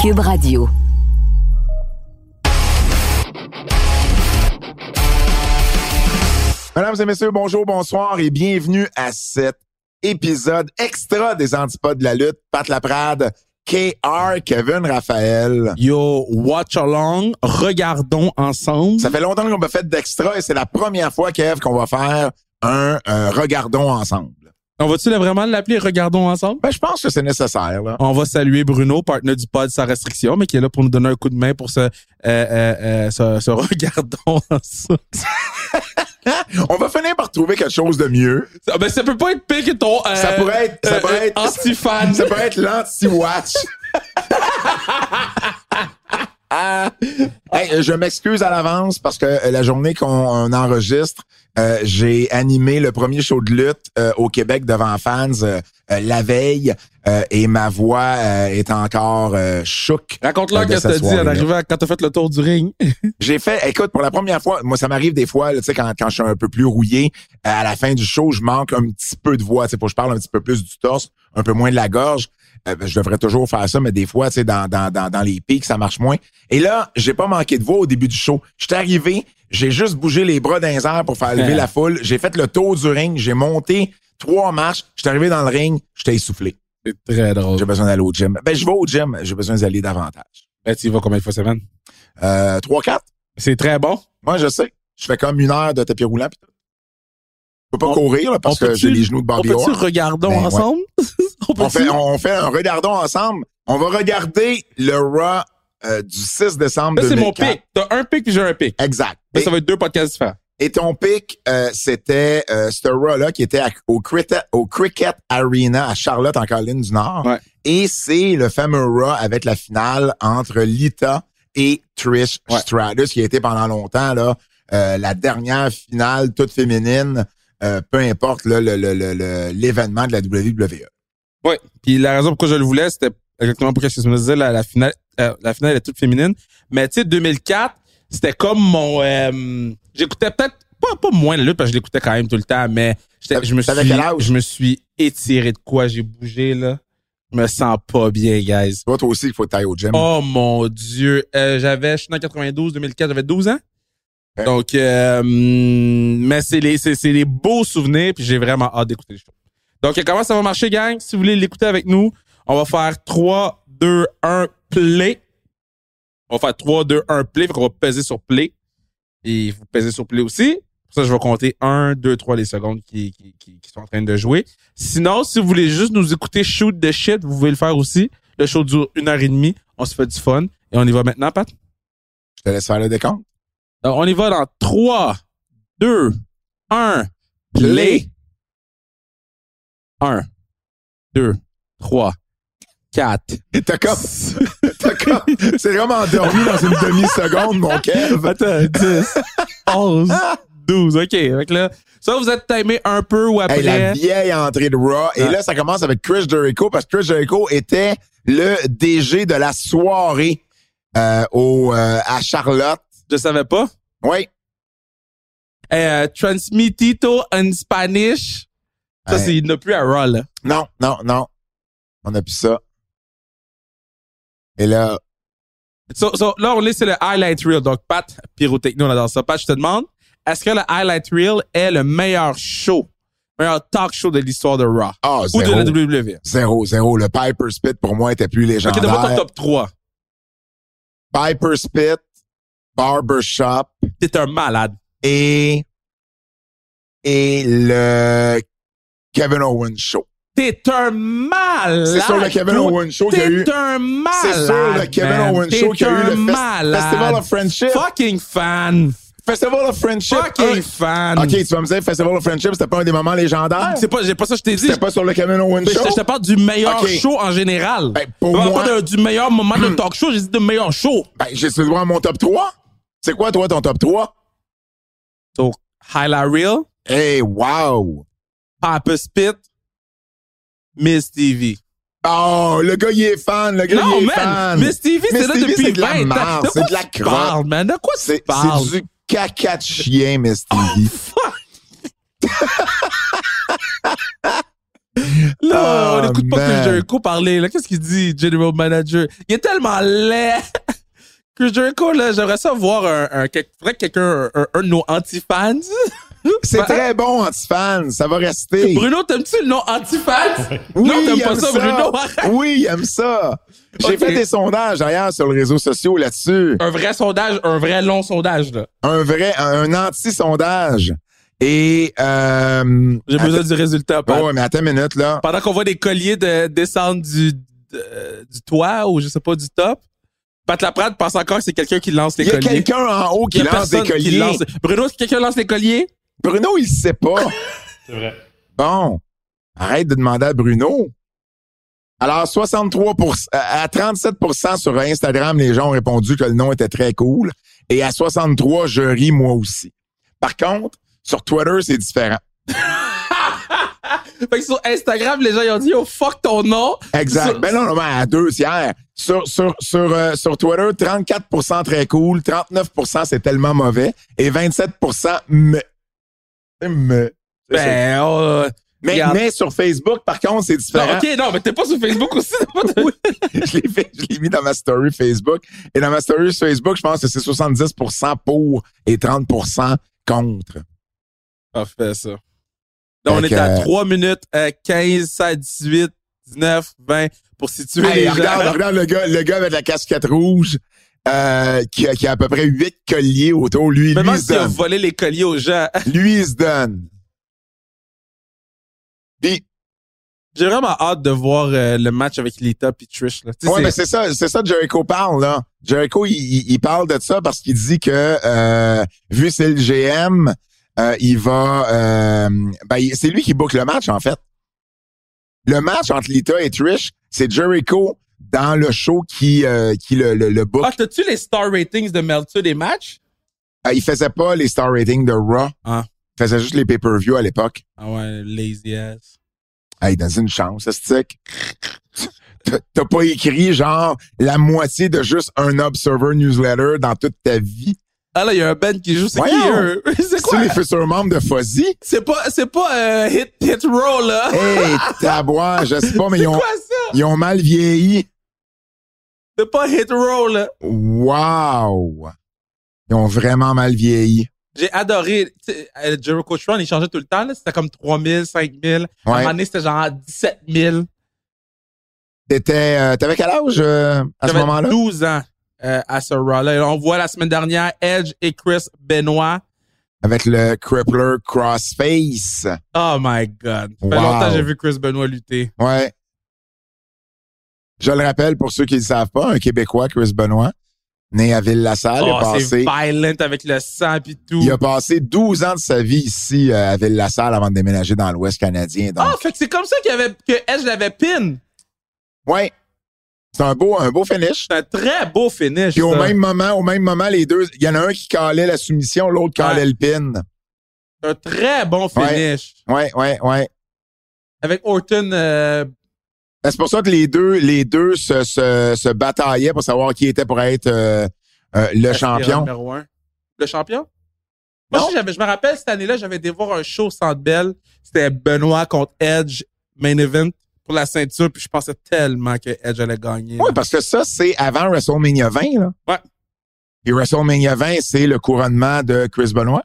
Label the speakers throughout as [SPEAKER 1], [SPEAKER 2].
[SPEAKER 1] Cube Radio.
[SPEAKER 2] Mesdames et messieurs, bonjour, bonsoir et bienvenue à cet épisode extra des Antipodes de la lutte. Pat Laprade, KR, Kevin Raphaël.
[SPEAKER 3] Yo, watch along, regardons ensemble.
[SPEAKER 2] Ça fait longtemps qu'on n'a pas fait d'extra et c'est la première fois, Kev, qu'on va faire un euh, regardons ensemble.
[SPEAKER 3] On va-tu vraiment l'appeler Regardons ensemble?
[SPEAKER 2] Ben, je pense que c'est nécessaire. Là.
[SPEAKER 3] On va saluer Bruno, partenaire du pod sans restriction, mais qui est là pour nous donner un coup de main pour ce, euh, euh, euh, ce- ce regardons ensemble.
[SPEAKER 2] On va finir par trouver quelque chose de mieux.
[SPEAKER 3] Ça, ben, ça peut pas être pire que ton. euh,
[SPEAKER 2] Ça pourrait être- ça
[SPEAKER 3] euh,
[SPEAKER 2] pourrait
[SPEAKER 3] euh,
[SPEAKER 2] être-
[SPEAKER 3] anti-fan.
[SPEAKER 2] Ça peut être l'anti-watch. Ah. Hey, je m'excuse à l'avance parce que euh, la journée qu'on on enregistre, euh, j'ai animé le premier show de lutte euh, au Québec devant fans euh, euh, la veille euh, et ma voix euh, est encore euh, chouk.
[SPEAKER 3] Raconte-leur
[SPEAKER 2] euh, de
[SPEAKER 3] qu'est-ce que
[SPEAKER 2] cette
[SPEAKER 3] t'as dit en
[SPEAKER 2] soirée-là.
[SPEAKER 3] arrivant quand t'as fait le tour du ring.
[SPEAKER 2] J'ai fait, écoute, pour la première fois, moi, ça m'arrive des fois, là, tu sais, quand, quand je suis un peu plus rouillé, à la fin du show, je manque un petit peu de voix. Tu sais, faut que je parle un petit peu plus du torse, un peu moins de la gorge. Euh, ben, je devrais toujours faire ça, mais des fois, tu sais, dans, dans, dans, dans les pics, ça marche moins. Et là, j'ai pas manqué de voix au début du show. J'étais arrivé, j'ai juste bougé les bras d'un air pour faire lever la foule. J'ai fait le tour du ring, j'ai monté trois marches. J'étais arrivé dans le ring, j'étais essoufflé.
[SPEAKER 3] C'est très drôle.
[SPEAKER 2] J'ai besoin d'aller au gym. Ben, je vais au gym, j'ai besoin d'aller davantage.
[SPEAKER 3] Ben, tu y vas combien de fois semaine?
[SPEAKER 2] Euh, trois, quatre.
[SPEAKER 3] C'est très bon.
[SPEAKER 2] Moi, je sais. Je fais comme une heure de tapis roulant. Pis tout. Je peux pas
[SPEAKER 3] On-
[SPEAKER 2] courir là, parce
[SPEAKER 3] on
[SPEAKER 2] que
[SPEAKER 3] peut-tu-
[SPEAKER 2] j'ai les genoux de
[SPEAKER 3] On
[SPEAKER 2] Barbie
[SPEAKER 3] peut-tu
[SPEAKER 2] Orr.
[SPEAKER 3] regardons
[SPEAKER 2] Ben, ouais.
[SPEAKER 3] ensemble? on
[SPEAKER 2] On fait,
[SPEAKER 3] peut-tu?
[SPEAKER 2] on fait un regardons ensemble. On va regarder le Raw euh, du 6 décembre
[SPEAKER 3] Là, c'est mon
[SPEAKER 2] 2004.
[SPEAKER 3] pic. T'as un pic puis j'ai un pic.
[SPEAKER 2] Exact.
[SPEAKER 3] Là,
[SPEAKER 2] Et,
[SPEAKER 3] ça va être deux podcasts différents.
[SPEAKER 2] et ton pic, euh, c'était euh, ce Raw-là qui était à- au, cricket, au Cricket Arena à Charlotte, en Caroline du Nord.
[SPEAKER 3] Ouais.
[SPEAKER 2] Et c'est le fameux Raw avec la finale entre Lita et Trish
[SPEAKER 3] Ouais.
[SPEAKER 2] Stratus, qui a été pendant longtemps là, euh, la dernière finale toute féminine, euh, peu importe là, le- le- le- le- l'événement de la E. WWE.
[SPEAKER 3] Oui. Puis la raison pourquoi je le voulais, c'était exactement pour ce que je me disais, la, la finale, euh, la finale est toute féminine. Mais tu sais, 2004, c'était comme mon, euh, j'écoutais peut-être pas, pas moins la lutte parce que je l'écoutais quand même tout le temps, mais j'étais- je me suis,
[SPEAKER 2] T'avais quel âge?
[SPEAKER 3] je me suis étiré de quoi, j'ai bougé là. Je me sens pas bien, guys.
[SPEAKER 2] Toi, toi aussi, il faut tailler au gym.
[SPEAKER 3] Oh mon dieu, Euh, j'avais, je suis né en 92, 2004, j'avais 12 ans.
[SPEAKER 2] Ouais.
[SPEAKER 3] Donc, euh, hum, mais c'est les, c'est, c'est les beaux souvenirs, puis j'ai vraiment hâte d'écouter les choses. Donc, euh, comment ça va marcher, gang? Si vous voulez l'écouter avec nous, on va faire 3, 2, 1, play. On va faire 3, 2, 1, play. Fait qu'on va peser sur play. Et vous pesez sur play aussi. Pour ça, je vais compter 1, 2, 3 les secondes qui, qui, qui, qui sont en train de jouer. Sinon, si vous voulez juste nous écouter shoot the shit, vous pouvez le faire aussi. Le show dure une heure et demie. On se fait du fun. Et on y va maintenant, Pat?
[SPEAKER 2] Je te laisse faire le décompte.
[SPEAKER 3] Donc, on y va dans 3, 2, 1, play. 1, 2, 3, 4.
[SPEAKER 2] T'as comme, t'as comme, c'est vraiment endormi dans une demi-seconde, mon Kev.
[SPEAKER 3] Attends, 10, 11, 12. OK. Fait que là, ça, vous êtes timé un peu ou après.
[SPEAKER 2] Hey, la vieille entrée de Raw. Et
[SPEAKER 3] Ouais.
[SPEAKER 2] là, ça commence avec Chris Jericho parce que Chris Jericho était le DG de la soirée euh, au, euh, à Charlotte.
[SPEAKER 3] Je savais pas.
[SPEAKER 2] Oui.
[SPEAKER 3] Euh, transmitito en Spanish. Ça,
[SPEAKER 2] Ouais.
[SPEAKER 3] c'est, il n'a plus à Raw, là.
[SPEAKER 2] Non, non, non. On a plus ça. Et là,
[SPEAKER 3] So, so, là, on est sur le highlight reel. Donc, Pat, pyrotechno, on adore ça. Pat, je te demande, est-ce que le highlight reel est le meilleur show, meilleur talk show de l'histoire de Raw
[SPEAKER 2] ah,
[SPEAKER 3] ou de
[SPEAKER 2] zéro,
[SPEAKER 3] la WWE?
[SPEAKER 2] zéro, zéro. Le Piper Spit, pour moi, était plus
[SPEAKER 3] Ok,
[SPEAKER 2] légendaire.
[SPEAKER 3] donne-moi ton top 3.
[SPEAKER 2] Piper Spit, Barbershop
[SPEAKER 3] T'es un malade.
[SPEAKER 2] et, et le Kevin Owens Show.
[SPEAKER 3] T'es un malade.
[SPEAKER 2] C'est sur le Kevin
[SPEAKER 3] toi.
[SPEAKER 2] Owens Show qu'il y a eu.
[SPEAKER 3] T'es un malade.
[SPEAKER 2] C'est sûr, le Kevin
[SPEAKER 3] man.
[SPEAKER 2] Owens Show
[SPEAKER 3] T'es
[SPEAKER 2] qui a eu
[SPEAKER 3] un
[SPEAKER 2] le fest-
[SPEAKER 3] malade.
[SPEAKER 2] Festival of Friendship.
[SPEAKER 3] Fucking fan.
[SPEAKER 2] Festival of Friendship.
[SPEAKER 3] Fucking
[SPEAKER 2] un-
[SPEAKER 3] fan.
[SPEAKER 2] OK, tu vas me dire Festival of Friendship, c'était pas un des moments légendaires?
[SPEAKER 3] C'est pas, j'ai pas ça, que je t'ai dit.
[SPEAKER 2] C'était pas sur le Kevin Owens
[SPEAKER 3] Mais je,
[SPEAKER 2] Show?
[SPEAKER 3] te, je te parle du meilleur
[SPEAKER 2] Ok.
[SPEAKER 3] show en général.
[SPEAKER 2] Ben, pour
[SPEAKER 3] Je parle
[SPEAKER 2] moi-
[SPEAKER 3] pas de- du meilleur moment de talk show, j'ai dit de meilleur show.
[SPEAKER 2] Ben, j'ai le droit à mon top 3. C'est quoi, toi, ton top 3?
[SPEAKER 3] Donc, Highlight Reel,
[SPEAKER 2] Hey, wow!
[SPEAKER 3] Papa Spit, Miss TV.
[SPEAKER 2] Oh, le gars, il est fan. Le gars,
[SPEAKER 3] Non,
[SPEAKER 2] il est
[SPEAKER 3] man!
[SPEAKER 2] fan.
[SPEAKER 3] Miss TV,
[SPEAKER 2] Miss
[SPEAKER 3] c'est là
[SPEAKER 2] TV,
[SPEAKER 3] depuis
[SPEAKER 2] c'est de la
[SPEAKER 3] 20 ans.
[SPEAKER 2] marde, c'est
[SPEAKER 3] quoi
[SPEAKER 2] de la
[SPEAKER 3] tu
[SPEAKER 2] crotte.
[SPEAKER 3] parles, man? De quoi tu
[SPEAKER 2] C'est
[SPEAKER 3] parles?
[SPEAKER 2] c'est du caca de chien, Miss TV.
[SPEAKER 3] Fuck! Là,
[SPEAKER 2] Ah,
[SPEAKER 3] on n'écoute pas
[SPEAKER 2] man.
[SPEAKER 3] Chris Jericho parler. Là, qu'est-ce qu'il dit, General Manager? Il est tellement laid. Chris Jericho, là, j'aimerais ça voir un, un, quel- faudrait que quelqu'un, un, un de nos anti-fans.
[SPEAKER 2] C'est
[SPEAKER 3] Ben-
[SPEAKER 2] très bon, anti-fan. Ça va rester.
[SPEAKER 3] Bruno, t'aimes-tu le nom anti-fans?
[SPEAKER 2] Oui,
[SPEAKER 3] non, t'aimes
[SPEAKER 2] il
[SPEAKER 3] pas
[SPEAKER 2] aime
[SPEAKER 3] ça, Bruno? Arrête.
[SPEAKER 2] Oui, il aime ça. J'ai
[SPEAKER 3] Ok.
[SPEAKER 2] fait des sondages d'ailleurs sur les réseaux sociaux là-dessus.
[SPEAKER 3] Un vrai sondage, un vrai long sondage, là.
[SPEAKER 2] Un vrai, un anti-sondage. Et euh,
[SPEAKER 3] J'ai
[SPEAKER 2] attends-
[SPEAKER 3] besoin du résultat. Pat.
[SPEAKER 2] Oh, ouais, mais attends une minute là.
[SPEAKER 3] Pendant qu'on voit des colliers de, descendre du, de- du toit ou je sais pas, du top, Pat Laprade pense encore que c'est quelqu'un qui lance les
[SPEAKER 2] Il y a
[SPEAKER 3] colliers.
[SPEAKER 2] quelqu'un en haut
[SPEAKER 3] Il y
[SPEAKER 2] qui
[SPEAKER 3] a
[SPEAKER 2] lance des
[SPEAKER 3] personne qui
[SPEAKER 2] colliers.
[SPEAKER 3] lance- Bruno, est-ce que quelqu'un lance les colliers?
[SPEAKER 2] Bruno, il sait pas.
[SPEAKER 1] C'est vrai.
[SPEAKER 2] Bon, arrête de demander à Bruno. Alors, 63 à à 37 sur Instagram, les gens ont répondu que le nom était très cool. Et à 63, je ris moi aussi. Par contre, sur Twitter, c'est différent.
[SPEAKER 3] Fait que sur Instagram, les gens ils ont dit, oh fuck ton nom.
[SPEAKER 2] Exact.
[SPEAKER 3] Sur-
[SPEAKER 2] Ben non, non, ben à deux tiers. Sur, sur, sur, euh, sur Twitter, 34 très cool, 39 c'est tellement mauvais et 27 me. me.
[SPEAKER 3] Ben, euh,
[SPEAKER 2] mais,
[SPEAKER 3] regarde.
[SPEAKER 2] mais sur Facebook, par contre, c'est hein?
[SPEAKER 3] non,
[SPEAKER 2] différent.
[SPEAKER 3] ok, non, mais t'es pas sur Facebook aussi. t'es pas de-
[SPEAKER 2] je l'ai fait, je l'ai mis dans ma story Facebook. Et dans ma story Facebook, je pense que c'est 70 pour et 30 contre.
[SPEAKER 3] Parfait, Ah, ça. Donc, on
[SPEAKER 2] Fait
[SPEAKER 3] est à
[SPEAKER 2] que-
[SPEAKER 3] 3 minutes euh, 15, 16, 18, 19, 20 pour situer
[SPEAKER 2] Hey,
[SPEAKER 3] les gens.
[SPEAKER 2] regarde, regarde le gars, le gars avec la casquette rouge, euh, qui, a, qui a à peu près huit colliers autour. Lui, lui,
[SPEAKER 3] Je me demande
[SPEAKER 2] il se
[SPEAKER 3] s'il a
[SPEAKER 2] donne.
[SPEAKER 3] volé les colliers aux gens.
[SPEAKER 2] Lui, il se donne. Puis,
[SPEAKER 3] J'ai vraiment hâte de voir euh, le match avec Lita puis Trish. Là. Tu sais,
[SPEAKER 2] ouais,
[SPEAKER 3] c'est-
[SPEAKER 2] mais c'est ça, c'est ça que Jericho parle, là. Jericho, il, il- il parle de ça parce qu'il dit que, euh, vu c'est le GM, euh, il va, euh, ben, il- c'est lui qui boucle le match, en fait. Le match entre Lita et Trish, c'est Jericho dans le show qui, euh, qui le, le, le book.
[SPEAKER 3] Ah, t'as-tu les star ratings de Meltzer des matchs?
[SPEAKER 2] Euh, il faisait pas les star ratings de Raw.
[SPEAKER 3] Ah.
[SPEAKER 2] Il faisait juste les pay-per-view à l'époque.
[SPEAKER 3] Ah ouais, lazy ass.
[SPEAKER 2] Hey, dans une chance, stick. T'as pas écrit genre la moitié de juste un Observer newsletter dans toute ta vie.
[SPEAKER 3] Ah là, il y a un band qui joue. C'est qui
[SPEAKER 2] Voyons.
[SPEAKER 3] eux? C'est
[SPEAKER 2] C'est
[SPEAKER 3] quoi?
[SPEAKER 2] les futurs membres de Fuzzy.
[SPEAKER 3] C'est pas, c'est pas euh, hit, hit roll, là.
[SPEAKER 2] Hey, tabouin, je sais pas, mais
[SPEAKER 3] c'est
[SPEAKER 2] ils ont,
[SPEAKER 3] quoi ça?
[SPEAKER 2] ils ont mal vieilli.
[SPEAKER 3] C'est pas hit roll, là.
[SPEAKER 2] Wow! Ils ont vraiment mal vieilli.
[SPEAKER 3] J'ai adoré. tu sais, euh, Jericho Tron, il changeait tout le temps. là. C'était comme 3000, 5000. À un
[SPEAKER 2] Ouais.
[SPEAKER 3] moment donné, c'était genre 17 000.
[SPEAKER 2] T'étais, euh, t'avais quel âge euh, à ce
[SPEAKER 3] J'avais
[SPEAKER 2] moment-là?
[SPEAKER 3] 12 ans euh, à ce Raw-là. Et on voit la semaine dernière Edge et Chris Benoit.
[SPEAKER 2] Avec le Crippler Crossface.
[SPEAKER 3] Oh my God. Ça fait
[SPEAKER 2] Wow.
[SPEAKER 3] longtemps que j'ai vu Chris Benoit lutter.
[SPEAKER 2] Ouais. Je le rappelle pour ceux qui ne le savent pas, un Québécois, Chris Benoit, né à Ville-la-Salle, est
[SPEAKER 3] Oh, c'est
[SPEAKER 2] passé
[SPEAKER 3] violent avec le sang et tout.
[SPEAKER 2] Il a passé 12 ans de sa vie ici euh, à Ville-la-Salle avant de déménager dans l'Ouest canadien. Donc,
[SPEAKER 3] Ah, fait que c'est comme ça qu'il y avait, que Edge l'avait pin.
[SPEAKER 2] ouais, c'est un beau, un beau finish.
[SPEAKER 3] C'est un très beau finish.
[SPEAKER 2] Puis au
[SPEAKER 3] ça.
[SPEAKER 2] même moment, au même moment, les deux, il y en a un qui calait la soumission, l'autre calait le pin.
[SPEAKER 3] Un très bon
[SPEAKER 2] Ouais.
[SPEAKER 3] finish.
[SPEAKER 2] Ouais, ouais, ouais.
[SPEAKER 3] Avec Orton. euh,
[SPEAKER 2] Ben, C'est pour ça que les deux, les deux se, se, se bataillaient pour savoir qui était pour être euh, euh, le
[SPEAKER 3] aspirant
[SPEAKER 2] champion.
[SPEAKER 3] numéro un. Le champion? Moi,
[SPEAKER 2] Non.
[SPEAKER 3] je- j'avais- je me rappelle cette année-là, j'avais été voir un show au Centre Bell. C'était Benoît contre Edge, main event pour la ceinture. Puis je pensais tellement que Edge allait gagner.
[SPEAKER 2] Oui, parce que ça, c'est avant WrestleMania 20, là.
[SPEAKER 3] Ouais.
[SPEAKER 2] Puis WrestleMania 20, c'est le couronnement de Chris Benoit.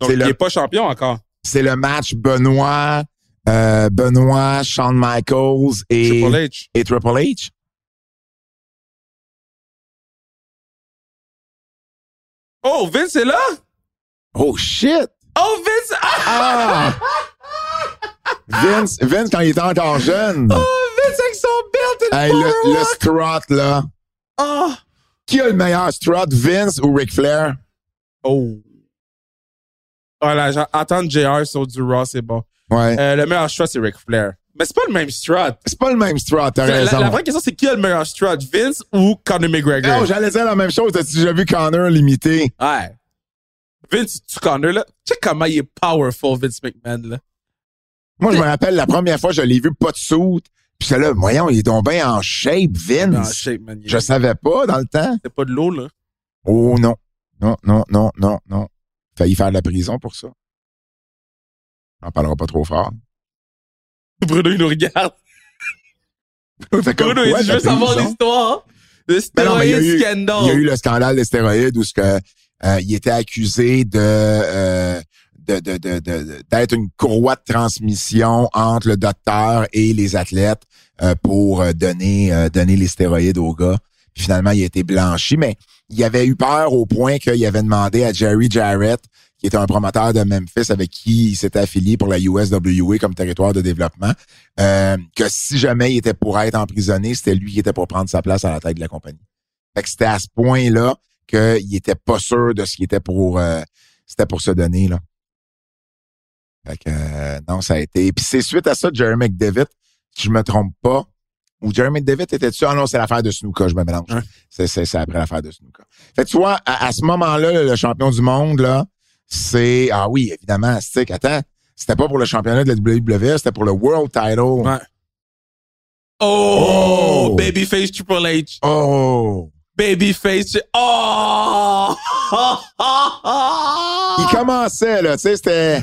[SPEAKER 3] Donc,
[SPEAKER 2] c'est
[SPEAKER 3] il
[SPEAKER 2] le-
[SPEAKER 3] n'est pas champion encore.
[SPEAKER 2] C'est le match Benoit, euh, Benoit, Shawn Michaels et,
[SPEAKER 3] Triple H.
[SPEAKER 2] et Triple H.
[SPEAKER 3] Oh, Vince est là?
[SPEAKER 2] Oh shit!
[SPEAKER 3] Oh, Vince! Ah!
[SPEAKER 2] Ah! Vince, Vince, quand il était encore jeune,
[SPEAKER 3] Oh, Vince avec son belt! et
[SPEAKER 2] hey, le, le strut, là.
[SPEAKER 3] Oh!
[SPEAKER 2] Qui a le meilleur strut, Vince ou Ric Flair?
[SPEAKER 3] Oh! Voilà, j'en- attendre JR sur du Raw, c'est bon.
[SPEAKER 2] Ouais.
[SPEAKER 3] Euh, le meilleur strut, c'est Ric Flair. Mais c'est pas le même strut.
[SPEAKER 2] C'est pas le même strut, t'as
[SPEAKER 3] La,
[SPEAKER 2] raison.
[SPEAKER 3] la vraie question, c'est qui a le meilleur strut, Vince ou Conor McGregor?
[SPEAKER 2] Non, Oh, j'allais dire la même chose. T'as-tu déjà vu Connor l'imiter?
[SPEAKER 3] Ouais. Vince, tu Connor, là. Check comment il est powerful, Vince McMahon, là.
[SPEAKER 2] Moi, je me rappelle la première fois, je l'ai vu pas de soute. Puis c'est là, voyons, il est donc bien en shape,
[SPEAKER 3] Non,
[SPEAKER 2] Vince.
[SPEAKER 3] shape, man. Il-
[SPEAKER 2] Je savais pas dans le temps.
[SPEAKER 3] C'est pas de l'eau, là.
[SPEAKER 2] Oh non. Non, non, non, non, non. Failli faire de la prison pour ça. On parlera pas trop fort.
[SPEAKER 3] Bruno, il nous regarde.
[SPEAKER 2] Fait comme
[SPEAKER 3] Bruno, il
[SPEAKER 2] quoi,
[SPEAKER 3] dit, je
[SPEAKER 2] t'as
[SPEAKER 3] veux
[SPEAKER 2] pris,
[SPEAKER 3] savoir
[SPEAKER 2] genre?
[SPEAKER 3] l'histoire. Le
[SPEAKER 2] Ben non, mais il y a
[SPEAKER 3] stéroïde
[SPEAKER 2] eu-
[SPEAKER 3] scandal.
[SPEAKER 2] Il y a eu le scandale des stéroïdes où ce que, euh, il était accusé de, euh, de, de, de, de- de- d'être une courroie de transmission entre le docteur et les athlètes euh, pour euh, donner, euh, donner les stéroïdes aux gars. Puis finalement, il a été blanchi, mais il avait eu peur au point qu'il avait demandé à Jerry Jarrett, qui était un promoteur de Memphis avec qui il s'était affilié pour la USWA comme territoire de développement, euh, que si jamais il était pour être emprisonné, c'était lui qui était pour prendre sa place à la tête de la compagnie. Fait que c'était à ce point-là qu'il était pas sûr de ce qu'il était pour euh, c'était pour se donner là. Fait que euh, non, ça a été. Puis c'est suite à ça, Jerry McDevitt, si je me trompe pas, ou Jerry McDevitt était dessus. Ah non, c'est l'affaire de Snooka, je me mélange.
[SPEAKER 3] Hein?
[SPEAKER 2] C'est, c'est, c'est après l'affaire de Snooka. Fait que tu vois, à, à ce moment-là, le, le champion du monde, là, c'est. Ah oui, évidemment, Stick, attends. C'était pas pour le championnat de la WWE, c'était pour le World Title.
[SPEAKER 3] Ouais. Oh,
[SPEAKER 2] Oh.
[SPEAKER 3] Babyface Triple H.
[SPEAKER 2] Oh!
[SPEAKER 3] Babyface. Tri- Oh!
[SPEAKER 2] Il commençait, là, tu sais, c'était,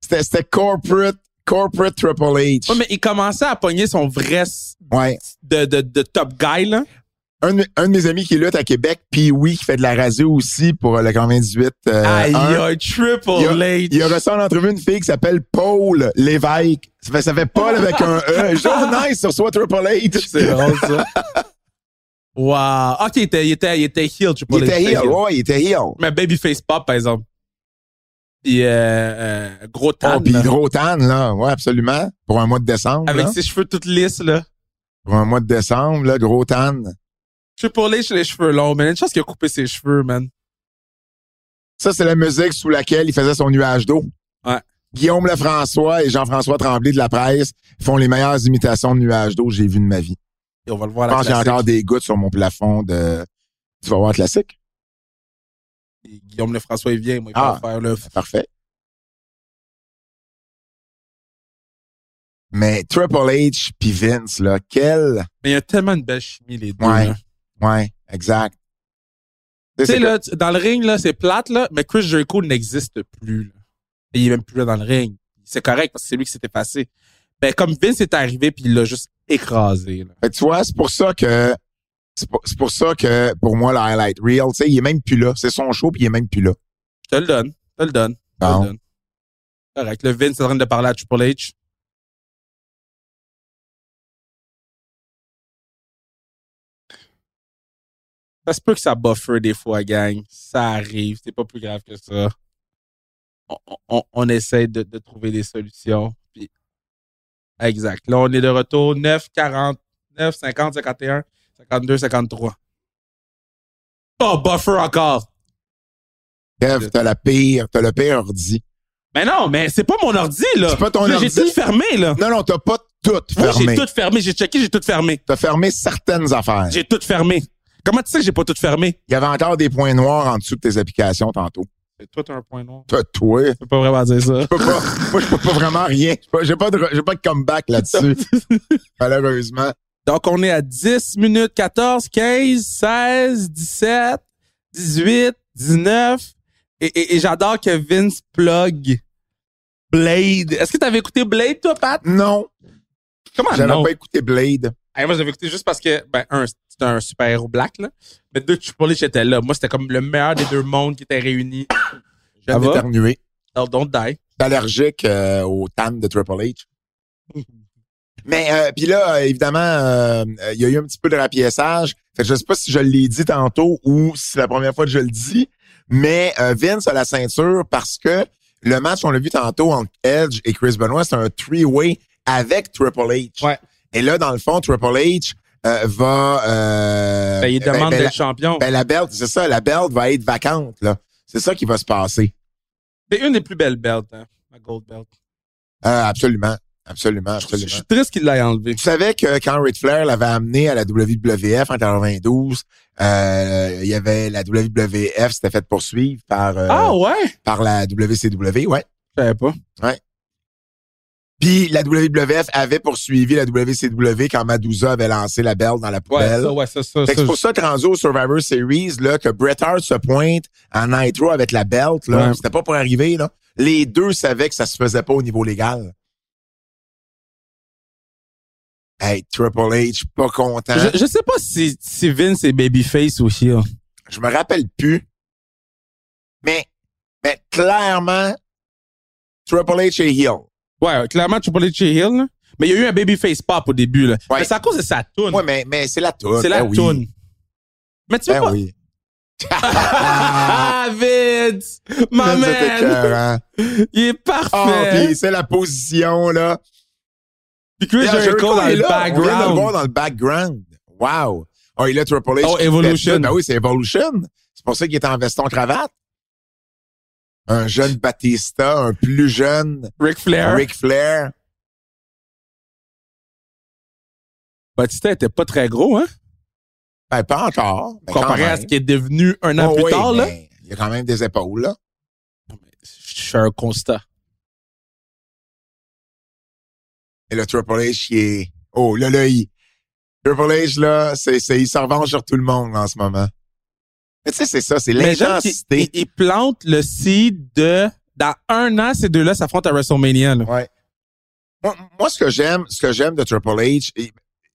[SPEAKER 2] c'était, c'était corporate, corporate Triple H.
[SPEAKER 3] Ouais, mais il commençait à pogner son vrai s-
[SPEAKER 2] Ouais.
[SPEAKER 3] de, de, de top guy, là.
[SPEAKER 2] Un, de- un de mes amis qui lutte à Québec, puis oui, qui fait de la radio aussi pour le 98. euh,
[SPEAKER 3] Aïe,
[SPEAKER 2] un,
[SPEAKER 3] aïe, Triple
[SPEAKER 2] il a,
[SPEAKER 3] H.
[SPEAKER 2] il a reçu en entrevue une fille qui s'appelle Paul Lévesque. Ça fait, ça fait Paul avec un E. Jour nice sur soi Triple
[SPEAKER 3] C'est
[SPEAKER 2] H.
[SPEAKER 3] drôle, ça. wow. OK, il était, il était, il était heel, Triple
[SPEAKER 2] Il
[SPEAKER 3] H.
[SPEAKER 2] était heel, ouais, il était heel.
[SPEAKER 3] Mais Babyface Pop, par exemple. Puis, euh, euh, gros tan,
[SPEAKER 2] Oh, puis
[SPEAKER 3] là.
[SPEAKER 2] Hydrotane, là, ouais, absolument. Pour un mois de décembre.
[SPEAKER 3] Avec
[SPEAKER 2] là.
[SPEAKER 3] ses cheveux toutes lisses, là.
[SPEAKER 2] Pour un mois de décembre, là, gros tan.
[SPEAKER 3] Triple H, les cheveux longs, man. Une chance qu'il a coupé ses cheveux, man.
[SPEAKER 2] Ça, c'est la musique sous laquelle il faisait son nuage d'eau.
[SPEAKER 3] Ouais.
[SPEAKER 2] Guillaume Lefrançois et Jean-François Tremblay de la presse font les meilleures imitations de nuage d'eau que j'ai vues de ma vie.
[SPEAKER 3] Et on va le voir
[SPEAKER 2] Je
[SPEAKER 3] à la
[SPEAKER 2] pense que j'ai
[SPEAKER 3] classique.
[SPEAKER 2] encore des gouttes sur mon plafond de... Tu vas voir classique?
[SPEAKER 3] Et Guillaume Lefrançois, il vient. Moi, il
[SPEAKER 2] Ah.
[SPEAKER 3] va faire le...
[SPEAKER 2] Parfait. Mais Triple H puis Vince, là, quel...
[SPEAKER 3] Mais il y a tellement de belle chimie, les deux.
[SPEAKER 2] Ouais.
[SPEAKER 3] là.
[SPEAKER 2] Ouais, exact.
[SPEAKER 3] Tu sais,
[SPEAKER 2] c'est
[SPEAKER 3] là, tu- dans le ring, là, c'est plate, là, mais Chris Jericho n'existe plus. Là. Et il est même plus là dans le ring. C'est correct parce que c'est lui qui s'est effacé. Ben, comme Vince est arrivé, puis il l'a juste écrasé. Là.
[SPEAKER 2] Fait que tu vois, c'est pour ça que c'est pour, c'est pour ça que pour moi le highlight reel, tu sais, il est même plus là, c'est son show puis il est même plus là.
[SPEAKER 3] Je te le donne. Je te le donne. Je te le
[SPEAKER 2] Bon.
[SPEAKER 3] donne. Correct. Le Vince est en train de parler à Triple H. Ça se peut que ça buffer des fois, gang. Ça arrive. C'est pas plus grave que ça. On, on, on essaie de, de trouver des solutions. Puis- Exact. Là, on est de retour. 9, 40, 9, 50, 51, 52, 53. Oh, buffer encore.
[SPEAKER 2] Kev, t'as la pire, t'as le pire ordi.
[SPEAKER 3] Mais Ben non, mais c'est pas mon ordi, là.
[SPEAKER 2] C'est pas ton
[SPEAKER 3] Là,
[SPEAKER 2] ordi.
[SPEAKER 3] J'ai tout fermé, là.
[SPEAKER 2] Non, non, t'as pas tout
[SPEAKER 3] Moi, j'ai
[SPEAKER 2] fermé.
[SPEAKER 3] tout fermé. J'ai checké, j'ai tout fermé.
[SPEAKER 2] T'as fermé certaines affaires.
[SPEAKER 3] J'ai tout fermé. Comment tu sais que j'ai pas tout fermé?
[SPEAKER 2] Il y avait encore des points noirs en dessous de tes applications tantôt.
[SPEAKER 3] C'est tout un point noir.
[SPEAKER 2] T'as toi. Je
[SPEAKER 3] Je peux pas vraiment dire ça.
[SPEAKER 2] peux pas, moi, je peux pas vraiment rien. J'ai pas- J'ai pas de, re- j'ai pas de comeback là-dessus. Malheureusement.
[SPEAKER 3] Donc, on est à 10 minutes 14, 15, 16, 17, 18, 19. Et, et- et j'adore que Vince plug Blade. Est-ce que t'avais écouté Blade, toi, Pat?
[SPEAKER 2] Non,
[SPEAKER 3] Comment
[SPEAKER 2] j'avais
[SPEAKER 3] Ah, non?
[SPEAKER 2] pas écouté Blade.
[SPEAKER 3] Hey, moi, j'avais écouté juste parce que, ben, un, c'était un super héros black, là. Mais deux, Triple H était là. Moi, c'était comme le meilleur des deux mondes qui étaient réunis.
[SPEAKER 2] Ah J'ai
[SPEAKER 3] va?
[SPEAKER 2] éternué.
[SPEAKER 3] Alors, don't die.
[SPEAKER 2] T'es allergique euh, au tan de Triple H. Mais euh, puis là, euh, évidemment, euh, euh, il y a eu un petit peu de rapiessage. Fait que je sais pas si je l'ai dit tantôt ou si c'est la première fois que je le dis, mais euh, Vince a la ceinture parce que le match, on l'a vu tantôt entre Edge et Chris Benoit, c'est un three-way avec Triple H.
[SPEAKER 3] Ouais.
[SPEAKER 2] Et là, dans le fond, Triple H euh, va... euh,
[SPEAKER 3] Ben, il
[SPEAKER 2] ben, ben,
[SPEAKER 3] demande d'être
[SPEAKER 2] la-
[SPEAKER 3] champion.
[SPEAKER 2] ben, la belt, c'est ça, la belt va être vacante. là. C'est ça qui va se passer.
[SPEAKER 3] c'est une des plus belles belts, hein, ma gold belt.
[SPEAKER 2] Euh, absolument, absolument,
[SPEAKER 3] Je, je
[SPEAKER 2] absolument. Euh,
[SPEAKER 3] suis triste qu'il l'ait enlevée.
[SPEAKER 2] Tu savais que quand Ric Flair l'avait amené à la WWF en 92, euh, il y avait la WWF s'était fait poursuivre par euh,
[SPEAKER 3] ah ouais?
[SPEAKER 2] par la WCW, ouais.
[SPEAKER 3] Je savais pas.
[SPEAKER 2] Puis la WWF avait poursuivi la WCW quand Madusa avait lancé la belle dans la
[SPEAKER 3] Ouais,
[SPEAKER 2] poubelle.
[SPEAKER 3] ça, ouais, ça, ça.
[SPEAKER 2] Fait que
[SPEAKER 3] ça,
[SPEAKER 2] c'est pour ça que rendu au Survivor Series, là, que Bret Hart se pointe en Nitro avec la belt, là,
[SPEAKER 3] Ouais.
[SPEAKER 2] c'était pas pour arriver, là. Les deux savaient que ça se faisait pas au niveau légal. Hey, Triple H, pas content.
[SPEAKER 3] Je, je sais pas si, si Vince est babyface ou heel.
[SPEAKER 2] je me rappelle plus. Mais, mais clairement, Triple H est heel.
[SPEAKER 3] Ouais, clairement, Triple H est heel, là. Mais il y a eu un babyface pop au début, là.
[SPEAKER 2] Ouais.
[SPEAKER 3] Mais c'est à cause de sa toune.
[SPEAKER 2] Ouais, mais, mais c'est la toune.
[SPEAKER 3] c'est la
[SPEAKER 2] ben oui.
[SPEAKER 3] toune. Mais tu veux
[SPEAKER 2] Ben
[SPEAKER 3] pas...
[SPEAKER 2] oui.
[SPEAKER 3] Ah, Vince! Ma
[SPEAKER 2] Vince est
[SPEAKER 3] Oh, man!
[SPEAKER 2] écœurant.
[SPEAKER 3] Il est
[SPEAKER 2] Oh,
[SPEAKER 3] parfait!
[SPEAKER 2] puis c'est la position, là.
[SPEAKER 3] Puis Chris
[SPEAKER 2] Yeah,
[SPEAKER 3] Jericho dans
[SPEAKER 2] est
[SPEAKER 3] le
[SPEAKER 2] là. On vient de le voir
[SPEAKER 3] background.
[SPEAKER 2] dans le background. Wow. Oh, il a Triple H.
[SPEAKER 3] Oh,
[SPEAKER 2] qui
[SPEAKER 3] Evolution.
[SPEAKER 2] fait ça. Ben oui, c'est Evolution. C'est pour ça qu'il est en veston-cravate. Un jeune Batista, un plus jeune
[SPEAKER 3] Ric Flair.
[SPEAKER 2] Ric Flair.
[SPEAKER 3] Batista était pas très gros, hein?
[SPEAKER 2] Ben, pas encore. mais quand
[SPEAKER 3] Comparé à
[SPEAKER 2] même.
[SPEAKER 3] ce qu'il est devenu un an
[SPEAKER 2] Oh,
[SPEAKER 3] plus
[SPEAKER 2] oui,
[SPEAKER 3] tard, là.
[SPEAKER 2] mais Il y a quand même des épaules, là.
[SPEAKER 3] Je fais un constat.
[SPEAKER 2] Et le Triple H, il est... Oh, là, là, il... Triple H, là, c'est, c'est, il s'en venge sur tout le monde en ce moment. Mais tu sais, c'est ça, c'est
[SPEAKER 3] Mais j'aime qu'il il-
[SPEAKER 2] l'intensité.
[SPEAKER 3] il plante le seed de... Dans un an, ces deux-là s'affrontent à WrestleMania, là.
[SPEAKER 2] Ouais. Moi, moi, ce que j'aime, ce que j'aime de Triple H, et-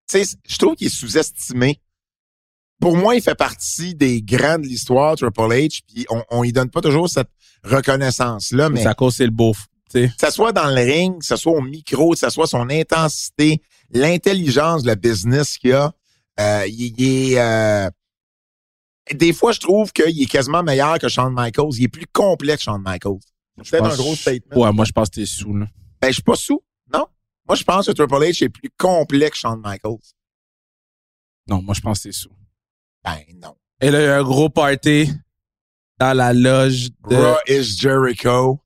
[SPEAKER 2] tu sais, je trouve qu'il est sous-estimé. Pour moi, il fait partie des grands de l'histoire, Triple H, puis on, on y donne pas toujours cette reconnaissance-là, mais
[SPEAKER 3] C'est à cause c'est le beau, f- tu sais.
[SPEAKER 2] que ce soit dans le ring, que ce soit au micro, que ce soit son intensité, l'intelligence de la business qu'il a, euh, il, il est... euh, des fois, je trouve qu'il est quasiment meilleur que Shawn Michaels. Il est plus complet que Shawn Michaels. C'est peut-être un
[SPEAKER 3] pense-
[SPEAKER 2] gros statement.
[SPEAKER 3] Ouais, moi, je pense que t'es sous, là.
[SPEAKER 2] Ben, je suis pas sous. Non. Moi, je pense que Triple H est plus complet que Shawn Michaels.
[SPEAKER 3] Non, moi, je pense que t'es sous.
[SPEAKER 2] Ben, non.
[SPEAKER 3] Et là, il y a un gros party dans la loge de...
[SPEAKER 2] Raw is Jericho.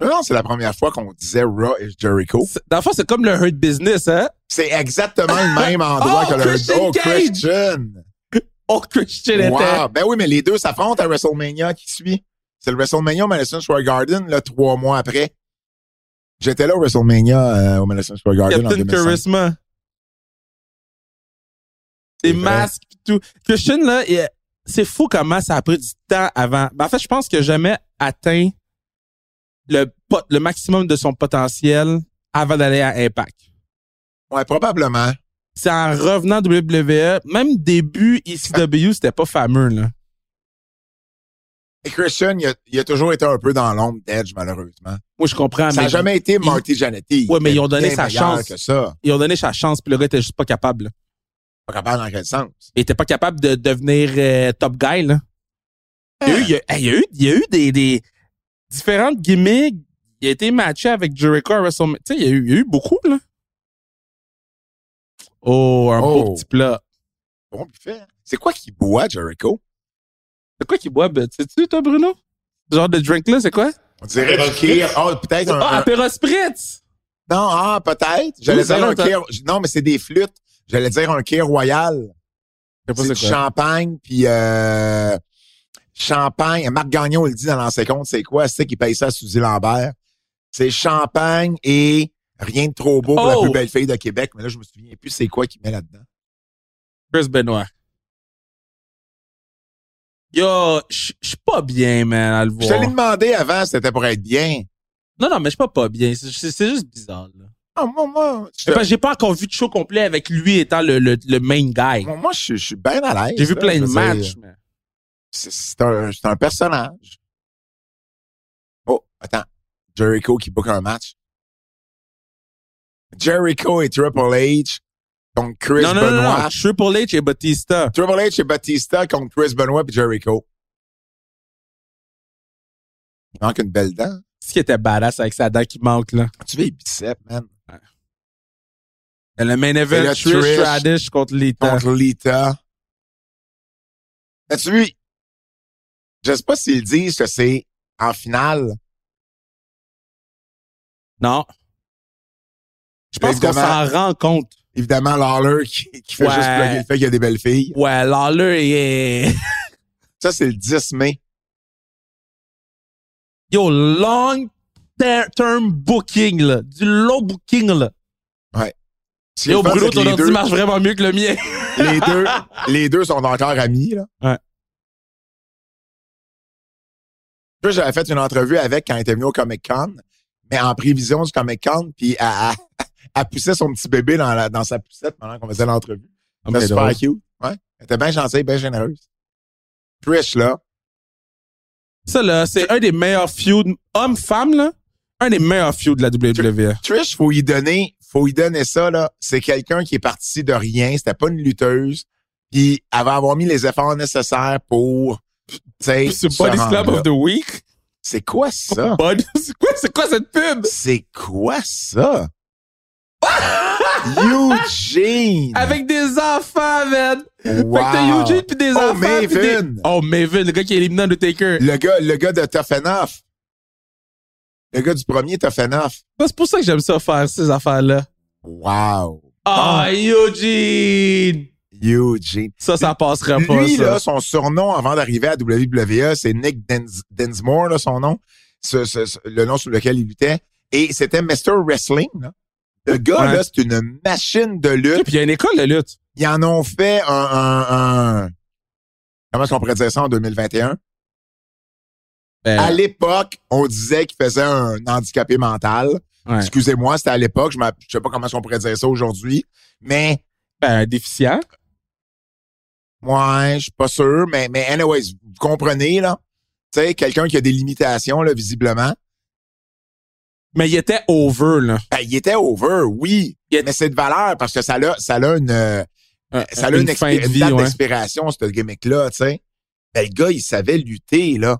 [SPEAKER 2] Non, non, c'est la première fois qu'on disait Raw is Jericho.
[SPEAKER 3] C'est- Dans le fond, c'est comme le Hurt Business, hein?
[SPEAKER 2] C'est exactement le même endroit
[SPEAKER 3] Oh,
[SPEAKER 2] que le
[SPEAKER 3] Christian
[SPEAKER 2] Oh,
[SPEAKER 3] Cage!
[SPEAKER 2] Christian.
[SPEAKER 3] Oh, Christian était...
[SPEAKER 2] Wow. Ben oui, mais les deux s'affrontent à WrestleMania qui suit. C'est le WrestleMania au Madison Square Garden, là, trois mois après. J'étais là au WrestleMania euh, au Madison Square Garden en
[SPEAKER 3] Captain
[SPEAKER 2] 2005.
[SPEAKER 3] Charisma. Des
[SPEAKER 2] C'est vrai.
[SPEAKER 3] masques pis tout. Christian, là, il- c'est fou comment ça a pris du temps avant. Ben, en fait, je pense que jamais atteint le, pot- le maximum de son potentiel avant d'aller à Impact.
[SPEAKER 2] Ouais, probablement.
[SPEAKER 3] C'est en revenant WWE, même début ECW, c'était pas fameux, là.
[SPEAKER 2] Et Christian, il a, il a toujours été un peu dans l'ombre d'Edge, malheureusement.
[SPEAKER 3] Moi, je comprends,
[SPEAKER 2] ça
[SPEAKER 3] Ah, mais
[SPEAKER 2] n'a jamais été Marty Jannetty.
[SPEAKER 3] Ouais, mais ils ont donné
[SPEAKER 2] Bien
[SPEAKER 3] sa
[SPEAKER 2] meilleur
[SPEAKER 3] chance.
[SPEAKER 2] que ça.
[SPEAKER 3] ils ont donné sa chance, puis le gars était juste pas capable. là.
[SPEAKER 2] Pas capable dans quel sens?
[SPEAKER 3] Il était pas capable de devenir euh, top guy, là. Il y a eu, il y a- hey, il y a eu, il y a eu des, des différentes gimmicks. Il a été matché avec Jericho à WrestleMania. Tu sais, il y, a eu- il y a eu beaucoup, là. Oh, un
[SPEAKER 2] Oh.
[SPEAKER 3] beau petit plat.
[SPEAKER 2] Bon, puis fait. C'est quoi qui boit, Jericho?
[SPEAKER 3] C'est quoi qu'il boit, ben, tu sais-tu, toi, Bruno? Ce genre de drink, là, c'est quoi?
[SPEAKER 2] On dirait du kir. Oh, peut-être un,
[SPEAKER 3] Ah,
[SPEAKER 2] un-
[SPEAKER 3] Aperol Spritz!
[SPEAKER 2] Non, ah, peut-être. J'allais
[SPEAKER 3] Oui, ça
[SPEAKER 2] dire un
[SPEAKER 3] longtemps.
[SPEAKER 2] kir. Non, mais c'est des flûtes. J'allais dire un kir royal.
[SPEAKER 3] Je sais
[SPEAKER 2] C'est
[SPEAKER 3] pas
[SPEAKER 2] du
[SPEAKER 3] c'est quoi.
[SPEAKER 2] champagne, puis euh, champagne. Marc Gagnon, il le dit dans l'ancien compte, c'est quoi? C'est qu'il paye ça à Suzy Lambert. C'est champagne et rien de trop beau pour la
[SPEAKER 3] Oh!
[SPEAKER 2] plus belle fille de Québec. Mais là, je me souviens plus c'est quoi qu'il met là-dedans.
[SPEAKER 3] Chris Benoit. Yo, je je suis pas bien, man, à le
[SPEAKER 2] Je te l'ai
[SPEAKER 3] voir.
[SPEAKER 2] demandé avant, c'était pour être bien.
[SPEAKER 3] Non, non, mais je suis pas pas bien. C'est- C'est c'est juste bizarre, là.
[SPEAKER 2] Ah, moi, moi, je te-
[SPEAKER 3] C'est parce que J'ai pas encore vu de show complet avec lui étant le, le, le main guy.
[SPEAKER 2] moi, moi, je, suis- je suis bien à l'aise.
[SPEAKER 3] ben, J'ai vu
[SPEAKER 2] là.
[SPEAKER 3] plein
[SPEAKER 2] Je
[SPEAKER 3] de
[SPEAKER 2] veux dire,
[SPEAKER 3] matchs. mais-
[SPEAKER 2] C'est c'est un, c'est un personnage. Oh, attends. Jericho qui book un match. Jericho et Triple H contre Chris
[SPEAKER 3] Non, non,
[SPEAKER 2] Benoit.
[SPEAKER 3] non, non, Triple H et Batista.
[SPEAKER 2] Triple H et Batista contre Chris Benoit et Jericho. Il manque une belle dent.
[SPEAKER 3] C'est ce qui était badass avec sa dent qui manque, là.
[SPEAKER 2] Tu veux les biceps, man.
[SPEAKER 3] Et Le main
[SPEAKER 2] Et
[SPEAKER 3] event,
[SPEAKER 2] là,
[SPEAKER 3] Trish,
[SPEAKER 2] Trish
[SPEAKER 3] Stratus contre Lita.
[SPEAKER 2] Contre Lita. As-tu vu? Je sais pas s'ils disent que c'est en finale.
[SPEAKER 3] Non. Je pense qu'on
[SPEAKER 2] Évidemment.
[SPEAKER 3] s'en rend compte.
[SPEAKER 2] Évidemment, Lawler qui, qui fait
[SPEAKER 3] Ouais.
[SPEAKER 2] juste plugger le fait qu'il y a des belles filles.
[SPEAKER 3] Ouais, Lawler est...
[SPEAKER 2] Ça, c'est le 10 mai.
[SPEAKER 3] Yo, long ter- term booking, là. Du long booking, là.
[SPEAKER 2] Ce qui est
[SPEAKER 3] Yo,
[SPEAKER 2] le fun,
[SPEAKER 3] Bruno,
[SPEAKER 2] c'est que
[SPEAKER 3] ton
[SPEAKER 2] les
[SPEAKER 3] ordi
[SPEAKER 2] deux-
[SPEAKER 3] marche vraiment mieux que le mien.
[SPEAKER 2] les deux, les deux sont encore amis, là.
[SPEAKER 3] Ouais.
[SPEAKER 2] Puis j'avais fait une entrevue avec quand il était venu au Comic Con, mais en prévision du Comic Con, puis elle, elle- elle poussait son petit bébé dans, la- dans sa poussette pendant qu'on faisait l'entrevue.
[SPEAKER 3] Ah,
[SPEAKER 2] C'était
[SPEAKER 3] mais
[SPEAKER 2] super
[SPEAKER 3] drôle.
[SPEAKER 2] cute. Ouais. Elle était bien gentille, bien généreuse. Trish, là.
[SPEAKER 3] Ça, là, c'est un des meilleurs feuds, homme-femme, là. Un des meilleurs feuds de la WWE.
[SPEAKER 2] Trish, faut y donner, faut y donner ça, là. C'est quelqu'un qui est parti de rien. C'était pas une lutteuse. Puis, elle va avoir mis les efforts nécessaires pour, tu sais,
[SPEAKER 3] C'est
[SPEAKER 2] se
[SPEAKER 3] Body
[SPEAKER 2] rendre
[SPEAKER 3] Slam
[SPEAKER 2] là.
[SPEAKER 3] of the Week.
[SPEAKER 2] C'est quoi ça?
[SPEAKER 3] Body- C'est quoi, c'est quoi cette pub?
[SPEAKER 2] C'est quoi ça? Eugene!
[SPEAKER 3] Avec des enfants, man! Fait que t'as
[SPEAKER 2] Wow.
[SPEAKER 3] Eugene puis des
[SPEAKER 2] Oh,
[SPEAKER 3] enfants. puis des-
[SPEAKER 2] Maven.
[SPEAKER 3] Oh, Maven, le gars qui élimine Undertaker.
[SPEAKER 2] Le gars, le gars de Tough Enough. Le gars du premier Tough Enough.
[SPEAKER 3] C'est pour ça que j'aime ça faire ces affaires-là.
[SPEAKER 2] Wow.
[SPEAKER 3] Ah,
[SPEAKER 2] Ah.
[SPEAKER 3] Eugene!
[SPEAKER 2] Eugene.
[SPEAKER 3] Ça, ça passera pas,
[SPEAKER 2] Lui,
[SPEAKER 3] ça.
[SPEAKER 2] là, son surnom avant d'arriver à WWE, c'est Nick Dens- Densmore, là, son nom. Ce- ce- ce- le nom sous lequel il luttait. Et c'était Mr. Wrestling, là. Le gars,
[SPEAKER 3] Ouais.
[SPEAKER 2] là, c'est une machine de
[SPEAKER 3] Et
[SPEAKER 2] lutte.
[SPEAKER 3] puis il y a une école de lutte.
[SPEAKER 2] Ils en ont fait un, un, un- comment est-ce qu'on pourrait dire ça en 2021?
[SPEAKER 3] Ben,
[SPEAKER 2] À l'époque, on disait qu'il faisait un handicapé mental.
[SPEAKER 3] ouais.
[SPEAKER 2] Excusez-moi, c'était à l'époque. Je ne sais pas comment on pourrait dire ça aujourd'hui. Mais,
[SPEAKER 3] Ben, un déficient.
[SPEAKER 2] ouais, je suis pas sûr. Mais, mais anyways, vous comprenez, là. Tu sais, quelqu'un qui a des limitations, là, visiblement.
[SPEAKER 3] Mais il était over, là.
[SPEAKER 2] Ben, il était over, oui.
[SPEAKER 3] Il est-
[SPEAKER 2] Mais c'est de valeur parce que ça l'a, ça l'a une, euh,
[SPEAKER 3] Un-
[SPEAKER 2] ça l'a une,
[SPEAKER 3] fin
[SPEAKER 2] expé-
[SPEAKER 3] de
[SPEAKER 2] une
[SPEAKER 3] vie,
[SPEAKER 2] date
[SPEAKER 3] ouais.
[SPEAKER 2] d'expiration, ce gimmick-là, tu sais. Ben, le gars, il savait lutter, là.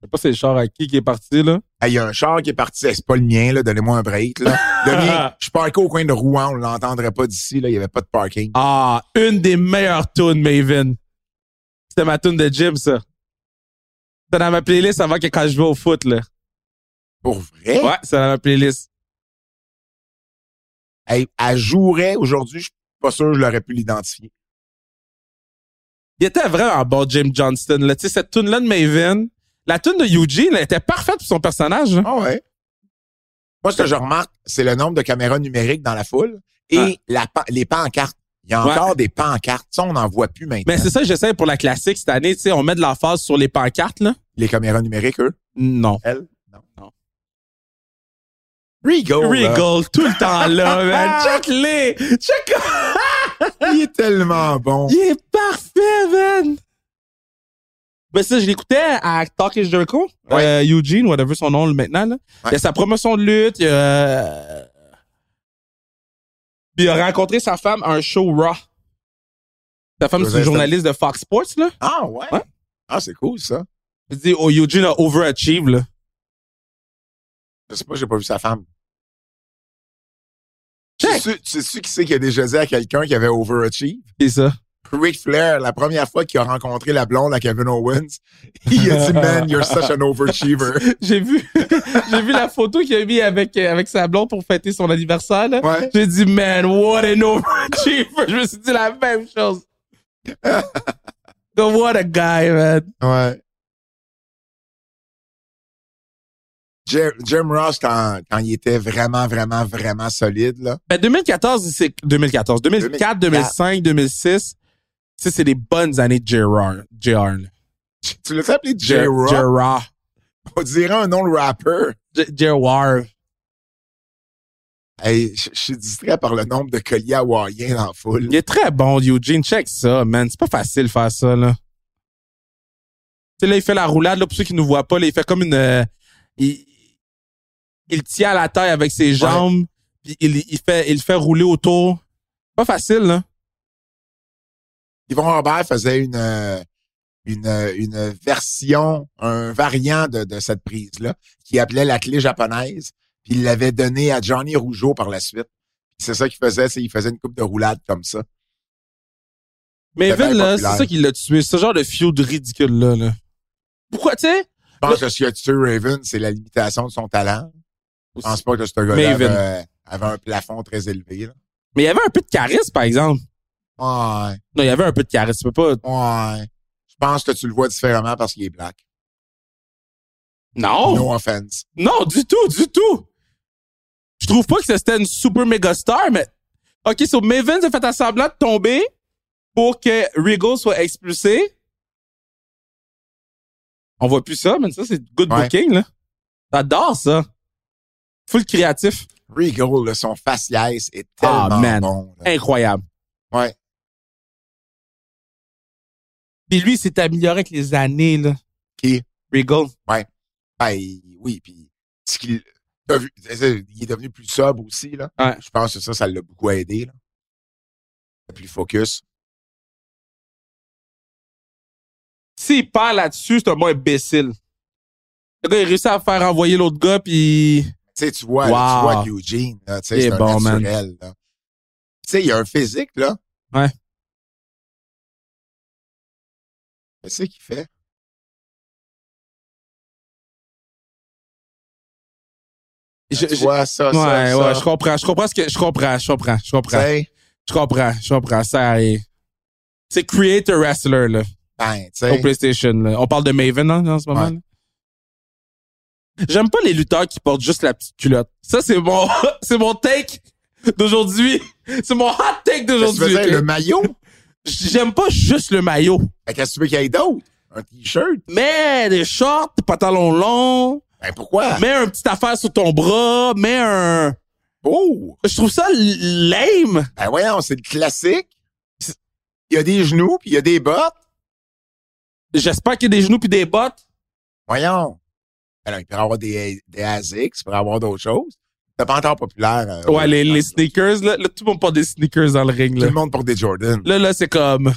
[SPEAKER 3] Je sais pas c'est le char à qui qui est parti, là.
[SPEAKER 2] Hey, Il y a un char qui est parti, Hey, c'est pas le mien, là, donnez-moi un break, là. Le mien, je parquais au coin de Rouen, on l'entendrait pas d'ici, là, il y avait pas de parking.
[SPEAKER 3] Ah, une des meilleures tunes, Maven. C'était ma tune de gym, ça. C'était dans ma playlist avant que quand je vais au foot, là.
[SPEAKER 2] Pour vrai?
[SPEAKER 3] Ouais, c'était dans ma playlist.
[SPEAKER 2] Elle, elle jouerait aujourd'hui, je suis pas sûr que je l'aurais pu l'identifier.
[SPEAKER 3] Il était vraiment bon, Jim Johnston, là. Tu sais, cette tune-là de Maven, la tune de Eugene, elle était parfaite pour son personnage, là.
[SPEAKER 2] Ah ouais. Moi, ce que je remarque, c'est le nombre de caméras numériques dans la foule et
[SPEAKER 3] Ouais.
[SPEAKER 2] la pan- les pancartes. Il y a
[SPEAKER 3] Ouais.
[SPEAKER 2] encore des pancartes. Ça, on n'en voit plus maintenant.
[SPEAKER 3] Mais c'est ça que j'essaie pour la classique cette année, tu sais, on met de l'emphase sur les pancartes, là.
[SPEAKER 2] Les caméras numériques, eux.
[SPEAKER 3] Non.
[SPEAKER 2] Elles? Non.
[SPEAKER 3] Non.
[SPEAKER 2] Regal. là.
[SPEAKER 3] Regal, tout le temps là, man. Check-les! Check!
[SPEAKER 2] Il est tellement bon.
[SPEAKER 3] Il est parfait, man! Ben ça, je l'écoutais à Talk is Jericho.
[SPEAKER 2] Ouais.
[SPEAKER 3] Euh, Eugene, whatever son nom maintenant, là.
[SPEAKER 2] Ouais.
[SPEAKER 3] Il y a sa promotion de lutte, il y a... Puis il a rencontré sa femme à un show Raw. Sa femme,
[SPEAKER 2] Vous
[SPEAKER 3] c'est une
[SPEAKER 2] avez-
[SPEAKER 3] journaliste de Fox Sports, là.
[SPEAKER 2] Ah ouais?
[SPEAKER 3] Ouais.
[SPEAKER 2] Ah, c'est cool, ça.
[SPEAKER 3] Il dit, oh, Eugene a overachieved, là.
[SPEAKER 2] Je sais pas, j'ai pas vu sa femme. Tu
[SPEAKER 3] Check.
[SPEAKER 2] sais, tu sais qui c'est qui a déjà dit à quelqu'un qui avait overachieved?
[SPEAKER 3] C'est ça.
[SPEAKER 2] Ric Flair, la première fois qu'il a rencontré la blonde à Kevin Owens, il a dit, man, you're such an overachiever.
[SPEAKER 3] J'ai vu, j'ai vu la photo qu'il a mis avec, euh, avec sa blonde pour fêter son anniversaire. là.
[SPEAKER 2] Ouais.
[SPEAKER 3] J'ai dit, man, what an overachiever. Je me suis dit la même chose. Donc, what a guy, man.
[SPEAKER 2] Ouais. Jim, Jim Ross, quand, quand il était vraiment, vraiment, vraiment solide, là.
[SPEAKER 3] Ben, 2014, c'est 2014, 2004, 2005, 2006. Ça, c'est des bonnes années de JR. JR. là.
[SPEAKER 2] Tu l'as appelé J. Ross?
[SPEAKER 3] JR.
[SPEAKER 2] On dirait un nom de rapper.
[SPEAKER 3] J- JR.
[SPEAKER 2] Hey, je je suis distrait par le nombre de colliers hawaïens dans la foule.
[SPEAKER 3] Il est très bon, Eugene. Check ça, man. C'est pas facile de faire ça, là. Tu sais, là, il fait la roulade, là, pour ceux qui nous voient pas, là, il fait comme une. euh, il, il tient à la taille avec ses jambes, puis il, il, fait, il fait rouler autour. Pas facile, là.
[SPEAKER 2] Yvon Robert faisait une, euh, une, euh, une version, un variant de, de cette prise-là, qui appelait la clé japonaise, puis il l'avait donnée à Johnny Rougeau par la suite. Puis C'est ça qu'il faisait, c'est il faisait une coupe de roulade comme ça.
[SPEAKER 3] Mais
[SPEAKER 2] C'est
[SPEAKER 3] Vin,
[SPEAKER 2] bien
[SPEAKER 3] là, c'est
[SPEAKER 2] populaire.
[SPEAKER 3] ça qui l'a tué. Ce genre de feud ridicule-là, là. Pourquoi, tu sais?
[SPEAKER 2] Je pense que ce qui a tué Raven, c'est la limitation de son talent. Je pense pas que ce gars-là
[SPEAKER 3] Maven.
[SPEAKER 2] avait, avait un plafond très élevé. Là.
[SPEAKER 3] Mais il y avait un peu de charisme, par exemple.
[SPEAKER 2] Ouais,
[SPEAKER 3] Non, il y avait un peu de charisme. Tu peux pas.
[SPEAKER 2] ouais. Je pense que tu le vois différemment parce qu'il est black.
[SPEAKER 3] Non!
[SPEAKER 2] No offense.
[SPEAKER 3] Non, du tout, du tout. Je trouve pas que c'était une super méga star, mais. OK, so Maven a fait un semblant de tomber pour que Regal soit expulsé. On voit plus ça, mais ça, c'est good
[SPEAKER 2] Ouais.
[SPEAKER 3] booking, là. J'adore ça. Full créatif.
[SPEAKER 2] Regal, là, son faciès est tellement
[SPEAKER 3] Ah, man.
[SPEAKER 2] bon. là.
[SPEAKER 3] Incroyable.
[SPEAKER 2] Ouais.
[SPEAKER 3] Puis lui, il s'est amélioré avec les années, là.
[SPEAKER 2] Qui?
[SPEAKER 3] Regal.
[SPEAKER 2] Ben, il- oui, puis ce qu'il t'as vu, c'est- c'est- il est devenu plus sobre aussi là.
[SPEAKER 3] Ouais.
[SPEAKER 2] Je pense que ça, ça l'a beaucoup aidé là. Il est Plus focus.
[SPEAKER 3] S'il perd là-dessus, c'est un bon imbécile. Le gars, il réussit à faire envoyer l'autre gars, puis...
[SPEAKER 2] Tu sais, tu vois, là,
[SPEAKER 3] Wow.
[SPEAKER 2] tu vois que Eugene, là, tu
[SPEAKER 3] Il
[SPEAKER 2] sais,
[SPEAKER 3] est
[SPEAKER 2] c'est un
[SPEAKER 3] bon, man.
[SPEAKER 2] naturel là. Tu sais, il y a un physique là.
[SPEAKER 3] Ouais.
[SPEAKER 2] Qu'est-ce qu'il fait?
[SPEAKER 3] Je,
[SPEAKER 2] Ah, tu
[SPEAKER 3] je-
[SPEAKER 2] vois ça,
[SPEAKER 3] ouais,
[SPEAKER 2] ça, ça.
[SPEAKER 3] ouais, je comprends. Je comprends ce que... Je comprends, je comprends, je
[SPEAKER 2] Tu
[SPEAKER 3] comprends.
[SPEAKER 2] sais,
[SPEAKER 3] Je comprends, je comprends. Ça est... C'est Creator Wrestler, là,
[SPEAKER 2] ben, tu
[SPEAKER 3] au
[SPEAKER 2] sais.
[SPEAKER 3] PlayStation. Là. On parle de Maven, hein, en ce moment.
[SPEAKER 2] Ouais.
[SPEAKER 3] là. J'aime pas les lutteurs qui portent juste la petite culotte. Ça, c'est mon... c'est mon take d'aujourd'hui. C'est mon hot
[SPEAKER 2] Qu'est-ce que tu
[SPEAKER 3] take d'aujourd'hui.
[SPEAKER 2] faisais,
[SPEAKER 3] ok?
[SPEAKER 2] le maillot?
[SPEAKER 3] J'aime pas juste le maillot.
[SPEAKER 2] Ben, Qu'est-ce que tu veux qu'il y ait d'autre? Un t-shirt?
[SPEAKER 3] Mets des shorts, des pantalons longs,
[SPEAKER 2] Ben, pourquoi?
[SPEAKER 3] mets une petite affaire sur ton bras, mets un...
[SPEAKER 2] Oh!
[SPEAKER 3] Je trouve ça lame.
[SPEAKER 2] Ben voyons, c'est le classique. Il y a des genoux, puis il y a des bottes.
[SPEAKER 3] J'espère qu'il y a des genoux puis des bottes.
[SPEAKER 2] Voyons. Alors, il peut y avoir des, des ASICS, il peut y avoir d'autres choses. C'est pas encore populaire. euh,
[SPEAKER 3] Ouais, les,
[SPEAKER 2] dans-
[SPEAKER 3] les sneakers, là, là, tout le monde porte des sneakers dans le ring,
[SPEAKER 2] Tout
[SPEAKER 3] là.
[SPEAKER 2] le monde porte des Jordan.
[SPEAKER 3] Là, là, c'est comme...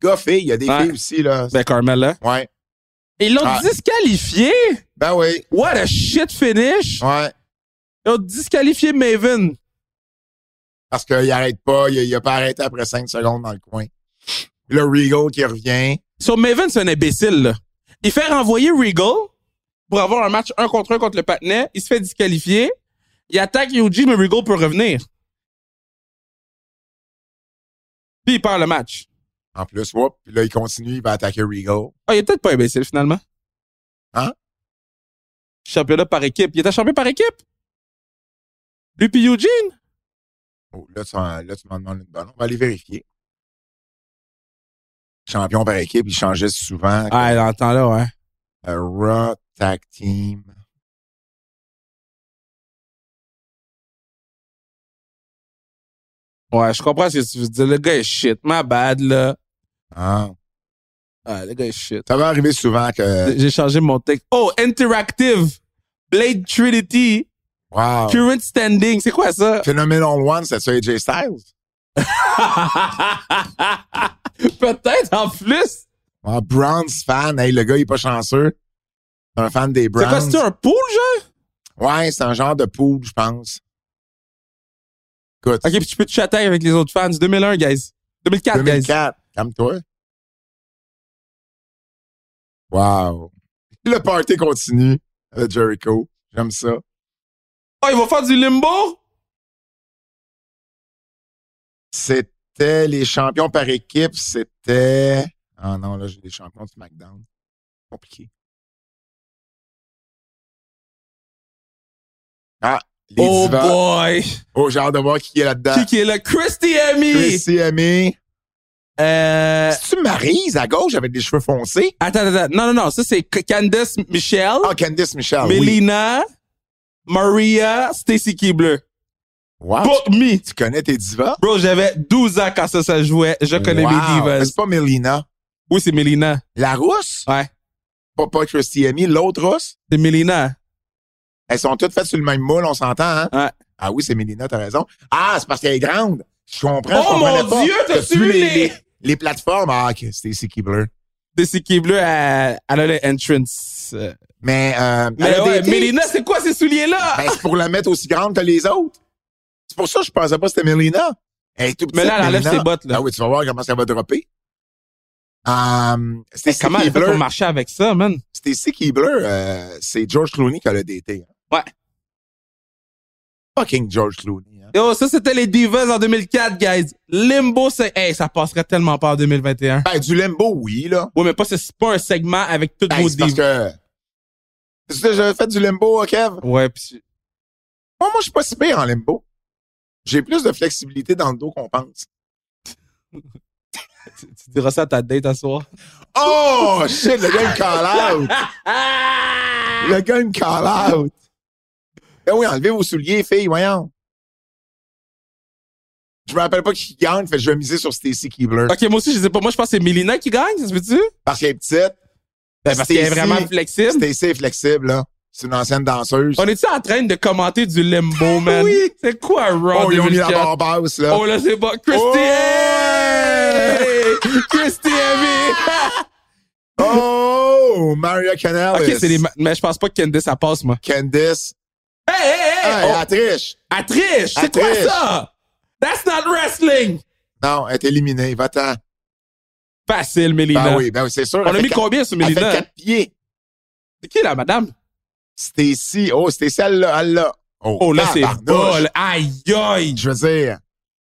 [SPEAKER 2] Gars, filles, il y a des
[SPEAKER 3] Ouais.
[SPEAKER 2] filles aussi, là.
[SPEAKER 3] Ben, Carmella.
[SPEAKER 2] Ouais.
[SPEAKER 3] Ils l'ont
[SPEAKER 2] Ah.
[SPEAKER 3] disqualifié.
[SPEAKER 2] Ben oui.
[SPEAKER 3] What a shit finish.
[SPEAKER 2] Ouais.
[SPEAKER 3] Ils ont disqualifié Maven.
[SPEAKER 2] Parce qu'il arrête pas, il, il a pas arrêté après 5 secondes dans le coin. Le Regal qui revient.
[SPEAKER 3] So, Maven, c'est un imbécile, là. Il fait renvoyer Regal pour avoir un match un contre un contre le patinet. Il se fait disqualifier. Il attaque Yuji, mais Regal peut revenir. Puis il perd le match.
[SPEAKER 2] En plus, whoop, puis là, il continue, il va attaquer Regal.
[SPEAKER 3] Ah, il est peut-être pas imbécile, finalement.
[SPEAKER 2] Hein?
[SPEAKER 3] Championnat par équipe. Il était champion par équipe? Lui puis Eugene?
[SPEAKER 2] Oh, là, tu, en- là, tu m'en demandes une bonne. On va aller vérifier. Champion par équipe, il changeait souvent.
[SPEAKER 3] Ah, dans le temps-là, ouais.
[SPEAKER 2] Euh, Raw Tag Team.
[SPEAKER 3] Ouais, je comprends ce que tu veux dire. Le gars est shit. Ma bad, là.
[SPEAKER 2] Ah.
[SPEAKER 3] Ah, le gars est shit.
[SPEAKER 2] Ça va arriver souvent que.
[SPEAKER 3] J'ai changé mon texte. Oh, Interactive. Blade Trinity.
[SPEAKER 2] Wow.
[SPEAKER 3] Current Standing. C'est quoi ça?
[SPEAKER 2] Phenomenal One, c'est ça AJ Styles?
[SPEAKER 3] Peut-être en plus.
[SPEAKER 2] Ah, Browns fan. Hey, le gars, il est pas chanceux. C'est un fan des
[SPEAKER 3] C'est quoi,
[SPEAKER 2] Browns.
[SPEAKER 3] c'est un pool, genre?
[SPEAKER 2] Ouais, c'est un genre de pool, je pense. Écoute,
[SPEAKER 3] Ok, puis tu peux te chatter avec les autres fans. 2001, guys. 2004, guys.
[SPEAKER 2] 2004. Calme-toi. Wow. Le party continue avec Jericho. J'aime ça.
[SPEAKER 3] Oh, ils vont faire du limbo?
[SPEAKER 2] C'était les champions par équipe. C'était. Ah non, là, j'ai les champions du SmackDown. Compliqué. Ah, les
[SPEAKER 3] oh
[SPEAKER 2] divas.
[SPEAKER 3] boy.
[SPEAKER 2] Oh, j'ai hâte de voir qui est là-dedans.
[SPEAKER 3] Qui qui est là? Christy Amy.
[SPEAKER 2] Chrissy Amy.
[SPEAKER 3] Euh,
[SPEAKER 2] C'est-tu Maryse à gauche avec des cheveux foncés?
[SPEAKER 3] attends, attends, attends. Non, non, non. Ça, c'est Candace Michelle,
[SPEAKER 2] Ah, Candice Michel. Oui.
[SPEAKER 3] Melina, Maria, Stacy Keebler.
[SPEAKER 2] Wow.
[SPEAKER 3] Book me.
[SPEAKER 2] Ah, Tu connais tes divas?
[SPEAKER 3] Bro, j'avais 12 ans quand ça, ça jouait. Je connais
[SPEAKER 2] Wow.
[SPEAKER 3] mes divas.
[SPEAKER 2] Mais C'est pas Melina.
[SPEAKER 3] Oui, c'est Mélina.
[SPEAKER 2] La rousse?
[SPEAKER 3] Ouais.
[SPEAKER 2] Pas, pas Christy Amy. L'autre rousse?
[SPEAKER 3] C'est Mélina.
[SPEAKER 2] Elles sont toutes faites sur le même moule, on s'entend, hein?
[SPEAKER 3] Ouais.
[SPEAKER 2] Ah oui, c'est Mélina, t'as raison. Ah, c'est parce qu'elle est grande. Je comprends.
[SPEAKER 3] Oh
[SPEAKER 2] je comprenais
[SPEAKER 3] mon
[SPEAKER 2] pas.
[SPEAKER 3] Dieu, t'as
[SPEAKER 2] T'as-tu les,
[SPEAKER 3] su les-
[SPEAKER 2] les, les plateformes. Ah, ok, Stacy Keebler.
[SPEAKER 3] Stacy Keebler, elle, elle a l'entrance. Euh,
[SPEAKER 2] Mais, euh, elle
[SPEAKER 3] Mais
[SPEAKER 2] a
[SPEAKER 3] ouais,
[SPEAKER 2] des-
[SPEAKER 3] Mélina, c'est quoi ces souliers-là?
[SPEAKER 2] Ben, c'est pour la mettre aussi grande que les autres. C'est pour ça que je pensais pas que c'était Mélina. Elle est tout petite.
[SPEAKER 3] Mais là, elle enlève
[SPEAKER 2] Mélina.
[SPEAKER 3] ses bottes, là.
[SPEAKER 2] Ah oui, tu vas voir comment ça va dropper. Um,
[SPEAKER 3] Mais
[SPEAKER 2] Stacy
[SPEAKER 3] Comment elle fait pour
[SPEAKER 2] Keebler,
[SPEAKER 3] marcher avec ça, man?
[SPEAKER 2] Stacy Keebler, euh, c'est George Clooney qui a le DT. hein.
[SPEAKER 3] Ouais.
[SPEAKER 2] Fucking George Clooney. hein.
[SPEAKER 3] Yo, ça, c'était les divas en 2004, guys. Limbo, c'est... Hey, ça passerait tellement pas en 2021.
[SPEAKER 2] Ben, du Limbo, oui, là.
[SPEAKER 3] Ouais, mais pas, c'est c'est pas un segment avec toutes
[SPEAKER 2] Ben,
[SPEAKER 3] vos
[SPEAKER 2] c'est parce
[SPEAKER 3] divas.
[SPEAKER 2] que... Parce que j'avais fait du Limbo, hein, Kev.
[SPEAKER 3] Ouais, pis...
[SPEAKER 2] Moi, moi, je suis pas si pire en limbo. J'ai plus de flexibilité dans le dos qu'on pense.
[SPEAKER 3] Tu, tu diras ça à ta date à soir.
[SPEAKER 2] Oh, shit, le gars me call out.
[SPEAKER 3] Ah!
[SPEAKER 2] Le gars me call out. Ben oui, enlevez vos souliers, filles, voyons. Je me rappelle pas qui gagne, fait que je vais miser sur Stacy Keebler.
[SPEAKER 3] Ok, moi aussi, je sais pas. Moi, je pense que c'est Mélina qui gagne, ça se veut-tu?
[SPEAKER 2] Parce qu'elle est petite.
[SPEAKER 3] Ben, parce qu'elle est
[SPEAKER 2] Stacy-
[SPEAKER 3] vraiment flexible.
[SPEAKER 2] Stacy est flexible, là. C'est une ancienne danseuse.
[SPEAKER 3] On est-tu en train de commenter du limbo, man?
[SPEAKER 2] Oui.
[SPEAKER 3] C'est quoi, Raw
[SPEAKER 2] Oh, ils ont mis la
[SPEAKER 3] 2004?
[SPEAKER 2] barre basse, là.
[SPEAKER 3] Oh là, c'est bon.
[SPEAKER 2] Oh!
[SPEAKER 3] Christy! Hey! Christy
[SPEAKER 2] Ah,
[SPEAKER 3] Amy!
[SPEAKER 2] Oh! Maria Canales.
[SPEAKER 3] ok, c'est les. ma- Mais je pense pas que Candice, ça passe, moi.
[SPEAKER 2] Candice.
[SPEAKER 3] Hey, hey, hey!
[SPEAKER 2] Hey,
[SPEAKER 3] Oh,
[SPEAKER 2] elle triche.
[SPEAKER 3] elle triche! C'est
[SPEAKER 2] elle
[SPEAKER 3] quoi
[SPEAKER 2] triche.
[SPEAKER 3] ça? That's not wrestling!
[SPEAKER 2] Non, elle est éliminée. Va-t'en.
[SPEAKER 3] Facile, Mélina.
[SPEAKER 2] Ben oui, ben oui, c'est sûr.
[SPEAKER 3] On
[SPEAKER 2] elle
[SPEAKER 3] a
[SPEAKER 2] fait
[SPEAKER 3] mis
[SPEAKER 2] quatre-
[SPEAKER 3] combien sur
[SPEAKER 2] Elle fait
[SPEAKER 3] Mélina?
[SPEAKER 2] quatre pieds.
[SPEAKER 3] C'est qui, la madame?
[SPEAKER 2] Stacy. Oh, Stacy, elle l'a, elle l'a.
[SPEAKER 3] Oh, là, c'est
[SPEAKER 2] tabarnouche.
[SPEAKER 3] bol. Aïe, aïe!
[SPEAKER 2] Je veux dire,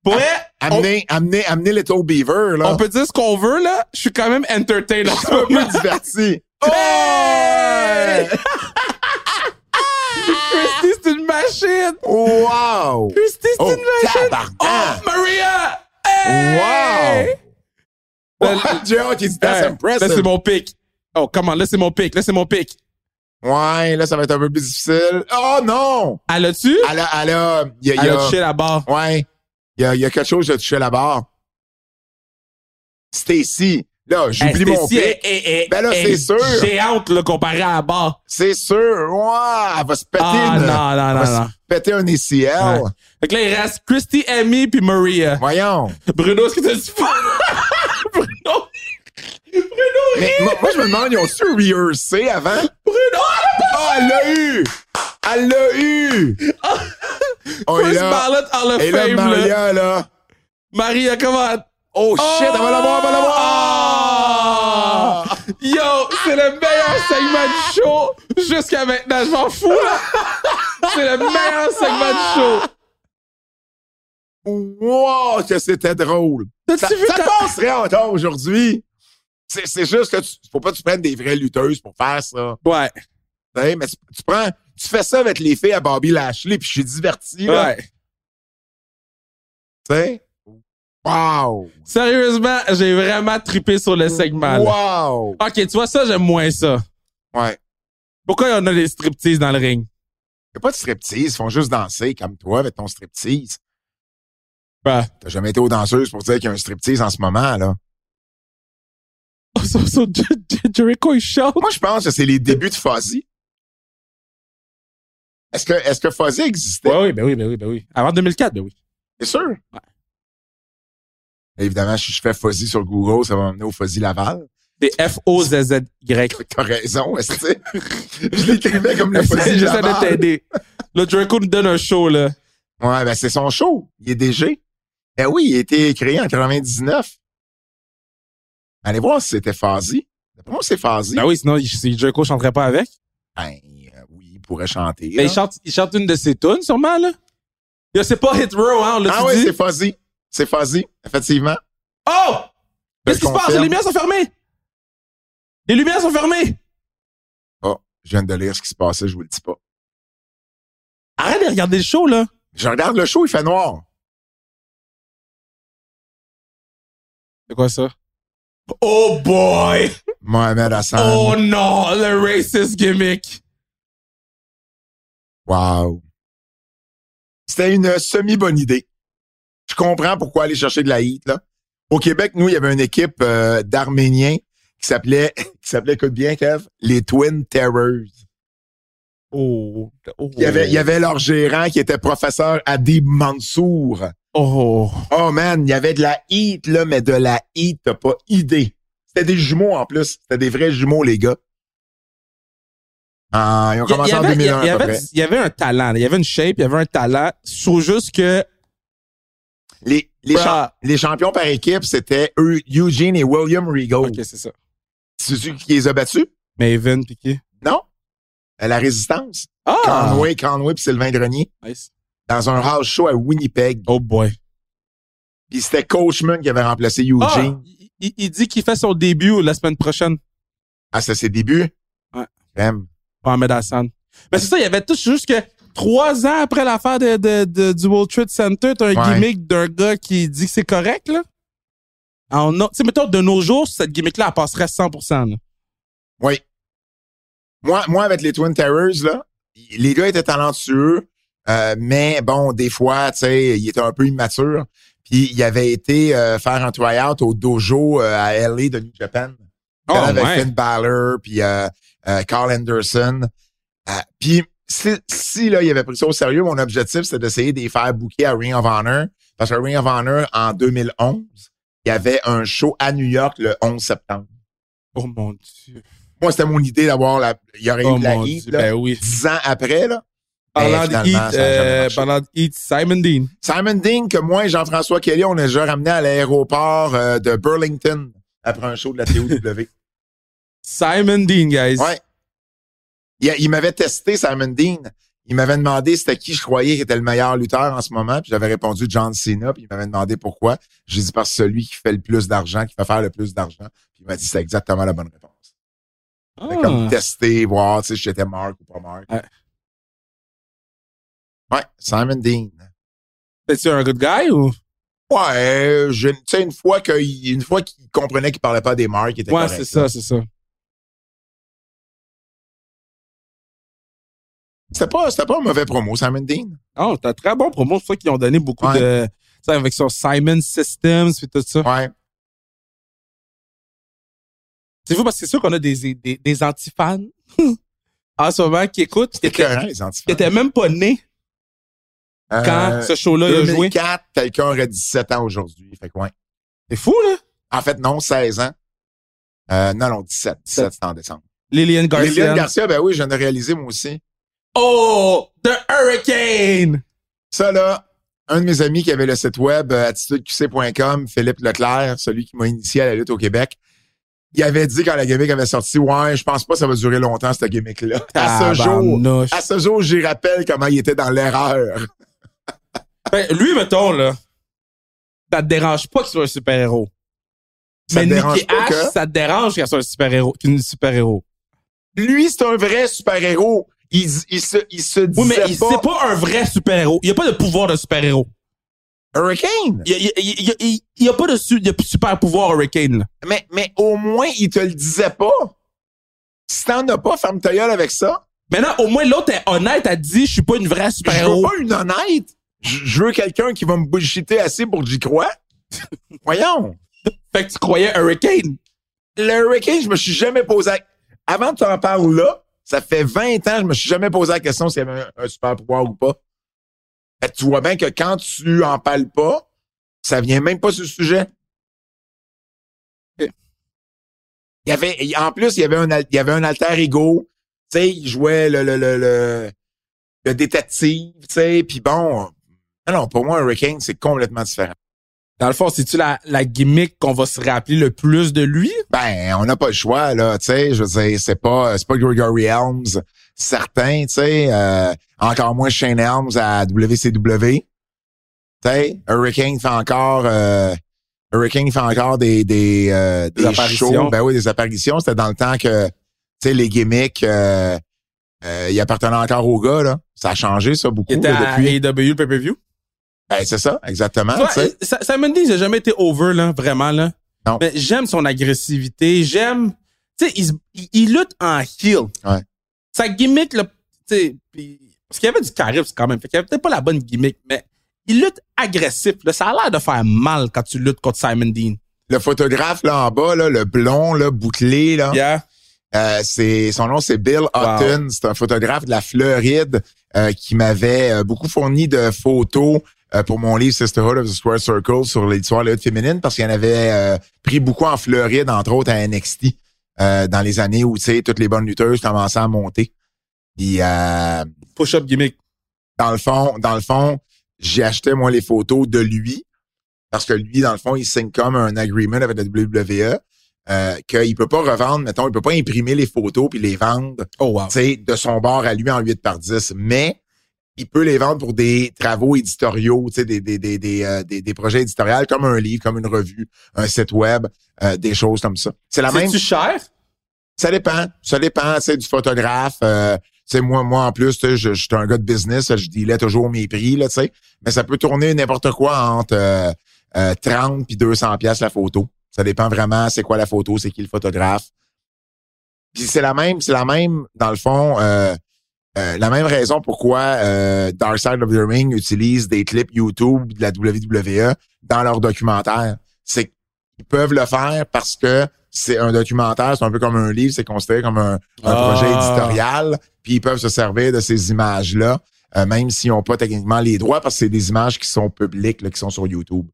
[SPEAKER 3] Pour vrai, on,
[SPEAKER 2] amener, amener, amener Little Beaver, là.
[SPEAKER 3] on peut dire ce qu'on veut, là. Je suis quand même entertained. en ce
[SPEAKER 2] un peu
[SPEAKER 3] moment.
[SPEAKER 2] diverti.
[SPEAKER 3] Hey! Christy, c'est une machine!
[SPEAKER 2] Wow!
[SPEAKER 3] Christy, c'est
[SPEAKER 2] Oh,
[SPEAKER 3] une machine!
[SPEAKER 2] tabarnak!
[SPEAKER 3] Oh, Maria! Hey!
[SPEAKER 2] Wow!
[SPEAKER 3] Ben,
[SPEAKER 2] Joe qui dit, that's
[SPEAKER 3] Hey, Là, Ben, c'est
[SPEAKER 2] impressive.
[SPEAKER 3] mon pic. Oh, comment? Là, c'est mon pic. Là, c'est mon pic.
[SPEAKER 2] Ouais, là, ça va être un peu plus difficile. Oh non!
[SPEAKER 3] Elle a-tu?
[SPEAKER 2] Elle a, elle a, il y a, il y
[SPEAKER 3] Elle
[SPEAKER 2] a-
[SPEAKER 3] a touché la barre.
[SPEAKER 2] ouais, il y a, il y a quelque chose de touché la barre. Stacy. Là, j'oublie mon
[SPEAKER 3] Stacy,
[SPEAKER 2] pic.
[SPEAKER 3] elle- elle- elle-
[SPEAKER 2] Ben là,
[SPEAKER 3] elle
[SPEAKER 2] c'est sûr.
[SPEAKER 3] est géante, là, comparée à la barre.
[SPEAKER 2] C'est sûr. Wow! Elle va se péter
[SPEAKER 3] Ah,
[SPEAKER 2] une-
[SPEAKER 3] non, non,
[SPEAKER 2] elle
[SPEAKER 3] non,
[SPEAKER 2] va se
[SPEAKER 3] non.
[SPEAKER 2] péter un ACL.
[SPEAKER 3] Ouais. Fait que là, il reste Christy, Amy, puis Maria.
[SPEAKER 2] Voyons.
[SPEAKER 3] Bruno, est-ce que t'as du fun? Bruno! Bruno,
[SPEAKER 2] Mais moi, moi, je me demande, ils ont su rehearser avant?
[SPEAKER 3] Bruno!
[SPEAKER 2] Ah, elle l'a eu! Elle l'a eu! Oh, et
[SPEAKER 3] First
[SPEAKER 2] là,
[SPEAKER 3] ballot Hall of
[SPEAKER 2] et là,
[SPEAKER 3] Fame, là.
[SPEAKER 2] Maria, là.
[SPEAKER 3] Maria, comment?
[SPEAKER 2] Oh, shit, elle va l'avoir, elle va l'avoir!
[SPEAKER 3] Ah! Yo, c'est le meilleur segment de show jusqu'à maintenant. Je m'en fous, là. C'est le meilleur segment de show.
[SPEAKER 2] Wow, que c'était drôle!
[SPEAKER 3] T'as-tu
[SPEAKER 2] Ça,
[SPEAKER 3] vu
[SPEAKER 2] ça
[SPEAKER 3] ta-
[SPEAKER 2] passerait encore aujourd'hui. C'est c'est juste que tu, faut pas que tu prennes des vraies lutteuses pour faire ça.
[SPEAKER 3] Ouais,
[SPEAKER 2] Tu sais, mais tu, tu prends, tu fais ça avec les filles à Bobby Lashley, puis je suis diverti, là.
[SPEAKER 3] ouais.
[SPEAKER 2] Tu sais? Wow!
[SPEAKER 3] Sérieusement, j'ai vraiment trippé sur le segment, là.
[SPEAKER 2] Wow!
[SPEAKER 3] Ok, tu vois, ça, j'aime moins ça.
[SPEAKER 2] Ouais.
[SPEAKER 3] Pourquoi on a des striptease dans le ring?
[SPEAKER 2] Y a pas de striptease, ils font juste danser comme toi avec ton striptease.
[SPEAKER 3] Ouais.
[SPEAKER 2] T'as jamais été aux danseuses pour dire qu'il y a un striptease en ce moment, là.
[SPEAKER 3] Oh, so, so, Jer- Jer- Jericho, il chante.
[SPEAKER 2] Moi, je pense que c'est les débuts de Fuzzy. Est-ce que, est-ce que Fuzzy existait?
[SPEAKER 3] oui, ben oui, ben oui, ben oui. Avant 2004, ben oui.
[SPEAKER 2] C'est sûr. Évidemment, si je fais Fuzzy sur Google, ça va m'emmener au Fuzzy Laval.
[SPEAKER 3] C'est F-O-Z-Z-Y.
[SPEAKER 2] T'as raison, est-ce que Je l'écrivais comme le
[SPEAKER 3] J'essaie
[SPEAKER 2] Fuzzy
[SPEAKER 3] j'essaie de
[SPEAKER 2] Laval.
[SPEAKER 3] t'aider. Là, Jericho nous donne un show, là.
[SPEAKER 2] Ouais, ben, c'est son show. Il est DG. Ben oui, il a été créé en 99. Allez voir si c'était Fuzzy. D'après moi, c'est Fuzzy.
[SPEAKER 3] Ben oui, sinon, il- si Jericho chanterait pas avec.
[SPEAKER 2] Ben, euh, oui, il pourrait chanter.
[SPEAKER 3] Ben,
[SPEAKER 2] là.
[SPEAKER 3] il chante, il chante une de ses tunes, sûrement, là. Yo, c'est pas Hit Row, hein, on l'a
[SPEAKER 2] ah oui,
[SPEAKER 3] dit.
[SPEAKER 2] c'est Fuzzy. C'est Fuzzy, effectivement.
[SPEAKER 3] Oh! Qu'est-ce
[SPEAKER 2] Je
[SPEAKER 3] qui se passe?
[SPEAKER 2] confirme.
[SPEAKER 3] Les lumières sont fermées! Les lumières sont fermées!
[SPEAKER 2] Oh, je viens de lire ce qui se passait, je vous le dis pas.
[SPEAKER 3] Arrête de regarder le show, là.
[SPEAKER 2] Je regarde le show, il fait noir.
[SPEAKER 3] C'est quoi ça? Oh boy!
[SPEAKER 2] Mohamed Hassan.
[SPEAKER 3] Oh non, le racist gimmick!
[SPEAKER 2] Wow. C'était une semi-bonne idée. Je comprends pourquoi aller chercher de la hit, là. Au Québec, nous, il y avait une équipe euh, d'Arméniens qui s'appelait, qui s'appelait, écoute bien, Kev, les Twin Terrors.
[SPEAKER 3] Oh. oh.
[SPEAKER 2] Il y avait, il y avait leur gérant qui était professeur Adib Mansour.
[SPEAKER 3] Oh.
[SPEAKER 2] Oh man, il y avait de la heat, là, mais de la heat, t'as pas idée. C'était des jumeaux en plus. C'était des vrais jumeaux, les gars. Ah, ils ont
[SPEAKER 3] Il y- il
[SPEAKER 2] commencé
[SPEAKER 3] y
[SPEAKER 2] en
[SPEAKER 3] avait- il y
[SPEAKER 2] 2001
[SPEAKER 3] il y
[SPEAKER 2] à peu
[SPEAKER 3] avait-
[SPEAKER 2] près.
[SPEAKER 3] il y avait un talent, là. il y avait une shape, il y avait un talent. Je trouve juste que.
[SPEAKER 2] Les, les,
[SPEAKER 3] Bruh.
[SPEAKER 2] champ- les champions par équipe, c'était eux, Eugene et William Regal.
[SPEAKER 3] Ok, c'est ça.
[SPEAKER 2] C'est celui qui les a battus?
[SPEAKER 3] Maven, Piqué.
[SPEAKER 2] Non? À La Résistance.
[SPEAKER 3] Ah!
[SPEAKER 2] Conway, Conway puis Sylvain Grenier.
[SPEAKER 3] Nice.
[SPEAKER 2] Dans un house show à Winnipeg.
[SPEAKER 3] Oh boy.
[SPEAKER 2] Puis c'était Coachman qui avait remplacé
[SPEAKER 3] Ah,
[SPEAKER 2] Eugene
[SPEAKER 3] il, il- il dit qu'il fait son début la semaine prochaine.
[SPEAKER 2] à ça, ses débuts.
[SPEAKER 3] Ah. Ouais.
[SPEAKER 2] Crème.
[SPEAKER 3] Mohamed Hassan. Mais c'est ça, il y avait tout, c'est juste que trois ans après l'affaire de, de, de- du World Trade Center, t'as un
[SPEAKER 2] Ouais.
[SPEAKER 3] gimmick d'un gars qui dit que c'est correct, là. Ah, on a- Tu sais, mettons, de nos jours, cette gimmick-là, elle passerait 100%. là.
[SPEAKER 2] Oui. Moi, moi, avec les Twin Terrors, là, les gars étaient talentueux. Euh, mais bon, des fois, tu sais, il était un peu immature. Puis il avait été euh, faire un try-out au dojo euh, à LA de New Japan.
[SPEAKER 3] Oh,
[SPEAKER 2] avec
[SPEAKER 3] ouais.
[SPEAKER 2] Finn Balor, puis euh, euh, Carl Anderson. Euh, puis si, si, là, il avait pris ça au sérieux, mon objectif, c'était d'essayer de les faire booker à Ring of Honor. Parce que Ring of Honor, en 2011, il y avait un show à New York le 11 septembre.
[SPEAKER 3] Oh mon Dieu.
[SPEAKER 2] Moi, c'était mon idée d'avoir la... Il y aurait
[SPEAKER 3] Oh
[SPEAKER 2] eu de la
[SPEAKER 3] mon
[SPEAKER 2] heat,
[SPEAKER 3] Dieu.
[SPEAKER 2] là,
[SPEAKER 3] Ben oui.
[SPEAKER 2] dix ans après, là.
[SPEAKER 3] Parlant
[SPEAKER 2] Ben, finalement, ça a
[SPEAKER 3] de Heat,
[SPEAKER 2] jamais
[SPEAKER 3] euh,
[SPEAKER 2] marché.
[SPEAKER 3] parlant de Heat, Simon Dean.
[SPEAKER 2] Simon Ding, que moi et Jean-François Kelly, on a déjà ramené à l'aéroport euh, de Burlington après un show de la TOW.
[SPEAKER 3] Simon Dean, guys.
[SPEAKER 2] Ouais. Il, il m'avait testé, Simon Dean. Il m'avait demandé c'était qui je croyais qui était le meilleur lutteur en ce moment. Puis j'avais répondu John Cena. Puis il m'avait demandé pourquoi. J'ai dit parce que celui qui fait le plus d'argent, qui va faire le plus d'argent. Puis il m'a dit c'est exactement la bonne réponse.
[SPEAKER 3] Ah.
[SPEAKER 2] Fait Comme tester, voir tu sais, si j'étais Marc ou pas Marc.
[SPEAKER 3] Ouais.
[SPEAKER 2] Ouais, Simon Dean.
[SPEAKER 3] T'es-tu un good guy ou?
[SPEAKER 2] Ouais, je- tu sais, une fois qu'il une fois qu'il comprenait qu'il parlait pas des marques, il était
[SPEAKER 3] Ouais,
[SPEAKER 2] correct,
[SPEAKER 3] c'est
[SPEAKER 2] là.
[SPEAKER 3] ça, c'est ça.
[SPEAKER 2] C'était pas, c'était pas un mauvais promo, Simon Dean.
[SPEAKER 3] Oh, t'as un très bon promo. C'est toi qui ont donné beaucoup
[SPEAKER 2] Ouais.
[SPEAKER 3] de. Tu sais, avec son Simon Systems et tout ça.
[SPEAKER 2] Ouais.
[SPEAKER 3] C'est fou parce que c'est sûr qu'on a des, des, des anti-fans en ce moment qui écoutent, qui
[SPEAKER 2] C'était
[SPEAKER 3] étaient,
[SPEAKER 2] écœurant, les antifans.
[SPEAKER 3] qui étaient même pas nés
[SPEAKER 2] Euh,
[SPEAKER 3] quand ce show-là a joué.
[SPEAKER 2] 2004, quelqu'un aurait 17 ans aujourd'hui. Fait que ouais.
[SPEAKER 3] C'est fou, là.
[SPEAKER 2] En fait, non, 16 ans. Euh, non, non, 17. 17, c'était en décembre.
[SPEAKER 3] Lillian Garcia.
[SPEAKER 2] Liliane Garcia, ben oui, je viens de réaliser, moi aussi.
[SPEAKER 3] Oh, The Hurricane!
[SPEAKER 2] Ça, là, un de mes amis qui avait le site web euh, attitudeqc.com, Philippe Leclerc, celui qui m'a initié à la lutte au Québec, il avait dit quand la gimmick avait sorti, ouais, je pense pas que ça va durer longtemps, cette gimmick-là. À ce jour,
[SPEAKER 3] Tabarnouche.
[SPEAKER 2] à ce jour, j'y rappelle comment il était dans l'erreur.
[SPEAKER 3] Ben, lui, mettons, là, ça te dérange pas qu'il soit un super-héros.
[SPEAKER 2] Ça te
[SPEAKER 3] Nikki
[SPEAKER 2] dérange pas
[SPEAKER 3] Ash,
[SPEAKER 2] que-
[SPEAKER 3] ça te dérange qu'elle soit un super-héros, qu'une super-héros.
[SPEAKER 2] Lui, c'est un vrai super-héros. Il, il se, il se disait
[SPEAKER 3] Oui, mais il-
[SPEAKER 2] pas,
[SPEAKER 3] c'est pas un vrai super-héros. Il y a pas de pouvoir de super-héros.
[SPEAKER 2] Hurricane.
[SPEAKER 3] Il y a, il y a- il y a- il y a pas de, su- de super-pouvoir Hurricane, là.
[SPEAKER 2] Mais, mais au moins, il te le disait pas. Si t'en as pas, ferme ta gueule avec ça.
[SPEAKER 3] Maintenant, au moins, l'autre est honnête, elle dit, je suis pas une vraie
[SPEAKER 2] je veux
[SPEAKER 3] super-héros.
[SPEAKER 2] pas une honnête. Je je veux quelqu'un qui va me bullshiter assez pour que j'y croie. Voyons.
[SPEAKER 3] Fait que tu croyais Hurricane.
[SPEAKER 2] Le Hurricane, je me suis jamais posé la... Avant que t'en parles là, ça fait 20 ans, je me suis jamais posé la question s'il y avait un, un super pouvoir ou pas. Fait que tu vois bien que quand tu en parles pas, ça vient même pas sur le sujet.
[SPEAKER 3] Ok.
[SPEAKER 2] Il y avait, il- en plus, il y avait un, al- il y avait un alter ego. Tu sais, il jouait le, le, le, le, le détective, tu sais, puis bon. Non, non, pour moi, Hurricane, c'est complètement différent.
[SPEAKER 3] Dans le fond, c'est-tu la, la gimmick qu'on va se rappeler le plus de lui?
[SPEAKER 2] Ben, on n'a pas le choix, là, tu sais, je veux dire, c'est pas, c'est pas Gregory Helms, certain, tu sais, euh, encore moins Shane Helms à WCW, tu sais, Hurricane fait encore, euh, Hurricane fait encore des, des, euh, des,
[SPEAKER 3] Des apparitions.
[SPEAKER 2] shows, ben oui, des apparitions, c'était dans le temps que, tu sais, les gimmicks, euh, euh, ils appartenaient encore aux gars, là, ça a changé, ça, beaucoup,
[SPEAKER 3] Il était
[SPEAKER 2] là, depuis,
[SPEAKER 3] à AEW, le pay-per-view.
[SPEAKER 2] ben, c'est ça, exactement,
[SPEAKER 3] Ouais,
[SPEAKER 2] tu sais,
[SPEAKER 3] Sa- Simon Dean, il a jamais été over, là, vraiment, là.
[SPEAKER 2] Non.
[SPEAKER 3] Mais j'aime son agressivité, j'aime... Tu sais, il, se- il- il lutte en heel.
[SPEAKER 2] Ouais.
[SPEAKER 3] Sa gimmick, là, tu sais... puis- Parce qu'il y avait du charisme, quand même. Fait qu'il avait peut-être pas la bonne gimmick, mais il lutte agressif. Là. Ça a l'air de faire mal quand tu luttes contre Simon Dean.
[SPEAKER 2] le photographe, là, en bas, là, le blond, là, bouclé, là,
[SPEAKER 3] Yeah.
[SPEAKER 2] Euh, c'est son nom c'est Bill Hutton, c'est un photographe de la Floride euh, qui m'avait euh, beaucoup fourni de photos euh, pour mon livre Sisterhood of the Square Circle sur l'histoire de la lutte féminine parce qu'il en avait euh, pris beaucoup en Floride entre autres à NXT euh, dans les années où tu sais toutes les bonnes lutteuses commençaient à monter. Puis euh,
[SPEAKER 3] Push-up gimmick.
[SPEAKER 2] dans le fond, dans le fond, j'ai acheté moi les photos de lui parce que lui, dans le fond, il signe comme un agreement avec la WWE euh, qu'il peut pas revendre, mettons, il peut pas imprimer les photos puis les vendre,
[SPEAKER 3] Oh, wow.
[SPEAKER 2] tu sais, de son bord à lui en 8 par 10, mais il peut les vendre pour des travaux éditoriaux, tu sais, des, des, des, des, euh, des- des projets éditoriaux comme un livre, comme une revue, un site web, euh, des choses comme ça. C'est la même
[SPEAKER 3] C'est-tu cher?
[SPEAKER 2] ça dépend. Ça dépend, tu sais, du photographe. Euh, tu sais, moi, moi, en plus, tu sais, je, je suis un gars de business, je dealais toujours mes prix, là, tu sais. Mais ça peut tourner n'importe quoi entre euh, euh, 30 puis 200 pièces la photo. Ça dépend vraiment c'est quoi la photo, c'est qui le photographe. Puis c'est la même, c'est la même, dans le fond, euh, euh, la même raison pourquoi euh, Dark Side of the Ring utilise des clips YouTube de la WWE dans leurs documentaires. C'est qu'ils peuvent le faire parce que c'est un documentaire, c'est un peu comme un livre, c'est considéré comme un, un
[SPEAKER 3] Ah.
[SPEAKER 2] projet éditorial, puis ils peuvent se servir de ces images-là, euh, même s'ils n'ont pas techniquement les droits, parce que c'est des images qui sont publiques, là, qui sont sur YouTube.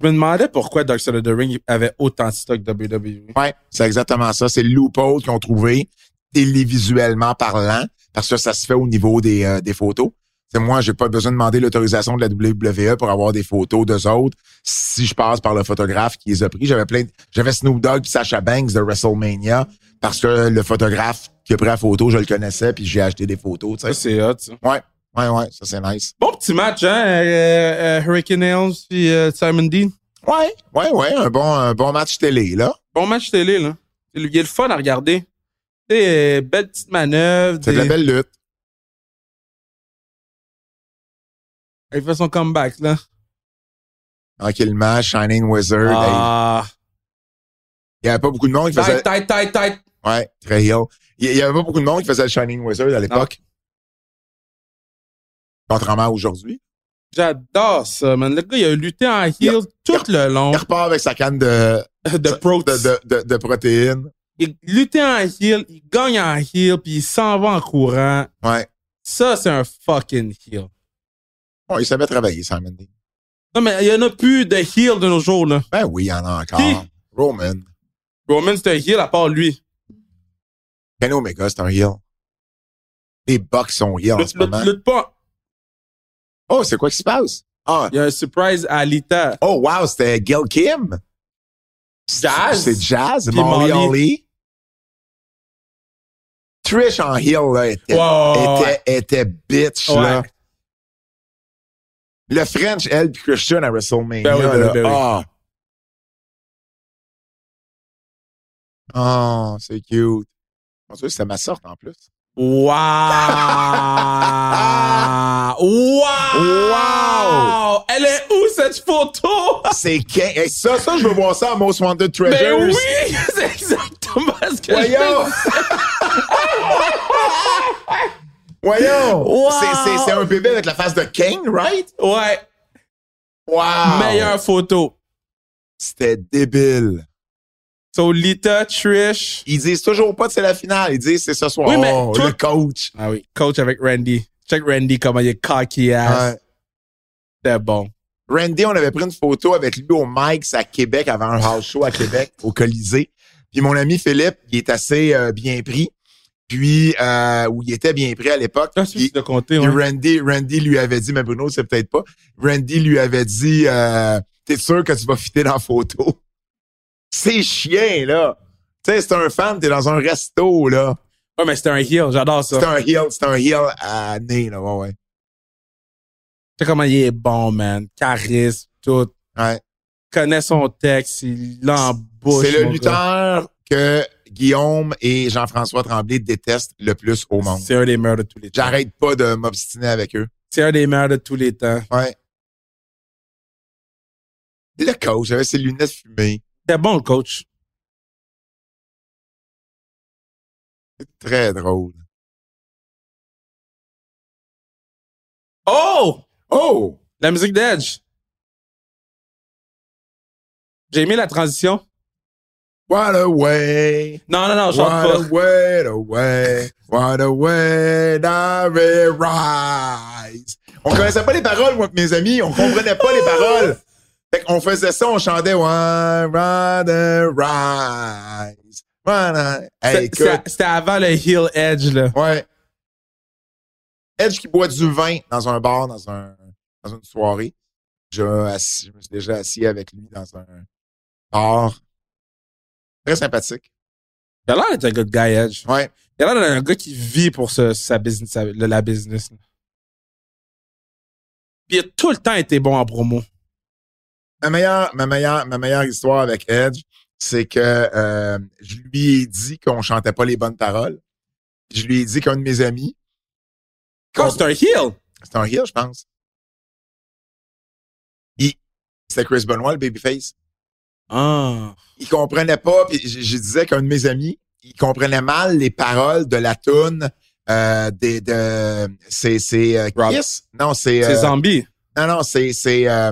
[SPEAKER 3] Je me demandais pourquoi Dark Side of the Ring avait autant de stock E. de WWE.
[SPEAKER 2] Ouais, c'est exactement ça. C'est le loophole qu'ils ont trouvé télévisuellement parlant, parce que ça se fait au niveau des, euh, des photos. C'est moi, j'ai pas besoin de demander l'autorisation de la WWE pour avoir des photos d'eux autres. Si je passe par le photographe qui les a pris, j'avais plein, de- j'avais Snoop Dogg et Sacha Banks de WrestleMania parce que le photographe qui a pris la photo, je le connaissais puis j'ai acheté des photos. tu
[SPEAKER 3] Ça,
[SPEAKER 2] sais.
[SPEAKER 3] c'est hot, ça.
[SPEAKER 2] Ouais, ouais, ouais, ça c'est nice.
[SPEAKER 3] Bon petit match, hein? euh, euh, Hurricane Helms puis euh, Simon Dean.
[SPEAKER 2] Ouais, ouais, ouais, un bon, un bon match télé là.
[SPEAKER 3] Bon match télé, là. Il y a le fun à regarder. Tu sais, euh, belle petite manœuvre.
[SPEAKER 2] C'est de la
[SPEAKER 3] des-
[SPEAKER 2] belle lutte.
[SPEAKER 3] Il fait son comeback, là.
[SPEAKER 2] Tranquillement, Shining Wizard. hey.
[SPEAKER 3] Ah. Ben,
[SPEAKER 2] Il y avait pas beaucoup de monde qui faisait.
[SPEAKER 3] Tight, tight, tight, tight.
[SPEAKER 2] Ouais, très hill. Il il y avait pas beaucoup de monde qui faisait le Shining Wizard à l'époque. Contrairement à aujourd'hui.
[SPEAKER 3] J'adore ça, man. Le gars, il a lutté en heel
[SPEAKER 2] Yeah.
[SPEAKER 3] tout le long
[SPEAKER 2] Il repart avec sa canne de,
[SPEAKER 3] de Pro.
[SPEAKER 2] de, de, de, de protéines.
[SPEAKER 3] Il luttait en heel, il gagne en heel, puis il s'en va en courant.
[SPEAKER 2] Ouais.
[SPEAKER 3] Ça, c'est un fucking heel.
[SPEAKER 2] Bon, il savait travailler, Simon Dean.
[SPEAKER 3] Non, mais il y en a plus de heel de nos jours, là.
[SPEAKER 2] Ben oui, il y en a encore.
[SPEAKER 3] Qui?
[SPEAKER 2] Roman.
[SPEAKER 3] Roman, c'est un heel à part lui.
[SPEAKER 2] Kenny Ben, Omega, c'est un heel. Les Bucks sont heel en
[SPEAKER 3] Lutte,
[SPEAKER 2] ce moment.
[SPEAKER 3] lutte, lutte pas.
[SPEAKER 2] Oh, c'est quoi qui se passe? Ah,
[SPEAKER 3] Il y a un surprise à Alita.
[SPEAKER 2] oh wow, c'était Gil Kim.
[SPEAKER 3] Jazz.
[SPEAKER 2] C'est Jazz,
[SPEAKER 3] Puis
[SPEAKER 2] Molly
[SPEAKER 3] Molly.
[SPEAKER 2] Holly. Trish en heel, là, était,
[SPEAKER 3] Ouais, ouais, ouais, Oh, ouais.
[SPEAKER 2] était, était bitch, là.
[SPEAKER 3] Ouais.
[SPEAKER 2] Le French, elle, puis Christian à WrestleMania.
[SPEAKER 3] Ben oui, ben oui,
[SPEAKER 2] là.
[SPEAKER 3] ben oui.
[SPEAKER 2] Ah. Oh, c'est cute. Mon Dieu, c'était ma sorte en plus.
[SPEAKER 3] Wow! wow!
[SPEAKER 2] Wow!
[SPEAKER 3] Elle est où cette photo?
[SPEAKER 2] C'est quin- hey, ça, ça, je veux voir ça à Most Wanted Treasures.
[SPEAKER 3] Ben oui! C'est exactement ce que
[SPEAKER 2] Voyons!
[SPEAKER 3] je
[SPEAKER 2] Voyons!
[SPEAKER 3] Wow!
[SPEAKER 2] C'est- c'est- C'est un bébé avec la face de Kane, right?
[SPEAKER 3] fais. Ouais,
[SPEAKER 2] Wow!
[SPEAKER 3] meilleure photo.
[SPEAKER 2] C'était débile.
[SPEAKER 3] So, Lita, Trish.
[SPEAKER 2] Ils disent toujours pas que c'est la finale. Ils disent c'est ce soir.
[SPEAKER 3] Oui, mais
[SPEAKER 2] Oh,
[SPEAKER 3] toi-
[SPEAKER 2] le coach.
[SPEAKER 3] Ah oui, coach avec Randy. Check Randy comment il est cocky ass.
[SPEAKER 2] Ouais.
[SPEAKER 3] C'était bon.
[SPEAKER 2] Randy, on avait pris une photo avec lui au Mike's à Québec, avant un house show à Québec, au Colisée. Puis mon ami Philippe, il est assez euh, bien pris. Puis, euh, où il était bien pris à l'époque.
[SPEAKER 3] Ah, celui
[SPEAKER 2] Puis-
[SPEAKER 3] de compter,
[SPEAKER 2] puis
[SPEAKER 3] ouais.
[SPEAKER 2] Randy, Randy lui avait dit, mais Bruno, c'est peut-être pas. Randy lui avait dit, euh, t'es sûr que tu vas fitter dans la photo? C'est chien, là. Tu sais, c'est un fan, t'es dans un resto, là.
[SPEAKER 3] Ouais, mais c'était un heel, j'adore ça.
[SPEAKER 2] C'est un heel, c'est un heel à nez, là, ouais, ouais.
[SPEAKER 3] Check comment il est bon, man. Charisme, tout.
[SPEAKER 2] Ouais.
[SPEAKER 3] Connaît son texte, il l'embouche.
[SPEAKER 2] C'est le
[SPEAKER 3] mon gars.
[SPEAKER 2] lutteur que Guillaume et Jean-François Tremblay détestent le plus au monde.
[SPEAKER 3] C'est un des meilleurs de tous les temps.
[SPEAKER 2] J'arrête pas de m'obstiner avec eux.
[SPEAKER 3] C'est un des meilleurs de tous les temps.
[SPEAKER 2] Ouais. Le coach avait ses lunettes fumées.
[SPEAKER 3] C'était bon, le coach.
[SPEAKER 2] C'est très drôle.
[SPEAKER 3] Oh!
[SPEAKER 2] Oh!
[SPEAKER 3] La musique d'Edge. J'ai aimé la transition.
[SPEAKER 2] What a way!
[SPEAKER 3] Non, non, non, je
[SPEAKER 2] What
[SPEAKER 3] chante pas.
[SPEAKER 2] a way to way! What a way to re- rise! On connaissait pas les paroles, moi, avec mes amis. On comprenait pas les paroles. Fait qu'on faisait ça, on chantait One Rider Rise. One Rider- Hey,
[SPEAKER 3] C'est- c'est-
[SPEAKER 2] écoute,
[SPEAKER 3] C'était avant le heel Edge, là.
[SPEAKER 2] ouais. Edge qui boit du vin dans un bar, dans, un, dans une soirée. Je, assis- je me suis déjà assis avec lui dans un bar. Très sympathique.
[SPEAKER 3] Il a l'air d'être un good guy, Edge.
[SPEAKER 2] Ouais.
[SPEAKER 3] Il a l'air d'un gars qui vit pour ce- sa business, sa- le- la business. là. Puis il a tout le temps été bon en promo.
[SPEAKER 2] ma meilleure, ma meilleure, ma meilleure histoire avec Edge, c'est que euh, je lui ai dit qu'on chantait pas les bonnes paroles. Je lui ai dit qu'un de mes amis,
[SPEAKER 3] Quand c'est un heel,
[SPEAKER 2] c'est un heel, je pense. Il, c'était Chris Benoit, le babyface.
[SPEAKER 3] ah.
[SPEAKER 2] Il comprenait pas, puis je, je disais qu'un de mes amis, il comprenait mal les paroles de la tune Euh, des, de, c'est, c'est, euh,
[SPEAKER 3] Rob.
[SPEAKER 2] Kiss? Non, c'est,
[SPEAKER 3] C'est
[SPEAKER 2] euh,
[SPEAKER 3] Zombie.
[SPEAKER 2] non, non, c'est, c'est, euh,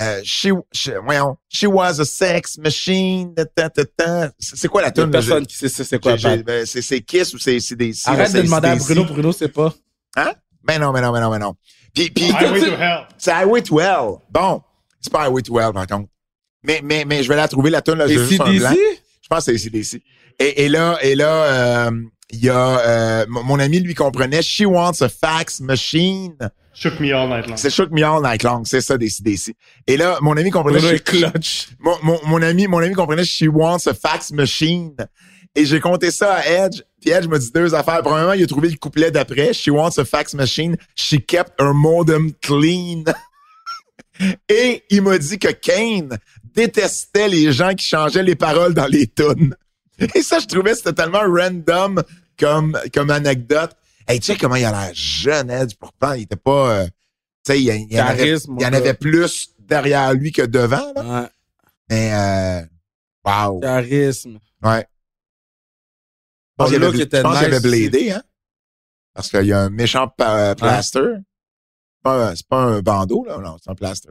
[SPEAKER 2] euh, she, she, voyons, she was a sex machine. ta, ta, ta, ta. C'est c'est quoi la
[SPEAKER 3] Il y a
[SPEAKER 2] tune? là? J'ai-
[SPEAKER 3] personne qui sait c'est c'est quoi.
[SPEAKER 2] j'ai- j'ai-
[SPEAKER 3] Pat.
[SPEAKER 2] ben, C'est c'est Kiss ou c'est c'est des. si,
[SPEAKER 3] Arrête
[SPEAKER 2] c'est-
[SPEAKER 3] de demander
[SPEAKER 2] c'est
[SPEAKER 3] à
[SPEAKER 2] des
[SPEAKER 3] Bruno.
[SPEAKER 2] si.
[SPEAKER 3] Bruno, c'est pas.
[SPEAKER 2] Ah Mais non, mais non, mais non, mais non. Puis, puis
[SPEAKER 1] Highway to Hell.
[SPEAKER 2] c'est Highway to Hell. Bon, c'est pas Highway to Hell, par contre. Mais, mais, mais je vais la trouver, la tune là, j'ai
[SPEAKER 3] Et
[SPEAKER 2] juste un blanc.
[SPEAKER 3] CDC?
[SPEAKER 2] Je pense que c'est ACDC. Et, et là, et là, euh, il y a euh, mon mon ami lui comprenait She wants a fax machine.
[SPEAKER 1] Shook me all night long.
[SPEAKER 2] C'est Shook Me All Night Long, c'est ça, ACDC. Et là, mon ami comprenait
[SPEAKER 3] Bruno
[SPEAKER 2] she-
[SPEAKER 3] est clutch.
[SPEAKER 2] mon, mon, mon ami, mon ami comprenait She wants a fax machine. Et j'ai compté ça à Edge. Puis Edge m'a dit deux affaires. Premièrement, il a trouvé le couplet d'après. She wants a fax machine. She kept her modem clean. Et il m'a dit que Kane détestait les gens qui changeaient les paroles dans les tunes. Et ça, je trouvais que c'était tellement random comme, comme anecdote. Hey, tu sais comment il a l'air jeune, Edge. Pourtant, il était pas, euh, tu sais, il, y a- il y en avait-
[SPEAKER 3] Charisme, Ah.
[SPEAKER 2] il y en
[SPEAKER 3] mon
[SPEAKER 2] avait
[SPEAKER 3] gars.
[SPEAKER 2] plus derrière lui que devant, là.
[SPEAKER 3] Ouais.
[SPEAKER 2] Mais, euh, wow.
[SPEAKER 3] Charisme.
[SPEAKER 2] Ouais. Je pense
[SPEAKER 3] Bon,
[SPEAKER 2] qu'il
[SPEAKER 3] le
[SPEAKER 2] avait,
[SPEAKER 3] look était
[SPEAKER 2] je pense qu'il
[SPEAKER 3] nice
[SPEAKER 2] avait blédé, hein? Parce qu'il y a un méchant pa- euh, plaster. C'est pas un- C'est pas un bandeau, là. Non, c'est un plaster.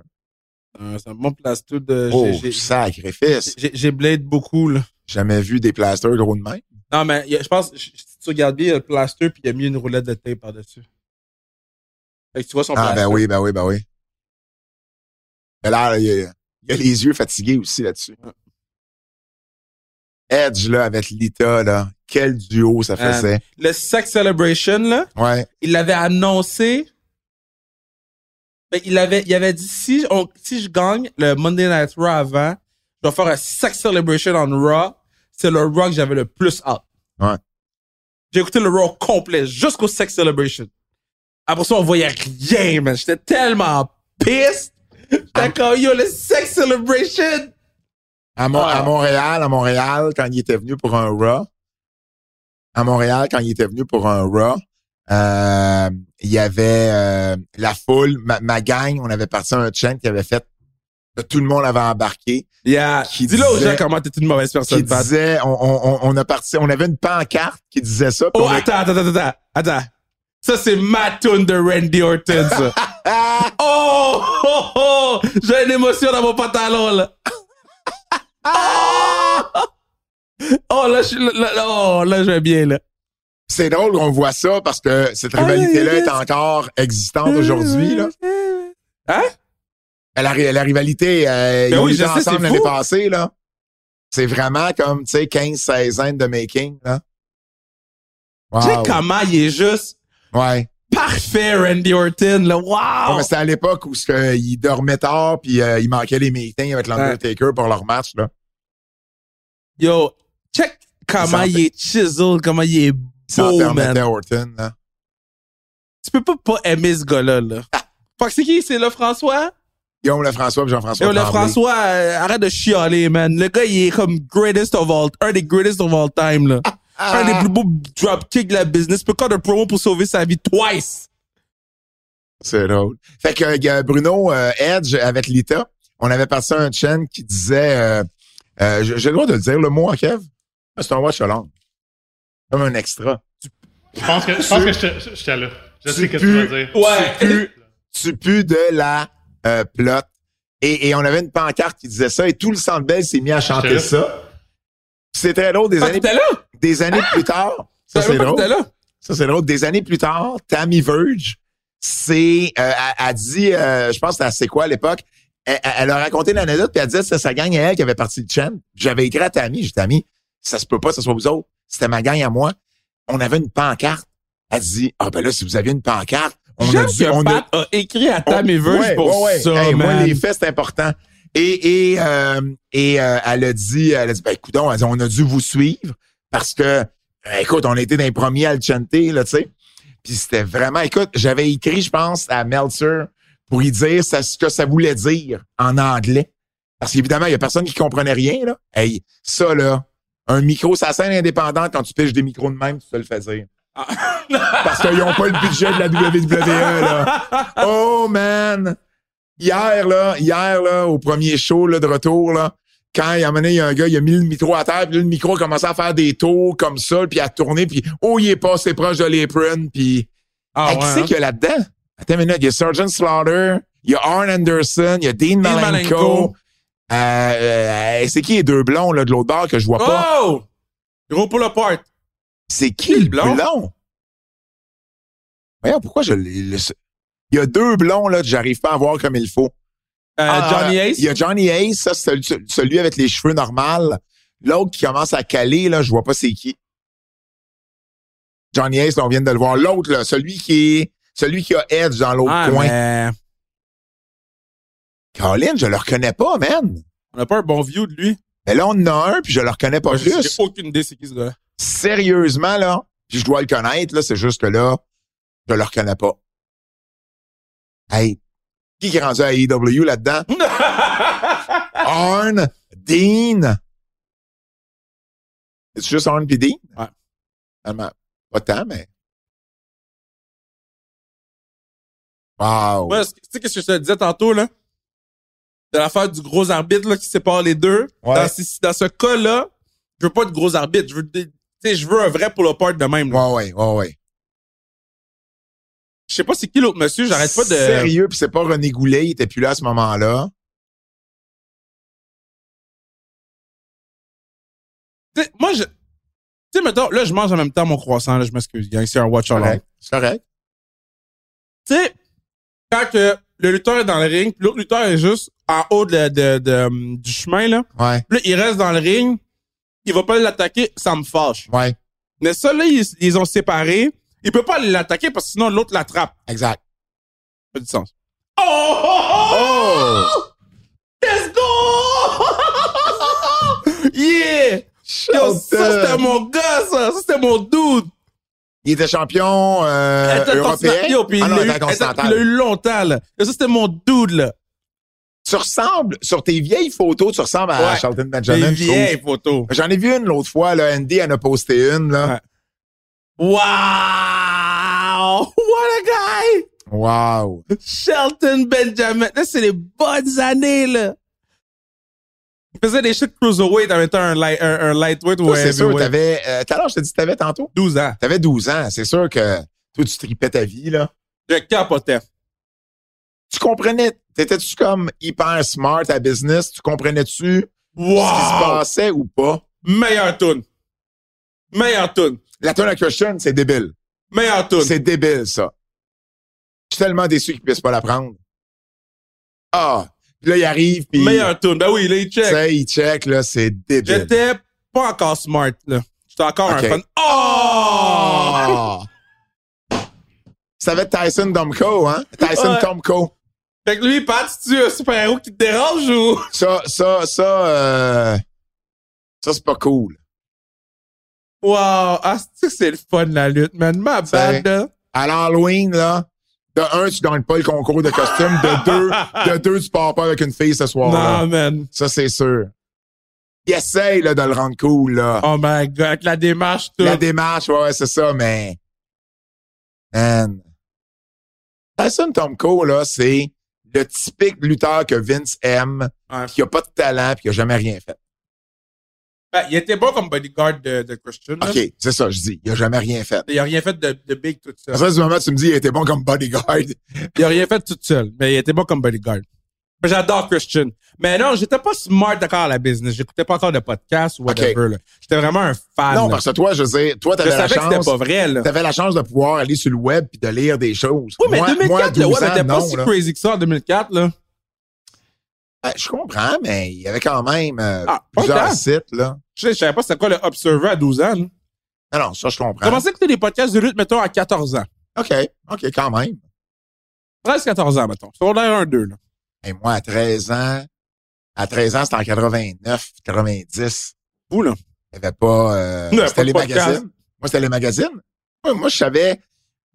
[SPEAKER 3] Euh, C'est un bon plateau de.
[SPEAKER 2] Oh,
[SPEAKER 3] j'ai- j'ai-
[SPEAKER 2] sacrifice.
[SPEAKER 3] j'ai- J'ai blade beaucoup, là.
[SPEAKER 2] Jamais vu des plasters gros de main.
[SPEAKER 3] Non, mais il y a- je pense, je- si tu regardes bien, il y a le plaster, puis il a mis une roulette de tape par-dessus. Fait que tu vois son
[SPEAKER 2] Ah,
[SPEAKER 3] plaster.
[SPEAKER 2] ben oui, ben oui, ben oui. Il a l'air- il a, il a les yeux fatigués aussi là-dessus. Edge, là, avec Lita, là. Quel duo ça
[SPEAKER 3] Euh,
[SPEAKER 2] faisait.
[SPEAKER 3] Le Sex Celebration, là,
[SPEAKER 2] Ouais.
[SPEAKER 3] il l'avait annoncé. Ben, il, avait, il avait dit si, on- si je gagne le Monday Night Raw avant, je vais faire un Sex Celebration on Raw. C'est le Raw que j'avais le plus hâte.
[SPEAKER 2] Ouais.
[SPEAKER 3] J'ai écouté le Raw complet jusqu'au Sex Celebration. Après ça, on voyait rien, man. J'étais tellement pissed.
[SPEAKER 2] Ah.
[SPEAKER 3] J'étais comme, yo, le Sex Celebration.
[SPEAKER 2] À, Mon-
[SPEAKER 3] Ah.
[SPEAKER 2] à Montréal, à Montréal, quand il était venu pour un Raw, à Montréal, quand il était venu pour un Raw, euh, il y avait euh, la foule, ma, ma gang, on avait parti à un chant qui avait fait tout le monde avait embarqué,
[SPEAKER 3] Yeah.
[SPEAKER 2] Qui
[SPEAKER 3] Dis-le aux
[SPEAKER 2] disait-
[SPEAKER 3] gens comment t'es une mauvaise
[SPEAKER 2] qui
[SPEAKER 3] personne, Pat.
[SPEAKER 2] disait, on, on, on- on a parti, on avait une pancarte qui disait ça. puis
[SPEAKER 3] Oh,
[SPEAKER 2] on a-
[SPEAKER 3] attends, attends, attends, attends, attends. Ça, c'est ma tune de Randy Orton, ça.
[SPEAKER 2] Ah!
[SPEAKER 3] oh, oh, oh, j'ai une émotion dans mon pantalon, là. oh, là, je suis, là, là, oh, là, je vais bien, là.
[SPEAKER 2] C'est drôle qu'on voit ça parce que cette rivalité-là est encore existante Ah, aujourd'hui.
[SPEAKER 3] Hum.
[SPEAKER 2] là.
[SPEAKER 3] Hein?
[SPEAKER 2] La, ri- la rivalité, euh, ils
[SPEAKER 3] Ben
[SPEAKER 2] ont
[SPEAKER 3] oui,
[SPEAKER 2] eu
[SPEAKER 3] je
[SPEAKER 2] ça
[SPEAKER 3] sais, c'est
[SPEAKER 2] ensemble
[SPEAKER 3] fou.
[SPEAKER 2] l'année passée, là. C'est vraiment comme, tu sais, 15, 16 ans de making, là. Wow.
[SPEAKER 3] Tu sais comment il est juste
[SPEAKER 2] Ouais.
[SPEAKER 3] parfait, Randy Orton, là.
[SPEAKER 2] Ouais,
[SPEAKER 3] Wow!
[SPEAKER 2] Ah, mais c'était à l'époque où ce que, ils dormaient tard puis euh, ils manquaient les meetings avec l'Undertaker pour leur match, là.
[SPEAKER 3] Yo, check comment
[SPEAKER 2] Ça en fait-
[SPEAKER 3] il est chisel, comment il est
[SPEAKER 2] Ils s'en
[SPEAKER 3] beau, man.
[SPEAKER 2] permettaient à Orton, là.
[SPEAKER 3] tu peux pas pas aimer ce gars-là, là.
[SPEAKER 2] Ah!
[SPEAKER 3] Fait que c'est qui? C'est le François?
[SPEAKER 2] Guillaume Lefrançois et Jean-François
[SPEAKER 3] Yo, le
[SPEAKER 2] Tremblay.
[SPEAKER 3] François, euh, arrête de chialer, man. Le gars, il est comme greatest of all, un des greatest of all time, là.
[SPEAKER 2] Ah!
[SPEAKER 3] Un des plus beaux dropkicks de la business. Peut de promo pour sauver sa vie twice.
[SPEAKER 2] C'est drôle. Fait que euh, Bruno euh, Edge avec Lita, on avait passé un chaîne qui disait euh, euh, j'ai j'ai le droit de le dire le mot en Kev. C'est un watch along. Comme un extra.
[SPEAKER 1] Je pense que, je pense que j'étais- j'étais là. Je sais que tu vas dire.
[SPEAKER 2] tu pues- tu pues de la euh, plotte. Et, et on avait une pancarte qui disait ça et tout le Centre Bell s'est mis à chanter
[SPEAKER 1] là.
[SPEAKER 2] ça. C'est très drôle des
[SPEAKER 3] Ah,
[SPEAKER 2] années
[SPEAKER 3] t'étais là?
[SPEAKER 2] des années plus tard. Ça
[SPEAKER 3] T'avais
[SPEAKER 2] c'est
[SPEAKER 3] pas-
[SPEAKER 2] drôle.
[SPEAKER 3] t'étais là?
[SPEAKER 2] Ça, c'est drôle. Des années plus tard, Tammy Verge, c'est, euh, a, dit, euh, je pense que c'est quoi à l'époque, elle, elle- elle a raconté l'anecdote puis elle disait que c'est sa gang à elle qui avait parti de chaîne. J'avais écrit à Tammy, j'ai dit, Tammy, ça se peut pas que ce soit vous autres. C'était ma gang à moi. On avait une pancarte. Elle dit, ah ben là, si vous aviez une pancarte, on a
[SPEAKER 3] J'aime
[SPEAKER 2] dû,
[SPEAKER 3] que
[SPEAKER 2] on a,
[SPEAKER 3] Pat a écrit à
[SPEAKER 2] on-
[SPEAKER 3] Tam et Verge
[SPEAKER 2] ouais,
[SPEAKER 3] pour
[SPEAKER 2] ouais, ouais.
[SPEAKER 3] ça,
[SPEAKER 2] Hey, Moi,
[SPEAKER 3] man.
[SPEAKER 2] les faits, c'est important. Et, et, euh, et euh, elle a dit, elle a dit, ben, écoutons, elle a dit, on a dû vous suivre parce que, euh, écoute, on était dans les premiers à le chanter, là, tu sais. Puis c'était vraiment, écoute, j'avais écrit, je pense, à Meltzer pour y dire ça- ce que ça voulait dire en anglais. Parce qu'évidemment, il y a personne qui comprenait rien, là. Hey, ça, là, un micro, ça scène indépendante, quand tu piches des micros de même, tu te le fais dire.
[SPEAKER 3] Ah.
[SPEAKER 2] Parce qu'ils n'ont pas le budget de la WWE, là.
[SPEAKER 3] Ah.
[SPEAKER 2] Oh man! Hier, là, hier, là, au premier show là, de retour, là, quand à un moment donné, il y a un gars, il a mis le micro à terre, puis là, le micro a commencé à faire des tours comme ça, puis à tourner, puis oh, il est passé proche de l'apron, puis...
[SPEAKER 3] Ah,
[SPEAKER 2] Hey, qui c'est
[SPEAKER 3] hein?
[SPEAKER 2] qu'il y a là-dedans? Attends une minute, il y a Sergeant Slaughter, il y a Arn Anderson, il y a Dean, Malenko.
[SPEAKER 3] Malenko.
[SPEAKER 2] Euh, euh, hey, c'est qui les deux blonds là, de l'autre bord que je vois pas?
[SPEAKER 3] Oh! Gros pull apart. Euh,
[SPEAKER 2] C'est qui
[SPEAKER 3] qui
[SPEAKER 2] le
[SPEAKER 3] le blond?
[SPEAKER 2] blond? Voyons, pourquoi je l'ai- le- Il y a deux blonds là que j'arrive pas à voir comme il faut.
[SPEAKER 3] Euh,
[SPEAKER 2] Ah,
[SPEAKER 3] Johnny
[SPEAKER 2] euh,
[SPEAKER 3] Ace.
[SPEAKER 2] Il y a Johnny Ace, ça, c'est celui, celui avec les cheveux normaux. L'autre qui commence à caler, là, je vois pas c'est qui. Johnny Ace, là, on vient de le voir. L'autre, là, celui qui est, celui qui a Edge dans l'autre
[SPEAKER 3] Ah,
[SPEAKER 2] coin.
[SPEAKER 3] mais
[SPEAKER 2] Colin, je le reconnais pas, man.
[SPEAKER 3] On a pas un bon view de lui.
[SPEAKER 2] Mais là, on en a un, puis je le reconnais pas
[SPEAKER 3] Moi, J'ai
[SPEAKER 2] plus.
[SPEAKER 3] j'ai aucune idée c'est qui ce gars-là.
[SPEAKER 2] Sérieusement, là, puis je dois le connaître, là, c'est juste que là, je le reconnais pas. Hey, qui qui est rendu à AEW là-dedans? Arn, Dean. C'est juste Arn puis Dean?
[SPEAKER 3] Ouais.
[SPEAKER 2] Finalement, pas tant, mais... Wow.
[SPEAKER 3] Moi, c'est- tu sais qu'est-ce que je te disais tantôt, là? De l'affaire du gros arbitre, là, qui sépare les deux.
[SPEAKER 2] Ouais.
[SPEAKER 3] Dans, ce- dans ce cas-là, je veux pas de gros arbitre. Je veux, des- tu sais, je veux un vrai pull apart de même, là.
[SPEAKER 2] ouais, ouais, ouais, ouais.
[SPEAKER 3] Je sais pas c'est qui l'autre monsieur, j'arrête pas de.
[SPEAKER 2] Sérieux, puis c'est pas René Goulet, il était plus là à ce moment-là.
[SPEAKER 3] Tu sais, moi, je. Tu sais, mettons, là, je mange en même temps mon croissant, là, je m'excuse, gang, c'est un watch along.
[SPEAKER 2] Correct, c'est correct.
[SPEAKER 3] Tu sais, quand que le lutteur est dans le ring, puis l'autre lutteur est juste en haut de, de- de- du chemin, là.
[SPEAKER 2] Ouais,
[SPEAKER 3] Puis là, il reste dans le ring, il va pas l'attaquer, ça me fâche.
[SPEAKER 2] ouais,
[SPEAKER 3] Mais ça, là, ils, ils ont séparé. Il peut pas l'attaquer parce que sinon l'autre l'attrape.
[SPEAKER 2] exact.
[SPEAKER 3] Pas du sens. Oh! oh, oh! Let's go! yeah!
[SPEAKER 2] Oh,
[SPEAKER 3] Yo, ça, c'était mon gars, ça! Ça, c'était mon dude!
[SPEAKER 2] Il était champion euh, européen.
[SPEAKER 3] Intercontinental. Yo, puis
[SPEAKER 2] ah non,
[SPEAKER 3] il l'a eu-
[SPEAKER 2] intercontinental.
[SPEAKER 3] il l'a eu longtemps, là. Et ça, c'était mon dude, là.
[SPEAKER 2] Tu ressembles, sur tes vieilles photos, tu ressembles à
[SPEAKER 3] Ouais.
[SPEAKER 2] Charlton
[SPEAKER 3] Des
[SPEAKER 2] Benjamin. je
[SPEAKER 3] vieilles
[SPEAKER 2] trouve.
[SPEAKER 3] photos.
[SPEAKER 2] J'en ai vu une l'autre fois, là. Andy en a posté une, là.
[SPEAKER 3] Wow! What a guy!
[SPEAKER 2] Wow.
[SPEAKER 3] Shelton Benjamin. Là, c'est les bonnes années, là. Il faisait des shit cruiserweight en mettant un, light, un, un lightweight ou
[SPEAKER 2] Toi,
[SPEAKER 3] un
[SPEAKER 2] c'est sûr,
[SPEAKER 3] heavyweight.
[SPEAKER 2] t'avais. euh, Tout à l'heure, je t'ai dit que t'avais tantôt.
[SPEAKER 3] 12 ans.
[SPEAKER 2] T'avais 12 ans. C'est sûr que toi, tu tripais ta vie, là.
[SPEAKER 3] Je capotais.
[SPEAKER 2] Tu comprenais. T'étais-tu comme hyper smart à business? Tu comprenais-tu ce qui se
[SPEAKER 3] Wow!
[SPEAKER 2] passait ou pas?
[SPEAKER 3] Meilleur tune. Meilleur tune.
[SPEAKER 2] La tonne à question, c'est débile.
[SPEAKER 3] Meilleur tune.
[SPEAKER 2] C'est débile, ça. Je suis tellement déçu qu'ils puissent pas la prendre. Ah! Puis là, il arrive, puis
[SPEAKER 3] Meilleur tune. Ben oui, là, il
[SPEAKER 2] tu
[SPEAKER 3] check.
[SPEAKER 2] sais, il check, là, c'est débile.
[SPEAKER 3] J'étais pas encore smart, là. J'étais encore
[SPEAKER 2] Ok.
[SPEAKER 3] un fan. Oh!
[SPEAKER 2] Ah! Ça va être Tyson Domko, hein? Tyson
[SPEAKER 3] Ouais.
[SPEAKER 2] Tomko.
[SPEAKER 3] Fait que lui, Pat, tu un super-héros qui te dérange ou?
[SPEAKER 2] Ça, ça, ça, euh, ça, c'est pas cool.
[SPEAKER 3] Wow! Ah, c'est c'est le fun, la lutte, man. Ma bad, hein? là.
[SPEAKER 2] À l'Halloween, là, de un, tu gagnes pas le concours de costume. De deux, de deux, tu pars pas avec une fille ce soir-là.
[SPEAKER 3] Non, man.
[SPEAKER 2] Ça, c'est sûr. Il essaye, là, de le rendre cool, là.
[SPEAKER 3] Oh my god, avec la démarche, tout.
[SPEAKER 2] La démarche, ouais, ouais, c'est ça, mais. Man. Tyson Tomko, là, c'est le typique lutteur que Vince aime,
[SPEAKER 3] Ouais.
[SPEAKER 2] qui a pas de talent, puis qui a jamais rien fait.
[SPEAKER 3] Ben, il était bon comme bodyguard de, de Christian. là.
[SPEAKER 2] OK, c'est ça, je dis. Il a jamais rien fait.
[SPEAKER 3] Il a rien fait de, de big tout
[SPEAKER 2] À
[SPEAKER 3] seul.
[SPEAKER 2] partir du moment où tu me dis, il était bon comme bodyguard.
[SPEAKER 3] Il a rien fait tout seul, mais il était bon comme bodyguard. Mais J'adore Christian. Mais non, j'étais pas smart encore à la business. J'écoutais pas encore de podcast ou whatever. là. J'étais vraiment un fan.
[SPEAKER 2] non,
[SPEAKER 3] là.
[SPEAKER 2] parce que toi, je sais, toi,
[SPEAKER 3] Ah, je
[SPEAKER 2] t'avais la
[SPEAKER 3] savais que c'était
[SPEAKER 2] chance.
[SPEAKER 3] pas vrai, là.
[SPEAKER 2] T'avais la chance de pouvoir aller sur le web puis de lire des choses.
[SPEAKER 3] Oui, mais
[SPEAKER 2] Moi-
[SPEAKER 3] 2004,
[SPEAKER 2] moi,
[SPEAKER 3] le
[SPEAKER 2] 12
[SPEAKER 3] web
[SPEAKER 2] ans,
[SPEAKER 3] était pas
[SPEAKER 2] non,
[SPEAKER 3] si
[SPEAKER 2] là.
[SPEAKER 3] crazy que ça en 2004, là.
[SPEAKER 2] Ben, je comprends, mais il y avait quand même euh,
[SPEAKER 3] Ah, pas
[SPEAKER 2] plusieurs
[SPEAKER 3] tant.
[SPEAKER 2] sites, là.
[SPEAKER 3] Je, sais- je savais pas c'était quoi le Observer à 12
[SPEAKER 2] Hein?
[SPEAKER 3] ans, là.
[SPEAKER 2] Non, non, ça, je
[SPEAKER 3] Je
[SPEAKER 2] comprends.
[SPEAKER 3] commençais à écouter des podcasts de lutte, mettons, à 14 ans.
[SPEAKER 2] OK, OK, quand même.
[SPEAKER 3] 13-14 ans, mettons. Secondaire 1-2, là.
[SPEAKER 2] Et moi, à 13 ans, à 13 ans, c'était en 89, 90.
[SPEAKER 3] Vous, là.
[SPEAKER 2] Il n'y avait pas... euh,
[SPEAKER 3] Il y avait
[SPEAKER 2] c'était
[SPEAKER 3] pas de
[SPEAKER 2] les
[SPEAKER 3] podcast.
[SPEAKER 2] magazines. Moi, c'était les magazines. Moi, moi, je savais...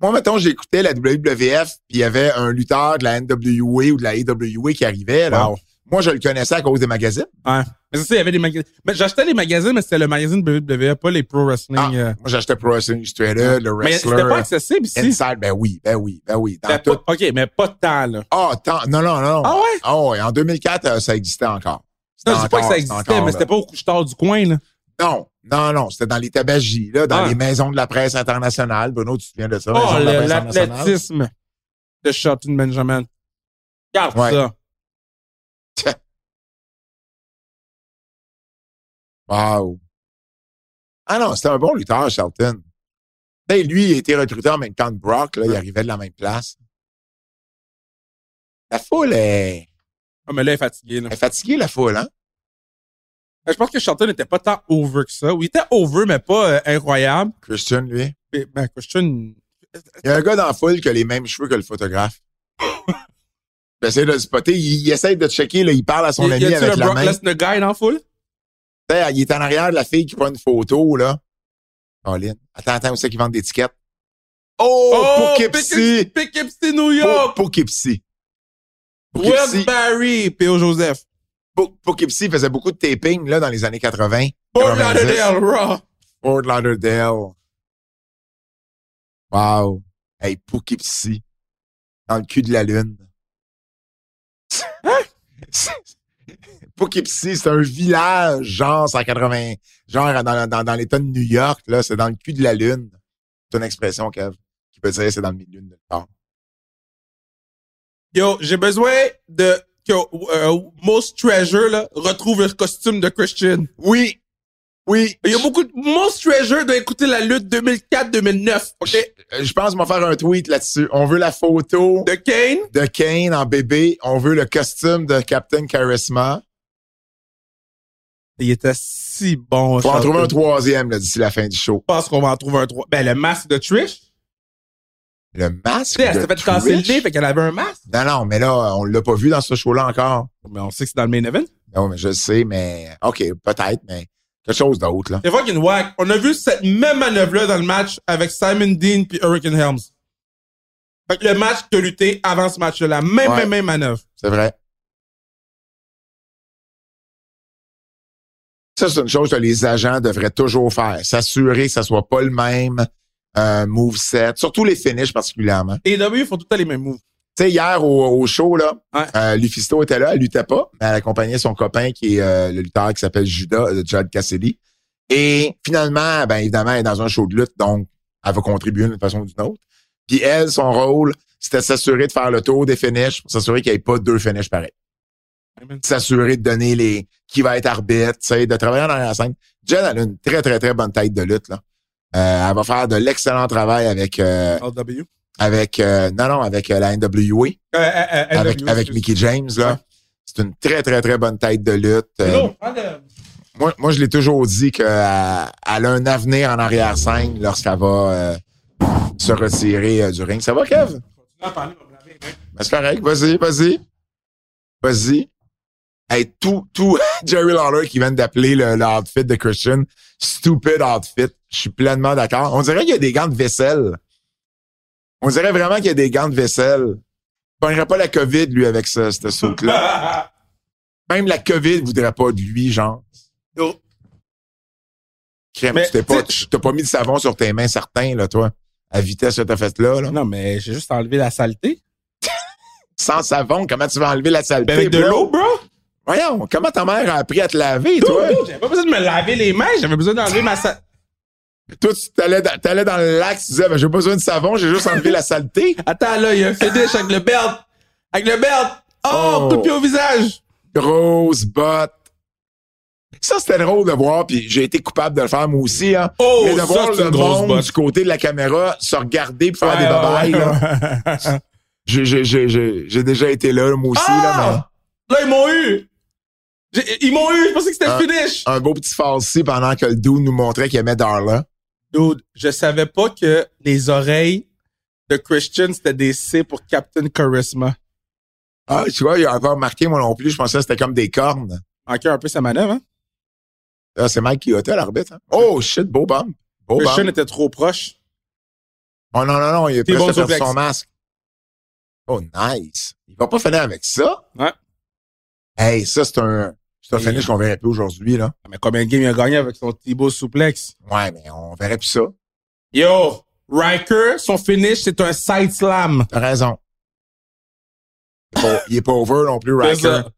[SPEAKER 2] Moi, mettons, j'écoutais la WWF, puis il y avait un lutteur de la NWA ou de la AWA qui arrivait. Là.
[SPEAKER 3] Wow.
[SPEAKER 2] Moi, je le connaissais à cause des magazines.
[SPEAKER 3] Ouais. Mais c'est ça, il y avait des magazines. Mais j'achetais les magazines, mais c'était le magazine WWE, pas les pro wrestling.
[SPEAKER 2] Ah,
[SPEAKER 3] euh.
[SPEAKER 2] Moi, j'achetais Pro Wrestling Illustrated, le
[SPEAKER 3] Ah. Mais c'était pas
[SPEAKER 2] Wrestler,
[SPEAKER 3] accessible ici.
[SPEAKER 2] Inside. Ben oui, ben oui, ben oui. Dans
[SPEAKER 3] C'était
[SPEAKER 2] tout.
[SPEAKER 3] pas- ok, mais pas tant, là.
[SPEAKER 2] Ah, tant- non, non, non. non.
[SPEAKER 3] Ah ouais?
[SPEAKER 2] Ah ouais, en 2004, euh, ça existait encore.
[SPEAKER 3] Non, je
[SPEAKER 2] C'est
[SPEAKER 3] dis pas que
[SPEAKER 2] encore-
[SPEAKER 3] ça
[SPEAKER 2] c'est
[SPEAKER 3] existait,
[SPEAKER 2] encore, là.
[SPEAKER 3] mais c'était pas au couche-tard du coin, là.
[SPEAKER 2] Non, non, non, c'était dans les tabagies, là, dans
[SPEAKER 3] Ah.
[SPEAKER 2] les maisons de la presse internationale. Bruno, tu te souviens de ça?
[SPEAKER 3] Oh,
[SPEAKER 2] maisons de la
[SPEAKER 3] le-
[SPEAKER 2] presse internationale?
[SPEAKER 3] l'athlétisme de Shelton Benjamin. Regarde
[SPEAKER 2] Ouais.
[SPEAKER 3] ça.
[SPEAKER 2] Wow. Ah non, c'était un bon lutteur, Shelton. Ben, lui, il a été recruté en même temps que Brock,
[SPEAKER 3] Ah.
[SPEAKER 2] là, il arrivait de la même place. La foule est,
[SPEAKER 3] Ah, mais là, il est fatigué, là.
[SPEAKER 2] elle est fatiguée, la foule, hein?
[SPEAKER 3] Ben, Je pense que Shelton n'était pas tant over que ça. Oui, il était over, mais pas euh, incroyable.
[SPEAKER 2] Christian, lui.
[SPEAKER 3] Mais, ben, Christian,
[SPEAKER 2] Il y a un gars dans la foule qui a les mêmes cheveux que le photographe. J'essaie de le spotter. Il, il essaie de checker, là, il parle à son
[SPEAKER 3] y,
[SPEAKER 2] ami
[SPEAKER 3] y a-tu
[SPEAKER 2] avec
[SPEAKER 3] le
[SPEAKER 2] la
[SPEAKER 3] Brock
[SPEAKER 2] main.
[SPEAKER 3] Lesnar guy dans la foule?
[SPEAKER 2] Tu sais, Il est en arrière de la fille qui prend une photo, là. Colin. Attends, attends, où c'est qu'ils vendent des tickets? Oh, pour Kipsy!
[SPEAKER 3] Poughkeepsie, Poughkeepsie, New
[SPEAKER 2] Pour,
[SPEAKER 3] York!
[SPEAKER 2] pour Kipsy. Pour
[SPEAKER 3] Wes
[SPEAKER 2] Kipsy,
[SPEAKER 3] Barry, P.O. Joseph.
[SPEAKER 2] pour, pour Kipsy faisait beaucoup de taping, là, dans les années 80.
[SPEAKER 3] Paul
[SPEAKER 2] 90.
[SPEAKER 3] Lauderdale, Raw.
[SPEAKER 2] Fort Lauderdale. Wow. Hey, Poughkeepsie. Dans le cul de la lune. Poughkeepsie, c'est un village, genre, 180, genre, dans, dans, dans l'État de New York, là, c'est dans le cul de la lune. C'est une expression, Kev, qui peut dire c'est dans le milieu de nulle part.
[SPEAKER 3] Yo, j'ai besoin de que euh, Most Treasure là, retrouve le costume de Christian.
[SPEAKER 2] Oui! Oui!
[SPEAKER 3] Il y a beaucoup de... Most Treasure doit écouter la lutte 2004-2009, OK?
[SPEAKER 2] Euh, Je pense qu'on va faire un tweet là-dessus. On veut la photo
[SPEAKER 3] De Kane.
[SPEAKER 2] de Kane en bébé. On veut le costume de Captain Charisma.
[SPEAKER 3] Il était si bon.
[SPEAKER 2] Faut en
[SPEAKER 3] Shelton.
[SPEAKER 2] trouver un troisième là, d'ici la fin du show.
[SPEAKER 3] Je pense qu'on va en trouver un trois. Ben, le masque de Trish.
[SPEAKER 2] Le masque.
[SPEAKER 3] Tu sais, elle
[SPEAKER 2] de
[SPEAKER 3] s'est fait casser le
[SPEAKER 2] Trish?
[SPEAKER 3] nez, fait qu'elle avait un masque.
[SPEAKER 2] Non, non, mais là, on l'a pas vu dans ce show-là encore.
[SPEAKER 3] Mais on sait que c'est dans le main event.
[SPEAKER 2] Non, mais je le sais, mais OK, peut-être, mais quelque chose d'autre, là.
[SPEAKER 3] C'est fucking whack. On a vu cette même manœuvre-là dans le match avec Simon Dean puis Hurricane Helms. Fait que le match que lutté avant ce match-là, la même,
[SPEAKER 2] Ouais.
[SPEAKER 3] même, même manœuvre.
[SPEAKER 2] C'est vrai. Ça, c'est une chose que les agents devraient toujours faire. S'assurer que ça soit pas le même euh, moveset. Surtout les finishes particulièrement.
[SPEAKER 3] Et W font tout le temps les mêmes moves.
[SPEAKER 2] Tu sais, hier au, au show, là,
[SPEAKER 3] Ouais.
[SPEAKER 2] euh, Lufisto était là, elle luttait pas, mais elle accompagnait son copain qui est euh, le lutteur qui s'appelle Judas, euh, Judd Cassidy. Et finalement, ben évidemment, elle est dans un show de lutte, donc elle va contribuer d'une façon ou d'une autre. Puis elle, son rôle, c'était s'assurer de faire le tour des finishes, pour s'assurer qu'il n'y ait pas deux finishes pareils.
[SPEAKER 3] Amen.
[SPEAKER 2] S'assurer de donner les qui va être arbitre, tu sais, de travailler dans la scène. Judd, elle a une très, très, très bonne tête de lutte, là. Euh, elle va faire de l'excellent travail avec euh,
[SPEAKER 3] LW.
[SPEAKER 2] avec euh, non non avec euh, la NWA
[SPEAKER 3] Euh, euh, euh,
[SPEAKER 2] avec,
[SPEAKER 3] LW,
[SPEAKER 2] avec
[SPEAKER 3] excuse.
[SPEAKER 2] Mickey James, là.
[SPEAKER 3] Ouais.
[SPEAKER 2] C'est une très, très, très bonne tête de lutte. Euh,
[SPEAKER 3] Hello, prends le-
[SPEAKER 2] moi, moi, je l'ai toujours dit qu'elle a un avenir en arrière-scène lorsqu'elle va euh, se retirer euh, du ring. Ça va, Kev?
[SPEAKER 3] Continue à parler, hein. on va me laver, ouais.
[SPEAKER 2] Ben, C'est correct. Vas-y, vas-y. Vas-y. Hey, tout, tout, Jerry Lawler qui vient d'appeler le, le outfit de Christian, stupid outfit. Je suis pleinement d'accord. On dirait qu'il y a des gants de vaisselle. On dirait vraiment qu'il y a des gants de vaisselle. Il prendrait pas la COVID, lui, avec ce, ce là Même la COVID voudrait pas de lui, genre.
[SPEAKER 3] Yo.
[SPEAKER 2] Crème,
[SPEAKER 3] Mais,
[SPEAKER 2] tu t'es pas,
[SPEAKER 3] t'sais-
[SPEAKER 2] tu t'as pas mis de savon sur tes mains, certain, là, toi. À vitesse que t'as faite là, là.
[SPEAKER 3] Non, mais j'ai juste enlevé la saleté.
[SPEAKER 2] Sans savon, comment tu vas enlever la saleté?
[SPEAKER 3] Ben, avec de
[SPEAKER 2] bro?
[SPEAKER 3] l'eau, bro.
[SPEAKER 2] Voyons, comment ta mère a appris à te laver,
[SPEAKER 3] Tout,
[SPEAKER 2] toi?
[SPEAKER 3] tout. J'avais pas besoin de me laver les mains, j'avais besoin d'enlever ma saleté.
[SPEAKER 2] Toi, tu t'allais dans, t'allais dans le lac, tu disais, ben, j'ai pas besoin de savon, j'ai juste enlevé la saleté.
[SPEAKER 3] Attends, là, il y a un finish avec le belt. Avec le belt. Oh,
[SPEAKER 2] Oh.
[SPEAKER 3] coup de pied au visage.
[SPEAKER 2] Grosse botte. Ça, c'était drôle de voir, puis j'ai été coupable de le faire, moi aussi, hein.
[SPEAKER 3] Oh,
[SPEAKER 2] Mais de
[SPEAKER 3] ça,
[SPEAKER 2] voir
[SPEAKER 3] c'est
[SPEAKER 2] le
[SPEAKER 3] une grosse
[SPEAKER 2] monde
[SPEAKER 3] botte.
[SPEAKER 2] du côté de la caméra se regarder pour faire des babayes, là.
[SPEAKER 3] là.
[SPEAKER 2] J'ai- j'ai- J'ai j'ai- j'ai déjà été là, moi aussi, là,
[SPEAKER 3] Ah! Là, ils m'ont eu. J'ai- Ils m'ont eu. Je pensais que c'était
[SPEAKER 2] Ah.
[SPEAKER 3] le finish.
[SPEAKER 2] mais un beau petit farci pendant que le dude nous montrait qu'il aimait Darla.
[SPEAKER 3] Dude, je savais pas que les oreilles de Christian, c'était des C pour Captain Charisma.
[SPEAKER 2] Ah, tu vois, il a encore marqué, moi non plus, je pensais que c'était comme des cornes.
[SPEAKER 3] Encore un peu sa manœuvre, hein?
[SPEAKER 2] Ah, c'est Mike qui était l'arbitre. Hein? Oh, shit, beau bomb. Beau
[SPEAKER 3] Christian
[SPEAKER 2] bomb.
[SPEAKER 3] était trop proche.
[SPEAKER 2] Oh non, non, non, il est
[SPEAKER 3] T'es
[SPEAKER 2] presque
[SPEAKER 3] bon
[SPEAKER 2] à perdre
[SPEAKER 3] suplex.
[SPEAKER 2] son masque. Oh, nice. Il va pas finir avec ça?
[SPEAKER 3] Ouais.
[SPEAKER 2] Hey, ça, c'est un, c'est un
[SPEAKER 3] Et-
[SPEAKER 2] finish qu'on verrait plus aujourd'hui, là.
[SPEAKER 3] Ah, Mais combien de games il a gagné avec son Thibaut souplex?
[SPEAKER 2] Ouais, mais on verrait plus ça.
[SPEAKER 3] Yo, Riker, son finish, c'est un side slam.
[SPEAKER 2] T'as raison. Il est pas- il est pas over non plus,
[SPEAKER 3] C'est
[SPEAKER 2] Riker.
[SPEAKER 3] ça.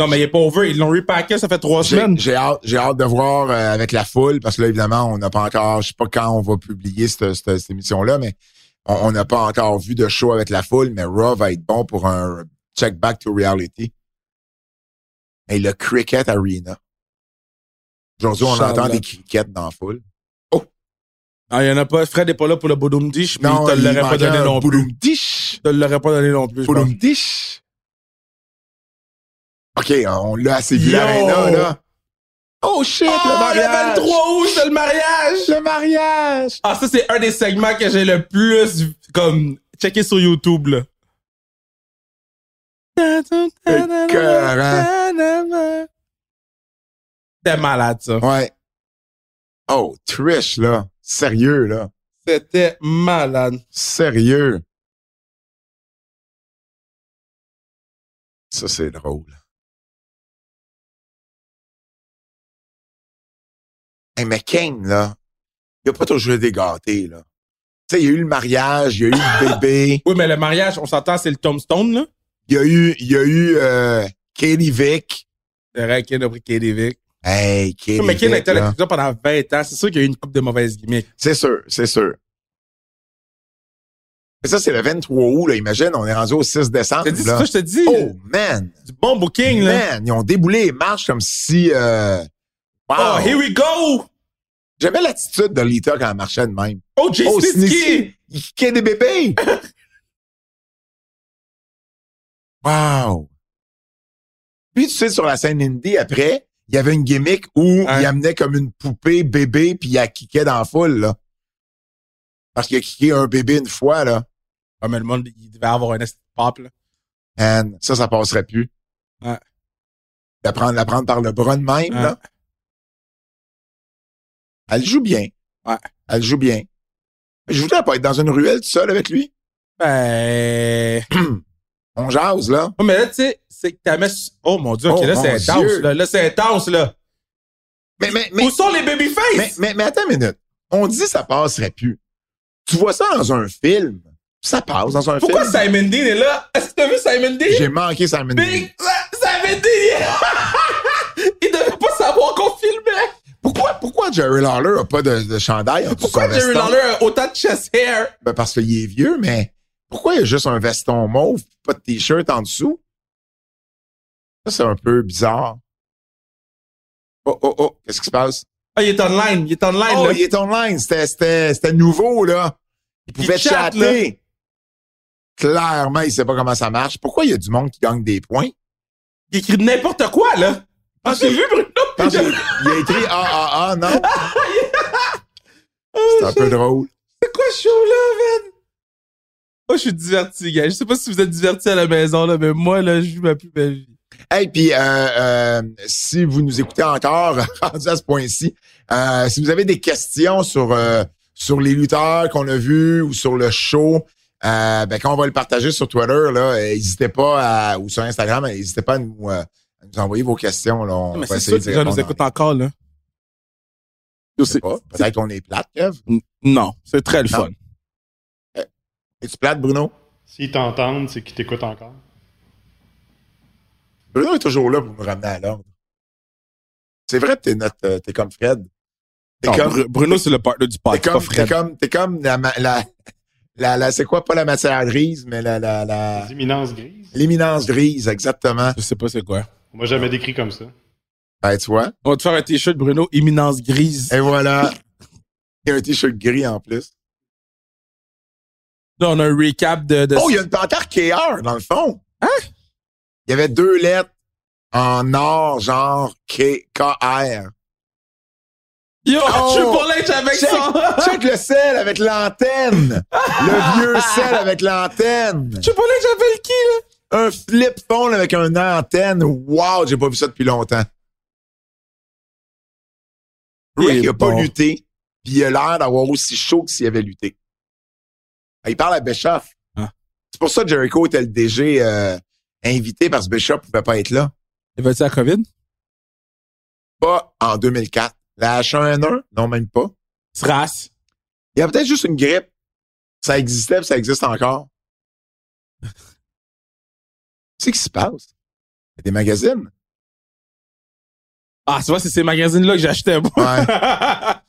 [SPEAKER 3] Non, mais il est pas over. Ils l'ont repacké, ça fait trois
[SPEAKER 2] J'ai
[SPEAKER 3] semaines.
[SPEAKER 2] j'ai hâte, j'ai hâte de voir euh, avec la foule, parce que là, évidemment, on n'a pas encore, je sais pas quand on va publier cette, cette- cette émission-là, mais on on n'a pas encore vu de show avec la foule, mais Raw va être bon pour un check back to reality. Et le Cricket Arena. Aujourd'hui, on
[SPEAKER 3] Charlotte.
[SPEAKER 2] entend des crickets dans la foule.
[SPEAKER 3] Ah, il y en a pas. Fred est pas là pour le Bodoum Dish, mais il te
[SPEAKER 2] il
[SPEAKER 3] l'aurait pas
[SPEAKER 2] manquait
[SPEAKER 3] donné
[SPEAKER 2] un
[SPEAKER 3] non plus.
[SPEAKER 2] boulumdish.
[SPEAKER 3] Il te l'aurait pas donné non plus. je pense.
[SPEAKER 2] Boulumdish. OK, on l'a assez vu,
[SPEAKER 3] Yo!
[SPEAKER 2] l'arena, là. Oh shit, le
[SPEAKER 3] Ah,
[SPEAKER 2] mariage!
[SPEAKER 3] le 23 août, c'est le mariage!
[SPEAKER 2] Le mariage!
[SPEAKER 3] Ah, ça, c'est un des segments que j'ai le plus, comme, checké sur YouTube, là.
[SPEAKER 2] Écœurant.
[SPEAKER 3] C'était malade, ça.
[SPEAKER 2] Ouais. Oh, Trish, là. Sérieux, là.
[SPEAKER 3] C'était malade.
[SPEAKER 2] Sérieux. Ça, c'est drôle. Hey, mais Kane, là, il a pas toujours été gâté, là. Tu sais, il y a eu le mariage, il y a eu le bébé,
[SPEAKER 3] Oui, mais le mariage, on s'entend, c'est le tombstone, là.
[SPEAKER 2] il y a eu, il y a eu, euh, Katie Vick.
[SPEAKER 3] C'est vrai, Ken a pris Katie Vick.
[SPEAKER 2] Hey, Katie
[SPEAKER 3] Oui, mais Ken a
[SPEAKER 2] Vick,
[SPEAKER 3] été à la
[SPEAKER 2] là.
[SPEAKER 3] télévision pendant 20 ans. C'est sûr qu'il y a eu une coupe de mauvaises gimmicks.
[SPEAKER 2] C'est sûr, c'est sûr. Mais ça, c'est le 23 août, là. Imagine, on est rendu au 6 décembre,
[SPEAKER 3] Je te dis, c'est
[SPEAKER 2] là.
[SPEAKER 3] ça, que je te dis.
[SPEAKER 2] Oh, man!
[SPEAKER 3] Du bon booking, là.
[SPEAKER 2] Man, ils ont déboulé les marches comme si... Euh... wow.
[SPEAKER 3] Oh, here we go!
[SPEAKER 2] J'aimais l'attitude de Lita quand elle marchait de même.
[SPEAKER 3] Oh, Jay
[SPEAKER 2] Oh,
[SPEAKER 3] Snitsky!
[SPEAKER 2] Snitsky! Il kickait des bébés! wow! Puis, tu sais, sur la scène indie, après, il y avait une gimmick où
[SPEAKER 3] Hein?
[SPEAKER 2] il amenait comme une poupée bébé puis il la kickait dans la foule, là. Parce qu'il a kické un bébé une fois, là.
[SPEAKER 3] Ah, mais le monde, il devait avoir un esti de pop, là.
[SPEAKER 2] Man, ça, ça passerait plus.
[SPEAKER 3] Ouais.
[SPEAKER 2] La prendre, la prendre par le bras de même,
[SPEAKER 3] Ouais.
[SPEAKER 2] là. Elle joue bien.
[SPEAKER 3] Ouais.
[SPEAKER 2] Elle joue bien. Je voudrais pas être dans une ruelle tout seul avec lui.
[SPEAKER 3] Ben.
[SPEAKER 2] On jase, là.
[SPEAKER 3] Oh, mais là, tu sais, c'est que t'as mis. Oh mon dieu, ok,
[SPEAKER 2] Oh,
[SPEAKER 3] là,
[SPEAKER 2] mon
[SPEAKER 3] c'est intense,
[SPEAKER 2] Dieu.
[SPEAKER 3] là. Là, c'est intense, là.
[SPEAKER 2] Mais, mais, mais,
[SPEAKER 3] Où sont les babyface?
[SPEAKER 2] mais, mais, mais attends une minute. On dit ça passerait plus. Tu vois ça dans un film. Ça passe dans un
[SPEAKER 3] Pourquoi
[SPEAKER 2] film.
[SPEAKER 3] Simon Dean est là? Est-ce que t'as vu Simon Dean?
[SPEAKER 2] J'ai manqué Simon Dean.
[SPEAKER 3] Big. Simon Dean! Il devait pas savoir qu'on filmait!
[SPEAKER 2] Pourquoi, pourquoi Jerry Lawler a pas de, de chandail en dessous de
[SPEAKER 3] Pourquoi
[SPEAKER 2] son
[SPEAKER 3] Jerry
[SPEAKER 2] veston?
[SPEAKER 3] Lawler a autant de chest hair?
[SPEAKER 2] Ben, parce qu'il est vieux, mais pourquoi il y a juste un veston mauve, pis pas de t-shirt en dessous? Ça, c'est un peu bizarre. Oh, oh, oh, qu'est-ce qui se passe?
[SPEAKER 3] Ah, il est online, il est online,
[SPEAKER 2] Oh,
[SPEAKER 3] Ah, là.
[SPEAKER 2] il est online. C'était, c'était, c'était nouveau, là. Il pouvait
[SPEAKER 3] Il chatte,
[SPEAKER 2] chatter. Clairement, il sait pas comment ça marche. Pourquoi il y a du monde qui gagne des points?
[SPEAKER 3] Il écrit n'importe quoi, là. Ah, j'ai vu, Bruno?
[SPEAKER 2] Quand il, il a écrit Ah, ah, ah, non. C'est
[SPEAKER 3] Ah,
[SPEAKER 2] un peu drôle.
[SPEAKER 3] C'est quoi ce show-là, man? Moi, je suis diverti, gars. Je sais pas si vous êtes divertis à la maison, là, mais moi, là, je vis ma plus belle vie.
[SPEAKER 2] Hey, puis euh, euh, si vous nous écoutez encore, rendu à ce point-ci, euh, si vous avez des questions sur euh, sur les lutteurs qu'on a vus ou sur le show, euh, ben quand on va le partager sur Twitter, là, euh, n'hésitez pas à, ou sur Instagram, euh, n'hésitez pas à nous, euh, à nous envoyer vos questions. Là, on
[SPEAKER 3] Mais
[SPEAKER 2] va
[SPEAKER 3] c'est
[SPEAKER 2] essayer
[SPEAKER 3] sûr que
[SPEAKER 2] de
[SPEAKER 3] les gens
[SPEAKER 2] répondre.
[SPEAKER 3] nous écoutent encore, là.
[SPEAKER 2] Je sais pas. Peut-être qu'on est plate, Kev.
[SPEAKER 3] Non, c'est très le
[SPEAKER 2] Non.
[SPEAKER 3] fun.
[SPEAKER 2] Es-tu plate, Bruno?
[SPEAKER 1] S'ils t'entendent, c'est qu'ils t'écoutent encore.
[SPEAKER 2] Bruno est toujours là pour nous ramener à l'ordre. C'est vrai que t'es notre, euh, t'es comme Fred. T'es
[SPEAKER 3] Non,
[SPEAKER 2] comme-
[SPEAKER 3] Bru- Bruno, c'est le partner du
[SPEAKER 2] T'es
[SPEAKER 3] podcast, pas
[SPEAKER 2] comme, t'es
[SPEAKER 3] Fred.
[SPEAKER 2] comme, t'es comme la, ma- la, la, la- c'est quoi, pas la matière grise, mais la, la, la,
[SPEAKER 1] Les imminences grises.
[SPEAKER 2] l'éminence grise, exactement.
[SPEAKER 3] Je sais pas c'est quoi.
[SPEAKER 1] On m'a jamais décrit comme ça.
[SPEAKER 2] Ben, tu vois.
[SPEAKER 3] On va te faire un t-shirt, Bruno, Imminence Grise.
[SPEAKER 2] Et voilà. Il y a un t-shirt gris en plus.
[SPEAKER 3] Là, on a un recap de... de-
[SPEAKER 2] Oh, il y a une pancarte KR, dans le fond. Hein? Il y avait deux lettres en or, genre K, KR.
[SPEAKER 3] Yo,
[SPEAKER 2] Oh!
[SPEAKER 3] je suis pour l'être avec
[SPEAKER 2] Check,
[SPEAKER 3] ça!
[SPEAKER 2] check le sel avec l'antenne. Le vieux sel avec l'antenne.
[SPEAKER 3] Je suis pour l'être, j'appelle qui, là?
[SPEAKER 2] Un flip phone avec une antenne. Wow, j'ai pas vu ça depuis longtemps. Rick, il a pas lutté, puis il a l'air d'avoir aussi chaud que s'il avait lutté. Il parle à Bischoff.
[SPEAKER 3] Ah.
[SPEAKER 2] C'est pour ça que Jericho était le DG euh, invité parce que Bischoff pouvait pas être là.
[SPEAKER 3] Il va-tu à COVID?
[SPEAKER 2] Pas en 2004. La H1N1, non, même pas.
[SPEAKER 3] Trace.
[SPEAKER 2] Il y a peut-être juste une grippe. Ça existait, puis ça existe encore. C'est qui se passe? Il y a des magazines.
[SPEAKER 3] Ah, tu vois, c'est ces magazines-là que j'achetais, moi.
[SPEAKER 2] Ouais.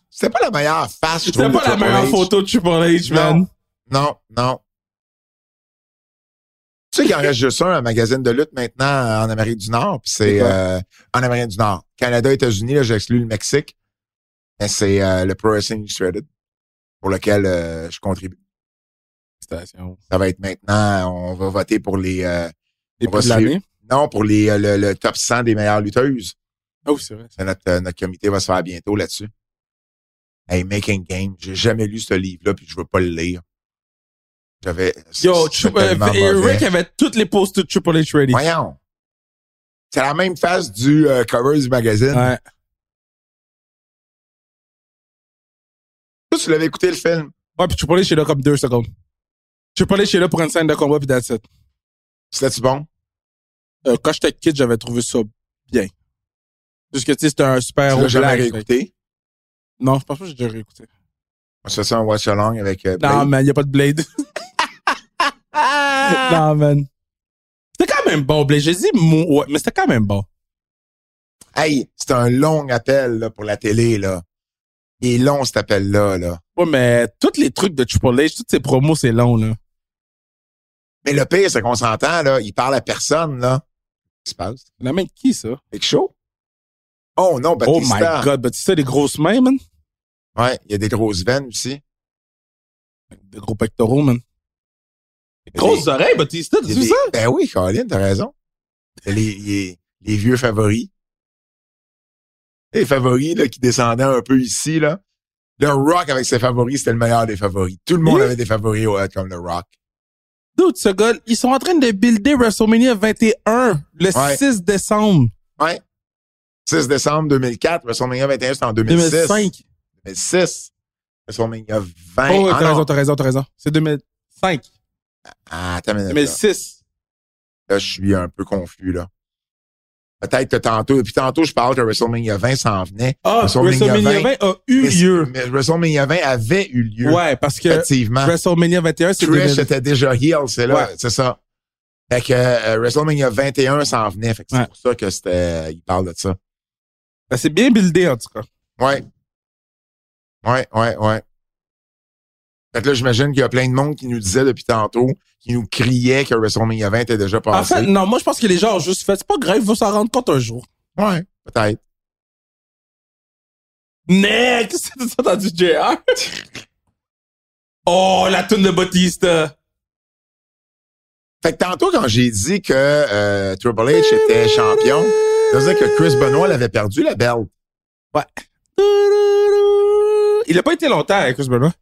[SPEAKER 2] C'était pas la meilleure face, je trouve.
[SPEAKER 3] C'était
[SPEAKER 2] de
[SPEAKER 3] pas la
[SPEAKER 2] Triple
[SPEAKER 3] meilleure
[SPEAKER 2] H.
[SPEAKER 3] photo de Triple H, man.
[SPEAKER 2] Non, non, non. Tu sais qu'il en reste juste un, un magazine de lutte maintenant euh, en Amérique du Nord, puis c'est euh, en Amérique du Nord. Canada, États-Unis, là, j'exclus le Mexique, mais c'est euh, le Pro Wrestling Illustrated pour lequel euh, je contribue.
[SPEAKER 3] Félicitations.
[SPEAKER 2] Ça va être maintenant, on va voter pour les euh,
[SPEAKER 3] Et
[SPEAKER 2] On va
[SPEAKER 3] puis de
[SPEAKER 2] se-
[SPEAKER 3] l'année.
[SPEAKER 2] non pour les euh, le, le top 100 des meilleures lutteuses.
[SPEAKER 3] Ah oui, c'est vrai.
[SPEAKER 2] Ça, Notre, euh, notre comité va se faire bientôt là-dessus. Hey, Making Game, j'ai jamais lu ce livre-là, puis je veux pas le lire. J'avais.
[SPEAKER 3] Yo,
[SPEAKER 2] c'est
[SPEAKER 3] Tri- euh,
[SPEAKER 2] tellement
[SPEAKER 3] et
[SPEAKER 2] mauvais.
[SPEAKER 3] Rick avait toutes les poses de Triple H ready.
[SPEAKER 2] Voyons. C'est la même face du euh, cover du magazine.
[SPEAKER 3] Ouais.
[SPEAKER 2] Toi, tu l'avais écouté le film.
[SPEAKER 3] Ouais, puis Triple H est là comme deux secondes. Triple H est là pour une scène de combat, puis that's it.
[SPEAKER 2] C'était-tu bon?
[SPEAKER 3] Euh, quand j'étais kid, j'avais trouvé ça bien. Parce que, tu sais, c'était un super
[SPEAKER 2] Tu
[SPEAKER 3] héros
[SPEAKER 2] l'as jamais
[SPEAKER 3] black, fait.
[SPEAKER 2] réécouté?
[SPEAKER 3] Non, je pense pas que j'ai déjà réécouté.
[SPEAKER 2] On se fait ça un watch-along avec euh,
[SPEAKER 3] Non,
[SPEAKER 2] Blade.
[SPEAKER 3] man, y a pas de Blade. non, man. C'était quand même bon, Blade. J'ai dit, mo- ouais, mais c'était quand même bon.
[SPEAKER 2] Hey, c'est un long appel là, pour la télé. là. Il est long, cet appel-là. Là.
[SPEAKER 3] Ouais, mais tous les trucs de Triple H, toutes ces promos, c'est long, là.
[SPEAKER 2] Mais le pire, c'est qu'on s'entend. là. Il parle à personne. là. Qu'est-ce qui se passe?
[SPEAKER 3] La main de qui, ça?
[SPEAKER 2] Big Show? Oh non,
[SPEAKER 3] oh
[SPEAKER 2] Batista.
[SPEAKER 3] my god, Batista, des grosses mains, man.
[SPEAKER 2] Ouais, il y a des grosses veines aussi.
[SPEAKER 3] Des gros pectoraux, man. Des grosses oreilles, Batista,
[SPEAKER 2] Il y
[SPEAKER 3] t'as
[SPEAKER 2] a
[SPEAKER 3] vu
[SPEAKER 2] des-
[SPEAKER 3] ça?
[SPEAKER 2] Ben oui, Colin, t'as raison. Il y a Les, les- les vieux favoris. Les favoris là, qui descendaient un peu ici. là. Le Rock avec ses favoris, c'était le meilleur des favoris. Tout le monde
[SPEAKER 3] Oui.
[SPEAKER 2] avait des favoris au head comme le Rock.
[SPEAKER 3] Dude, ce gars, ils sont en train de builder WrestleMania 21 le
[SPEAKER 2] Ouais.
[SPEAKER 3] 6 décembre
[SPEAKER 2] 6 décembre 2004, WrestleMania 21, c'était en 2006.
[SPEAKER 3] 2005.
[SPEAKER 2] 2006. WrestleMania 20.
[SPEAKER 3] oh,
[SPEAKER 2] ah,
[SPEAKER 3] t'as
[SPEAKER 2] non.
[SPEAKER 3] raison, t'as raison, t'as raison. C'est 2005.
[SPEAKER 2] Ah, attends une minute, là.
[SPEAKER 3] 2006.
[SPEAKER 2] Là, je suis un peu confus, là. Peut-être que tantôt, puis tantôt, je parle que WrestleMania 20 s'en venait.
[SPEAKER 3] Ah,
[SPEAKER 2] WrestleMania
[SPEAKER 3] WrestleMania 20 a eu
[SPEAKER 2] Mais-
[SPEAKER 3] lieu.
[SPEAKER 2] Mais WrestleMania 20 avait eu lieu.
[SPEAKER 3] Ouais, parce que
[SPEAKER 2] effectivement.
[SPEAKER 3] WrestleMania 21, c'est
[SPEAKER 2] Trish
[SPEAKER 3] 2000.
[SPEAKER 2] était déjà heel, c'est là,
[SPEAKER 3] Ouais.
[SPEAKER 2] c'est ça. Fait que euh, WrestleMania 21 s'en venait, fait que c'est
[SPEAKER 3] Ouais.
[SPEAKER 2] pour ça que c'était, il parle de ça.
[SPEAKER 3] Ben, C'est bien buildé, en tout cas.
[SPEAKER 2] Ouais. Ouais, ouais, ouais. Fait que là, j'imagine qu'il y a plein de monde qui nous disait depuis tantôt, qui nous criait que WrestleMania 20 était déjà
[SPEAKER 3] En
[SPEAKER 2] passé.
[SPEAKER 3] fait, non, moi, je pense que les gens ont juste fait. C'est pas grave, ils vont s'en rendre compte un jour.
[SPEAKER 2] ouais, peut-être.
[SPEAKER 3] Next! T'as entendu JR? oh, la toune de Batista.
[SPEAKER 2] Fait que tantôt, quand j'ai dit que euh, Triple H était champion, ça veut dire que Chris Benoit l'avait perdu, la belle.
[SPEAKER 3] Il a pas été longtemps, hein, Chris Benoit.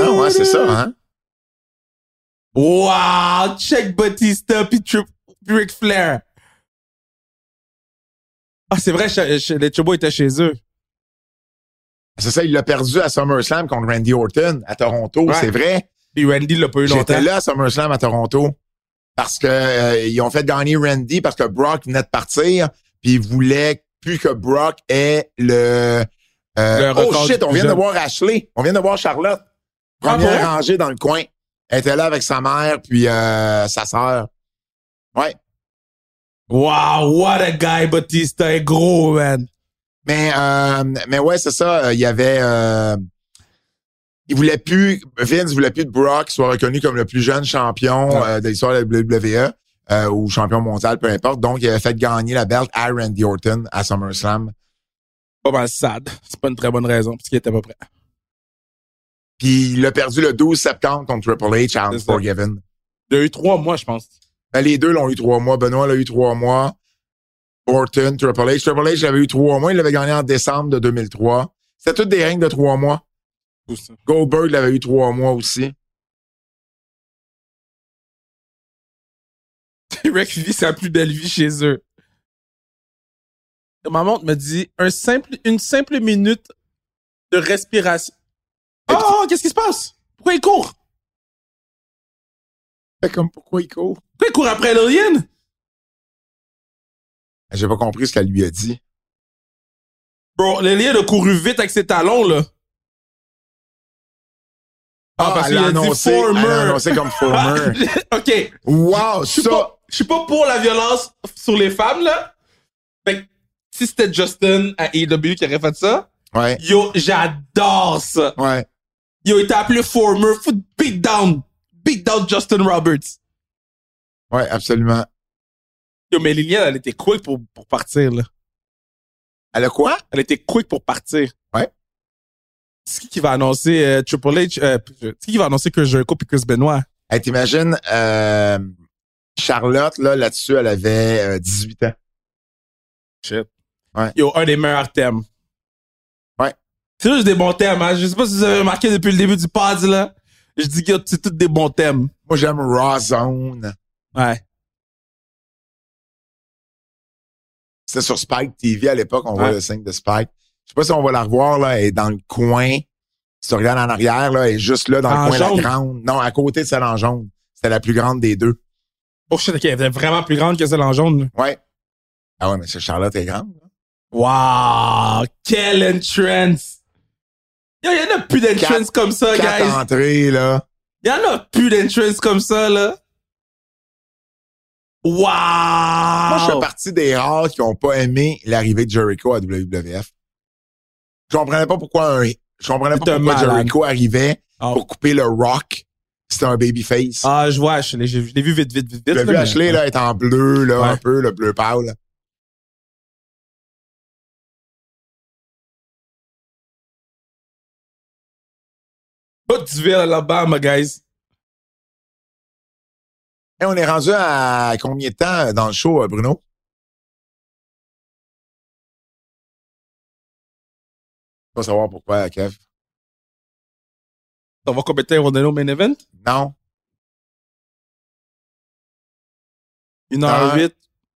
[SPEAKER 2] Ah ouais, c'est ça, hein?
[SPEAKER 3] Wow! Check Batista puis Trip- puis Ric Flair. Ah, c'est vrai, che- che- les Chubos étaient chez eux.
[SPEAKER 2] C'est ça, il l'a perdu à SummerSlam contre Randy Orton à Toronto,
[SPEAKER 3] Ouais.
[SPEAKER 2] c'est vrai.
[SPEAKER 3] Puis Randy l'a pas eu longtemps.
[SPEAKER 2] J'étais là à SummerSlam à Toronto parce que euh, ils ont fait gagner Randy parce que Brock venait de partir puis ils voulaient plus que Brock ait le, euh,
[SPEAKER 3] Le
[SPEAKER 2] oh
[SPEAKER 3] record
[SPEAKER 2] shit,
[SPEAKER 3] du
[SPEAKER 2] on
[SPEAKER 3] plus
[SPEAKER 2] vient de
[SPEAKER 3] jeune.
[SPEAKER 2] voir Ashley, on vient de voir Charlotte,
[SPEAKER 3] Ah,
[SPEAKER 2] première
[SPEAKER 3] pour vrai?
[SPEAKER 2] rangée dans le coin. Elle était là avec sa mère puis euh, sa sœur. Ouais,
[SPEAKER 3] Wow, what a guy, Batista est gros, man.
[SPEAKER 2] mais euh, mais ouais, c'est ça, euh, il y avait euh, il voulait plus Vince voulait plus de Brock soit reconnu comme le plus jeune champion
[SPEAKER 3] Ouais.
[SPEAKER 2] euh, de l'histoire de la WWE euh, ou champion mondial, peu importe. Donc, il avait fait gagner la belt à Randy Orton à SummerSlam.
[SPEAKER 3] Pas mal sad. C'est pas une très bonne raison, parce qu'il était pas prêt.
[SPEAKER 2] Puis il a perdu le 12 septembre contre Triple H à
[SPEAKER 3] C'est ça.
[SPEAKER 2] Unforgiven.
[SPEAKER 3] Il a eu trois mois, je pense.
[SPEAKER 2] Ben, les deux l'ont eu trois mois. Benoît l'a eu trois mois. Orton, Triple H. Triple H l'avait eu trois mois. Il l'avait gagné en décembre de 2003. C'était toutes des règnes de trois mois.
[SPEAKER 3] Tout ça.
[SPEAKER 2] Goldberg l'avait eu trois mois aussi.
[SPEAKER 3] Rick vit sa plus belle vie chez eux. Ma montre me dit un simple, une simple minute de respiration. Oh, oh, qu'est-ce qui se passe? Pourquoi il court?
[SPEAKER 2] Fait comme pourquoi il court?
[SPEAKER 3] Pourquoi il court après l'alien?
[SPEAKER 2] J'ai pas compris ce qu'elle lui a dit.
[SPEAKER 3] Bro, l'alien a couru vite avec ses talons, là. Ah, parce
[SPEAKER 2] elle
[SPEAKER 3] qu'il a dit
[SPEAKER 2] annoncé-
[SPEAKER 3] former.
[SPEAKER 2] Elle a annoncé comme former.
[SPEAKER 3] Ah, ok.
[SPEAKER 2] wow,
[SPEAKER 3] Je suis
[SPEAKER 2] ça!
[SPEAKER 3] pas, je suis pas pour la violence sur les femmes, là. Fait que si c'était Justin à AEW qui aurait fait ça,
[SPEAKER 2] Ouais.
[SPEAKER 3] yo, j'adore ça.
[SPEAKER 2] Ouais.
[SPEAKER 3] Yo, il t'a appelé former, foot beat down, beat down Justin Roberts.
[SPEAKER 2] Ouais, absolument.
[SPEAKER 3] Yo, mais Liliane, elle était quick pour, pour partir, là.
[SPEAKER 2] Elle a quoi?
[SPEAKER 3] Elle était quick pour partir.
[SPEAKER 2] Ouais.
[SPEAKER 3] C'est qui qui va annoncer euh, Triple H, euh, c'est qui qui va annoncer que Jericho puis Chris Benoit?
[SPEAKER 2] Hey, t'imagines, euh, Charlotte, là, là-dessus, elle avait euh, 18 ans.
[SPEAKER 3] Yo, un des meilleurs thèmes.
[SPEAKER 2] Ouais.
[SPEAKER 3] C'est juste des bons thèmes, hein. Je sais pas si vous avez remarqué depuis le début du pod, là. Je dis, yo, c'est tous des bons thèmes.
[SPEAKER 2] Moi, j'aime Raw Zone.
[SPEAKER 3] Ouais.
[SPEAKER 2] C'était sur Spike TV à l'époque, on voit
[SPEAKER 3] Ouais.
[SPEAKER 2] le signe de Spike. Je sais pas si on va la revoir, là, elle est dans le coin. Si tu regardes en arrière, là, elle est juste là, dans
[SPEAKER 3] En
[SPEAKER 2] le coin,
[SPEAKER 3] jaune.
[SPEAKER 2] la grande. Non, à côté de celle en jaune. C'était la plus grande des deux.
[SPEAKER 3] Oh shit, ok, elle était vraiment plus grande que celle en jaune, là.
[SPEAKER 2] Ouais. Ah ouais, mais c'est Charlotte est grande. là.
[SPEAKER 3] Wow! Quelle entrance! Yo, y en a plus d'entrance
[SPEAKER 2] Quatre-
[SPEAKER 3] comme ça,
[SPEAKER 2] Quatre
[SPEAKER 3] guys!
[SPEAKER 2] entrées, là.
[SPEAKER 3] Y en a plus d'entrance comme ça, là! Wow!
[SPEAKER 2] Moi, je fais partie des rares qui ont pas aimé l'arrivée de Jericho à WWF. Je comprenais pas pourquoi un, je comprenais
[SPEAKER 3] C'est
[SPEAKER 2] pas
[SPEAKER 3] un
[SPEAKER 2] pourquoi
[SPEAKER 3] malade.
[SPEAKER 2] Jericho arrivait
[SPEAKER 3] Ah.
[SPEAKER 2] pour couper le rock. C'était un babyface.
[SPEAKER 3] Ah, je vois Ashley. Je, je l'ai vu vite, vite, vite, vite.
[SPEAKER 2] Tu l'as
[SPEAKER 3] là,
[SPEAKER 2] vu,
[SPEAKER 3] mais- hein.
[SPEAKER 2] Ashley, là, est en bleu, là,
[SPEAKER 3] Ouais.
[SPEAKER 2] un peu, le bleu pâle.
[SPEAKER 3] Buttsville, Alabama, guys.
[SPEAKER 2] Hey, on est rendu à combien de temps dans le show, euh, Bruno? Pas savoir pourquoi, Kev.
[SPEAKER 3] On va compléter on est au main event.
[SPEAKER 2] Non.
[SPEAKER 3] 1h08,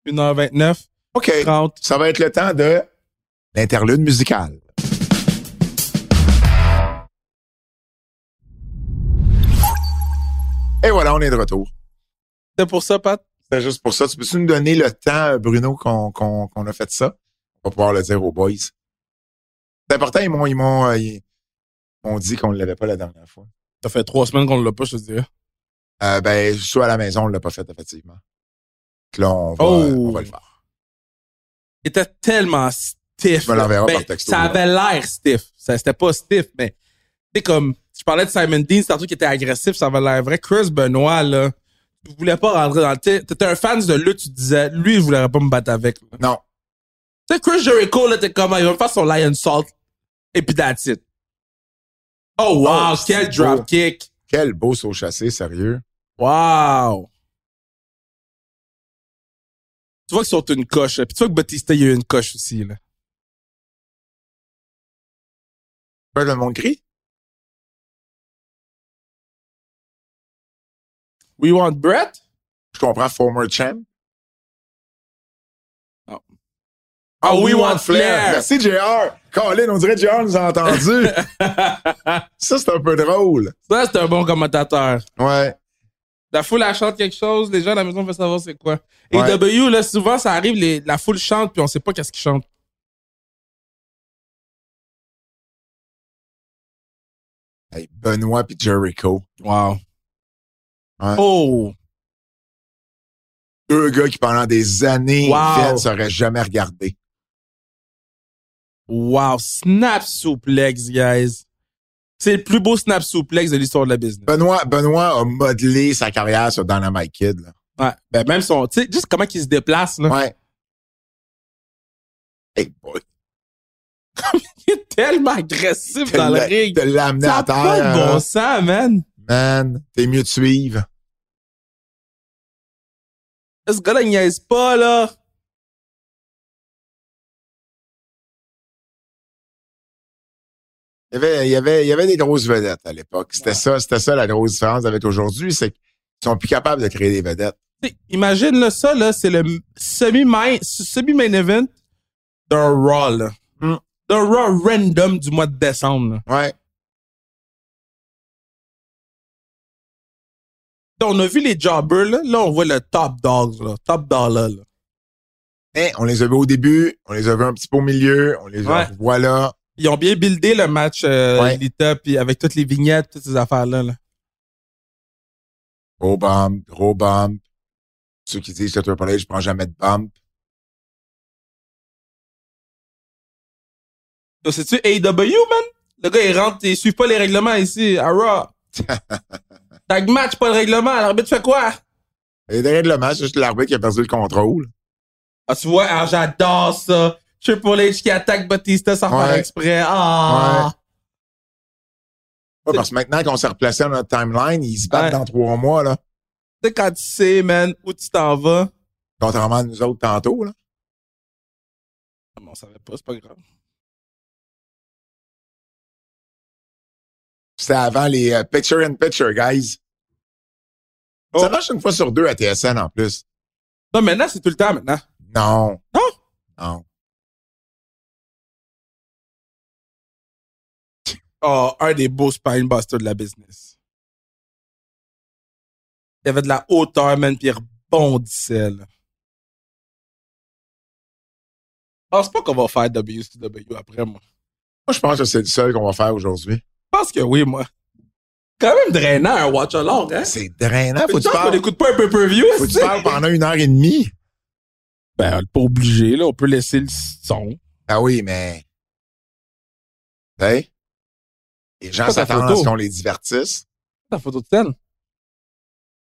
[SPEAKER 3] 1h29,
[SPEAKER 2] OK.
[SPEAKER 3] 30.
[SPEAKER 2] Ça va être le temps de l'interlude musical. Et voilà, on est de retour.
[SPEAKER 3] C'était pour ça, Pat?
[SPEAKER 2] C'était juste pour ça. Tu peux-tu nous donner le temps, euh, Bruno, qu'on qu'on- qu'on a fait ça? On va pouvoir le dire aux boys. C'est important, ils m'ont ils m'ont, euh, ils m'ont dit qu'on ne l'avait pas la dernière fois.
[SPEAKER 3] Ça fait trois semaines qu'on l'a pas, je te dirais.
[SPEAKER 2] Euh, ben, je suis à la maison, on ne l'a pas fait, effectivement. Donc Là, on va,
[SPEAKER 3] Oh.
[SPEAKER 2] on va le faire.
[SPEAKER 3] Il était tellement stiff. Ben,
[SPEAKER 2] Je me l'enverrai par texto,
[SPEAKER 3] Ça
[SPEAKER 2] là.
[SPEAKER 3] avait l'air stiff. Ça, c'était pas stiff, mais c'est comme, je parlais de Simon Dean, c'est tantôt qui était agressif, ça avait l'air vrai. Chris Benoit, là, tu voulais pas rentrer dans le... t'es- T'étais un fan de lui, tu disais, lui, je voulais pas me battre avec. là.
[SPEAKER 2] Non.
[SPEAKER 3] Tu sais, Chris Jericho, là, t'es comme, il va me faire son Lion Salt, et puis that's it. Oh, wow,
[SPEAKER 2] Oh,
[SPEAKER 3] quel
[SPEAKER 2] c'est beau.
[SPEAKER 3] dropkick.
[SPEAKER 2] Quel beau saut chassé, sérieux.
[SPEAKER 3] Wow. Tu vois qu'ils sont une coche, là. Puis tu vois que Batista, il y a eu une coche aussi, là.
[SPEAKER 2] Pourquoi le monde crie?
[SPEAKER 3] We want Brett?
[SPEAKER 2] Je comprends former champ.
[SPEAKER 3] Non.
[SPEAKER 2] Ah,
[SPEAKER 3] Ah,
[SPEAKER 2] we, want Flair. Merci, JR. Colin, on dirait que JR nous a entendus. ça, c'est un peu drôle.
[SPEAKER 3] Ça, c'est un bon commentateur.
[SPEAKER 2] Ouais.
[SPEAKER 3] La foule, elle chante quelque chose, les gens à la maison veulent savoir c'est quoi. Et E
[SPEAKER 2] Ouais.
[SPEAKER 3] W, là, souvent, ça arrive, les- la foule chante, puis on sait pas qu'est-ce qu'ils chantent.
[SPEAKER 2] Hey, Benoît puis Jericho.
[SPEAKER 3] Wow.
[SPEAKER 2] Ouais.
[SPEAKER 3] Oh!
[SPEAKER 2] Deux gars qui, pendant des années,
[SPEAKER 3] Wow.
[SPEAKER 2] ils ne seraient jamais regardés.
[SPEAKER 3] Wow! Snap souplex, guys. C'est le plus beau snap souplex de l'histoire de la business.
[SPEAKER 2] Benoît, Benoît a modelé sa carrière sur Dynamite Kid. là.
[SPEAKER 3] Ouais. Ben, même son, tu sais, juste comment il se déplace, là.
[SPEAKER 2] Ouais. Hey, boy.
[SPEAKER 3] Il est tellement agressif dans le
[SPEAKER 2] Te l'a-
[SPEAKER 3] ring.
[SPEAKER 2] te l'a amené
[SPEAKER 3] Ça a
[SPEAKER 2] à terre.
[SPEAKER 3] pas de bon
[SPEAKER 2] hein.
[SPEAKER 3] sens, man.
[SPEAKER 2] Man, t'es mieux de suivre.
[SPEAKER 3] Ce gars-là, il niaise pas, là.
[SPEAKER 2] Il y avait, il y avait, il y avait des grosses vedettes à l'époque. C'était ça, c'était ça la grosse différence avec aujourd'hui, c'est qu'ils sont plus capables de créer des vedettes.
[SPEAKER 3] T'sais, imagine là, ça, là, c'est le m- semi-main semi-main event d'un Raw, là.
[SPEAKER 2] Mm.
[SPEAKER 3] D'un Raw random du mois de décembre. là.
[SPEAKER 2] Ouais.
[SPEAKER 3] T'sais, on a vu les jobbers, là. Là, on voit le top dogs, là. Top dollar, là.
[SPEAKER 2] Mais on les a vus au début, on les a vus un petit peu au milieu, on les
[SPEAKER 3] Ouais.
[SPEAKER 2] a voilà.
[SPEAKER 3] Ils ont bien buildé le match euh,
[SPEAKER 2] Ouais.
[SPEAKER 3] Lita, puis avec toutes les vignettes, toutes ces affaires-là. là.
[SPEAKER 2] Gros bump, gros bump. Ceux qui disent que Triple H, je prends jamais de bump.
[SPEAKER 3] Toi, C'est-tu AW, man? Le gars, il rentre, il suit pas les règlements ici, à Raw. Tag match, pas le règlement. L'arbitre fait quoi?
[SPEAKER 2] Et derrière le match, c'est juste l'arbitre qui a perdu le contrôle.
[SPEAKER 3] Ah, tu vois, ah, j'adore ça. Triple H qui attaque Batista sans
[SPEAKER 2] Ouais.
[SPEAKER 3] faire exprès. Ah!
[SPEAKER 2] Ouais, parce que maintenant qu'on s'est replacé à notre timeline, ils se battent
[SPEAKER 3] Ouais.
[SPEAKER 2] dans trois mois, là.
[SPEAKER 3] Tu sais, quand tu sais, man, où tu t'en vas.
[SPEAKER 2] Contrairement à nous autres tantôt, là.
[SPEAKER 3] Ah, mais On savait pas, c'est pas grave.
[SPEAKER 2] C'était avant les euh, picture in picture, guys. Ça
[SPEAKER 3] Oh.
[SPEAKER 2] marche une fois sur deux à TSN en plus.
[SPEAKER 3] Non, maintenant, c'est tout le temps, maintenant.
[SPEAKER 2] Non.
[SPEAKER 3] Non?
[SPEAKER 2] Non.
[SPEAKER 3] Oh, un des beaux spinebusters de la business. Il avait de la hauteur, man, puis il rebondissait, là. Je pense pas qu'on va faire WCW après, moi.
[SPEAKER 2] Moi, je pense que c'est le seul qu'on va faire aujourd'hui.
[SPEAKER 3] Je pense que oui, moi. Quand même drainant, un watch along, hein?
[SPEAKER 2] C'est drainant. Faut que tu
[SPEAKER 3] Une chance qu'on
[SPEAKER 2] parles,
[SPEAKER 3] n'écoute pas un pay-per-view,
[SPEAKER 2] faut que tu
[SPEAKER 3] c'est-
[SPEAKER 2] parles pendant une heure et demie.
[SPEAKER 3] Ben, pas obligé, là. On peut laisser le son.
[SPEAKER 2] Ah oui, mais. Tu sais? Les gens
[SPEAKER 3] Pas ta
[SPEAKER 2] s'attendent à
[SPEAKER 3] photo.
[SPEAKER 2] ce qu'on les divertisse.
[SPEAKER 3] La photo de scène.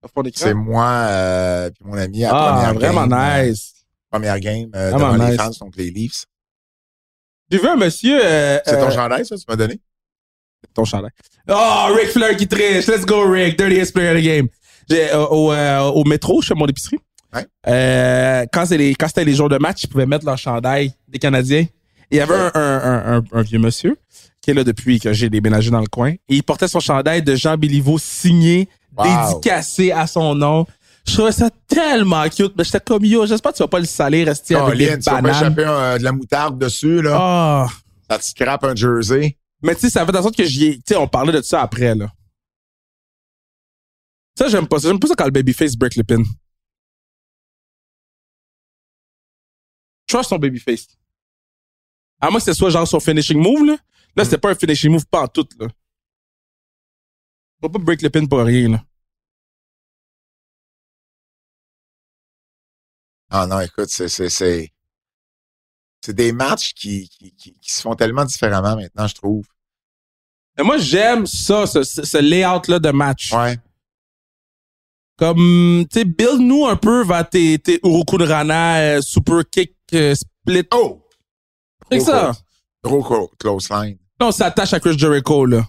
[SPEAKER 3] Au fond d'écran.
[SPEAKER 2] C'est moi euh, puis mon ami à
[SPEAKER 3] Ah,
[SPEAKER 2] première
[SPEAKER 3] vraiment
[SPEAKER 2] game. euh,
[SPEAKER 3] nice.
[SPEAKER 2] Première game euh,
[SPEAKER 3] Vraiment
[SPEAKER 2] devant les
[SPEAKER 3] nice.
[SPEAKER 2] fans contre les Leafs.
[SPEAKER 3] J'ai vu un monsieur. euh,
[SPEAKER 2] C'est
[SPEAKER 3] euh,
[SPEAKER 2] ton chandail, ça, tu m'as donné?
[SPEAKER 3] ton chandail. Oh, Rick Flair qui triche. Let's go, Rick. Dirtiest player of the game. J'ai, euh, au, euh, au métro, je fais mon épicerie.
[SPEAKER 2] Ouais.
[SPEAKER 3] Euh, quand, c'est les, quand c'était les jours de match, ils pouvaient mettre leur chandail des Canadiens. Et Il y avait un, un- un- un- un vieux monsieur qui est là depuis que j'ai déménagé dans le coin. Et il portait son chandail de Jean Béliveau signé,
[SPEAKER 2] Wow.
[SPEAKER 3] dédicacé à son nom. Je trouvais ça tellement cute. Mais j'étais comme, yo, j'espère que tu vas pas le saler, rester avec les
[SPEAKER 2] Colin, tu vas pas
[SPEAKER 3] bananes.
[SPEAKER 2] échapper euh, de la moutarde dessus, là.
[SPEAKER 3] Ah.
[SPEAKER 2] Ça te scrape un jersey.
[SPEAKER 3] Mais tu sais, ça fait en sorte que j'y ai. Tu sais, on parlait de ça après, là. Ça, j'aime pas ça. J'aime pas ça quand le babyface break le pin. Trash son babyface. À moins que ce soit genre son finishing move, là. Là, c'était pas un finishing move pas en tout, là. Faut pas break le pin pour rien, là.
[SPEAKER 2] Ah non, écoute, c'est, c'est, c'est, c'est des matchs qui, qui, qui, qui se font tellement différemment maintenant, je trouve.
[SPEAKER 3] Mais moi, j'aime ça, ce, ce- ce layout-là de match.
[SPEAKER 2] Ouais.
[SPEAKER 3] Comme, tu sais, build-nous un peu vers tes, tes Urukunrana, euh, super kick, euh, split.
[SPEAKER 2] Oh!
[SPEAKER 3] Fait que ça.
[SPEAKER 2] Gros co- close line.
[SPEAKER 3] Là, on s'attache à Chris Jericho, là.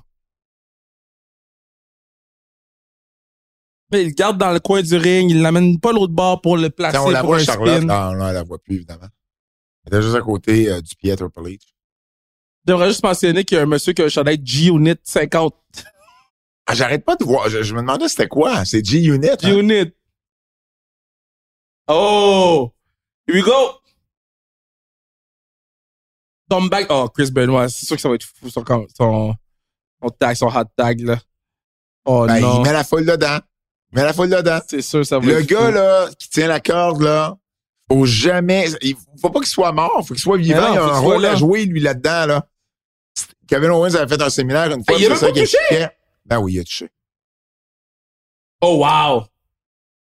[SPEAKER 3] Mais Il le garde dans le coin du ring, il l'amène pas l'autre bord pour le placer
[SPEAKER 2] Tiens, on la
[SPEAKER 3] pour
[SPEAKER 2] voit,
[SPEAKER 3] un
[SPEAKER 2] Charlotte.
[SPEAKER 3] spin.
[SPEAKER 2] Non, non, on la voit plus, évidemment. Elle était juste à côté euh, du pied Triple H.
[SPEAKER 3] Je devrais juste mentionner qu'il y a un monsieur qui a un chandail G-Unit 50.
[SPEAKER 2] Ah, j'arrête pas de voir. Je, je me demandais c'était quoi. C'est G-Unit. hein?
[SPEAKER 3] G-Unit. Oh! Here we go! Come back. Oh, Chris Benoit, c'est sûr que ça va être fou son, son, son tag, son hot tag, là. Oh
[SPEAKER 2] Ben,
[SPEAKER 3] non.
[SPEAKER 2] il met la foule dedans. Il met la foule dedans.
[SPEAKER 3] C'est sûr, ça va
[SPEAKER 2] Le
[SPEAKER 3] être
[SPEAKER 2] gars,
[SPEAKER 3] fou.
[SPEAKER 2] là, qui tient la corde, là, faut jamais. Il faut pas qu'il soit mort, faut qu'il soit vivant.
[SPEAKER 3] non,
[SPEAKER 2] il a
[SPEAKER 3] faut
[SPEAKER 2] un
[SPEAKER 3] qu'il soit
[SPEAKER 2] rôle
[SPEAKER 3] là.
[SPEAKER 2] à jouer, lui, là-dedans, là. Kevin Owens avait fait un séminaire une fois.
[SPEAKER 3] il a
[SPEAKER 2] c'est
[SPEAKER 3] même
[SPEAKER 2] ça
[SPEAKER 3] pas
[SPEAKER 2] qu'il
[SPEAKER 3] touché.
[SPEAKER 2] expliquait. Ben oui, il a touché.
[SPEAKER 3] Oh, wow!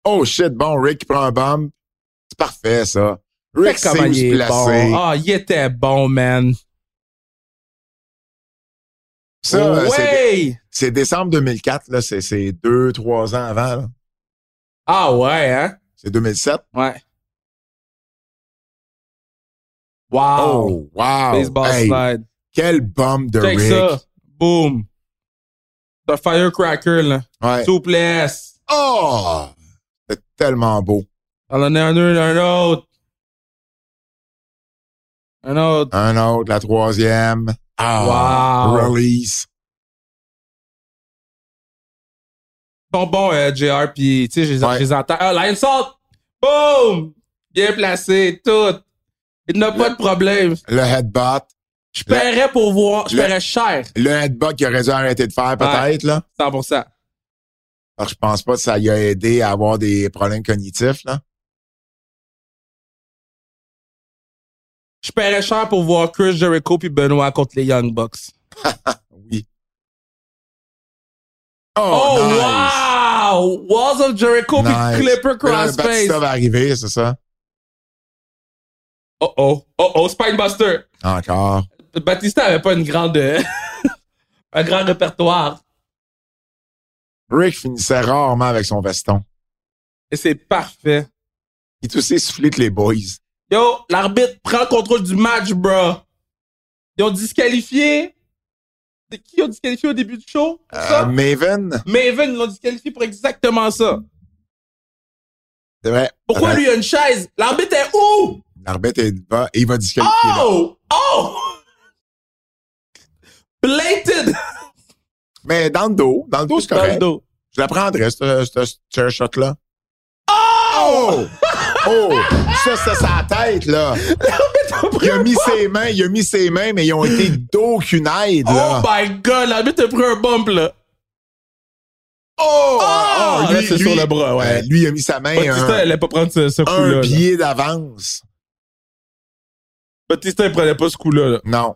[SPEAKER 2] Oh shit, bon, Rick qui prend un bomb. C'est parfait, ça. Rick
[SPEAKER 3] Check
[SPEAKER 2] sait
[SPEAKER 3] comment
[SPEAKER 2] où
[SPEAKER 3] il
[SPEAKER 2] se
[SPEAKER 3] est
[SPEAKER 2] placer.
[SPEAKER 3] bon. Ah, il était bon, man.
[SPEAKER 2] Ça, euh, c'est-
[SPEAKER 3] ouais!
[SPEAKER 2] c'est décembre 2004, là. C'est- C'est deux, trois ans avant, là.
[SPEAKER 3] Ah ouais, hein?
[SPEAKER 2] C'est 2007.
[SPEAKER 3] Ouais. Wow!
[SPEAKER 2] Oh, wow.
[SPEAKER 3] Baseball
[SPEAKER 2] Hey,
[SPEAKER 3] slide.
[SPEAKER 2] quel bomb de
[SPEAKER 3] Check
[SPEAKER 2] Rick.
[SPEAKER 3] ça. Boom. The firecracker, là.
[SPEAKER 2] Ouais.
[SPEAKER 3] Souplesse.
[SPEAKER 2] Oh! C'est tellement beau.
[SPEAKER 3] On en a un, un, un autre. Un autre.
[SPEAKER 2] Un autre, la troisième. Ah,
[SPEAKER 3] Wow.
[SPEAKER 2] Release.
[SPEAKER 3] Ils sont bons, euh, JR, puis tu sais, je les-
[SPEAKER 2] Ouais.
[SPEAKER 3] je les entends. Ah, Lion Salt! Boom! Bien placé, tout. Il n'a pas de problème.
[SPEAKER 2] Le headbutt.
[SPEAKER 3] Je paierais pour voir. Je
[SPEAKER 2] Le-
[SPEAKER 3] paierais cher.
[SPEAKER 2] Le headbutt qu'il aurait dû arrêter de faire, peut-être, là.
[SPEAKER 3] 100%.
[SPEAKER 2] Alors, je pense pas que ça lui a aidé à avoir des problèmes cognitifs, là.
[SPEAKER 3] Je paierais cher pour voir Chris Jericho puis Benoit contre les Young Bucks.
[SPEAKER 2] Oui.
[SPEAKER 3] Oh,
[SPEAKER 2] Oh, nice.
[SPEAKER 3] wow! Walls of Jericho
[SPEAKER 2] Nice.
[SPEAKER 3] puis Clipper
[SPEAKER 2] Mais là,
[SPEAKER 3] Crossface.
[SPEAKER 2] Batista va arriver, c'est ça?
[SPEAKER 3] Oh oh, oh oh, Spinebuster.
[SPEAKER 2] Encore.
[SPEAKER 3] Batista avait pas une grande, euh, un grand répertoire.
[SPEAKER 2] Rick finissait rarement avec son veston.
[SPEAKER 3] Et c'est parfait.
[SPEAKER 2] Il est aussi soufflé que les boys.
[SPEAKER 3] Yo, l'arbitre prend le contrôle du match, bro. Ils ont disqualifié. De qui ils ont disqualifié au début du show?
[SPEAKER 2] Euh,
[SPEAKER 3] Ça?
[SPEAKER 2] Maven,
[SPEAKER 3] Maven, ils l'ont disqualifié pour exactement ça.
[SPEAKER 2] c'est vrai.
[SPEAKER 3] Pourquoi
[SPEAKER 2] Euh,
[SPEAKER 3] lui, il a une chaise? L'arbitre est où?
[SPEAKER 2] L'arbitre est devant et il va disqualifier. là.
[SPEAKER 3] Oh! Oh! Blated!
[SPEAKER 2] Mais dans le dos, dans le dos, c'est
[SPEAKER 3] Dans
[SPEAKER 2] correct.
[SPEAKER 3] le dos.
[SPEAKER 2] Je la prendrais, ce, ce, ce chair shot-là. Oh!
[SPEAKER 3] Oh!
[SPEAKER 2] Oh! Ça, c'est sa tête, là. Il a mis ses mains, il a mis ses mains, mais ils ont été d'aucune aide,
[SPEAKER 3] Oh
[SPEAKER 2] là.
[SPEAKER 3] my god, l'arbitre a pris un bump, là.
[SPEAKER 2] Oh!
[SPEAKER 3] Ah!
[SPEAKER 2] lui,
[SPEAKER 3] Là, c'est
[SPEAKER 2] lui,
[SPEAKER 3] sur le bras, ouais.
[SPEAKER 2] euh, lui, il a mis sa main
[SPEAKER 3] Batista,
[SPEAKER 2] un,
[SPEAKER 3] elle allait pas prendre ce, ce
[SPEAKER 2] un
[SPEAKER 3] coup-là. là.
[SPEAKER 2] pied d'avance.
[SPEAKER 3] Batista, il prenait pas ce coup-là, là.
[SPEAKER 2] Non.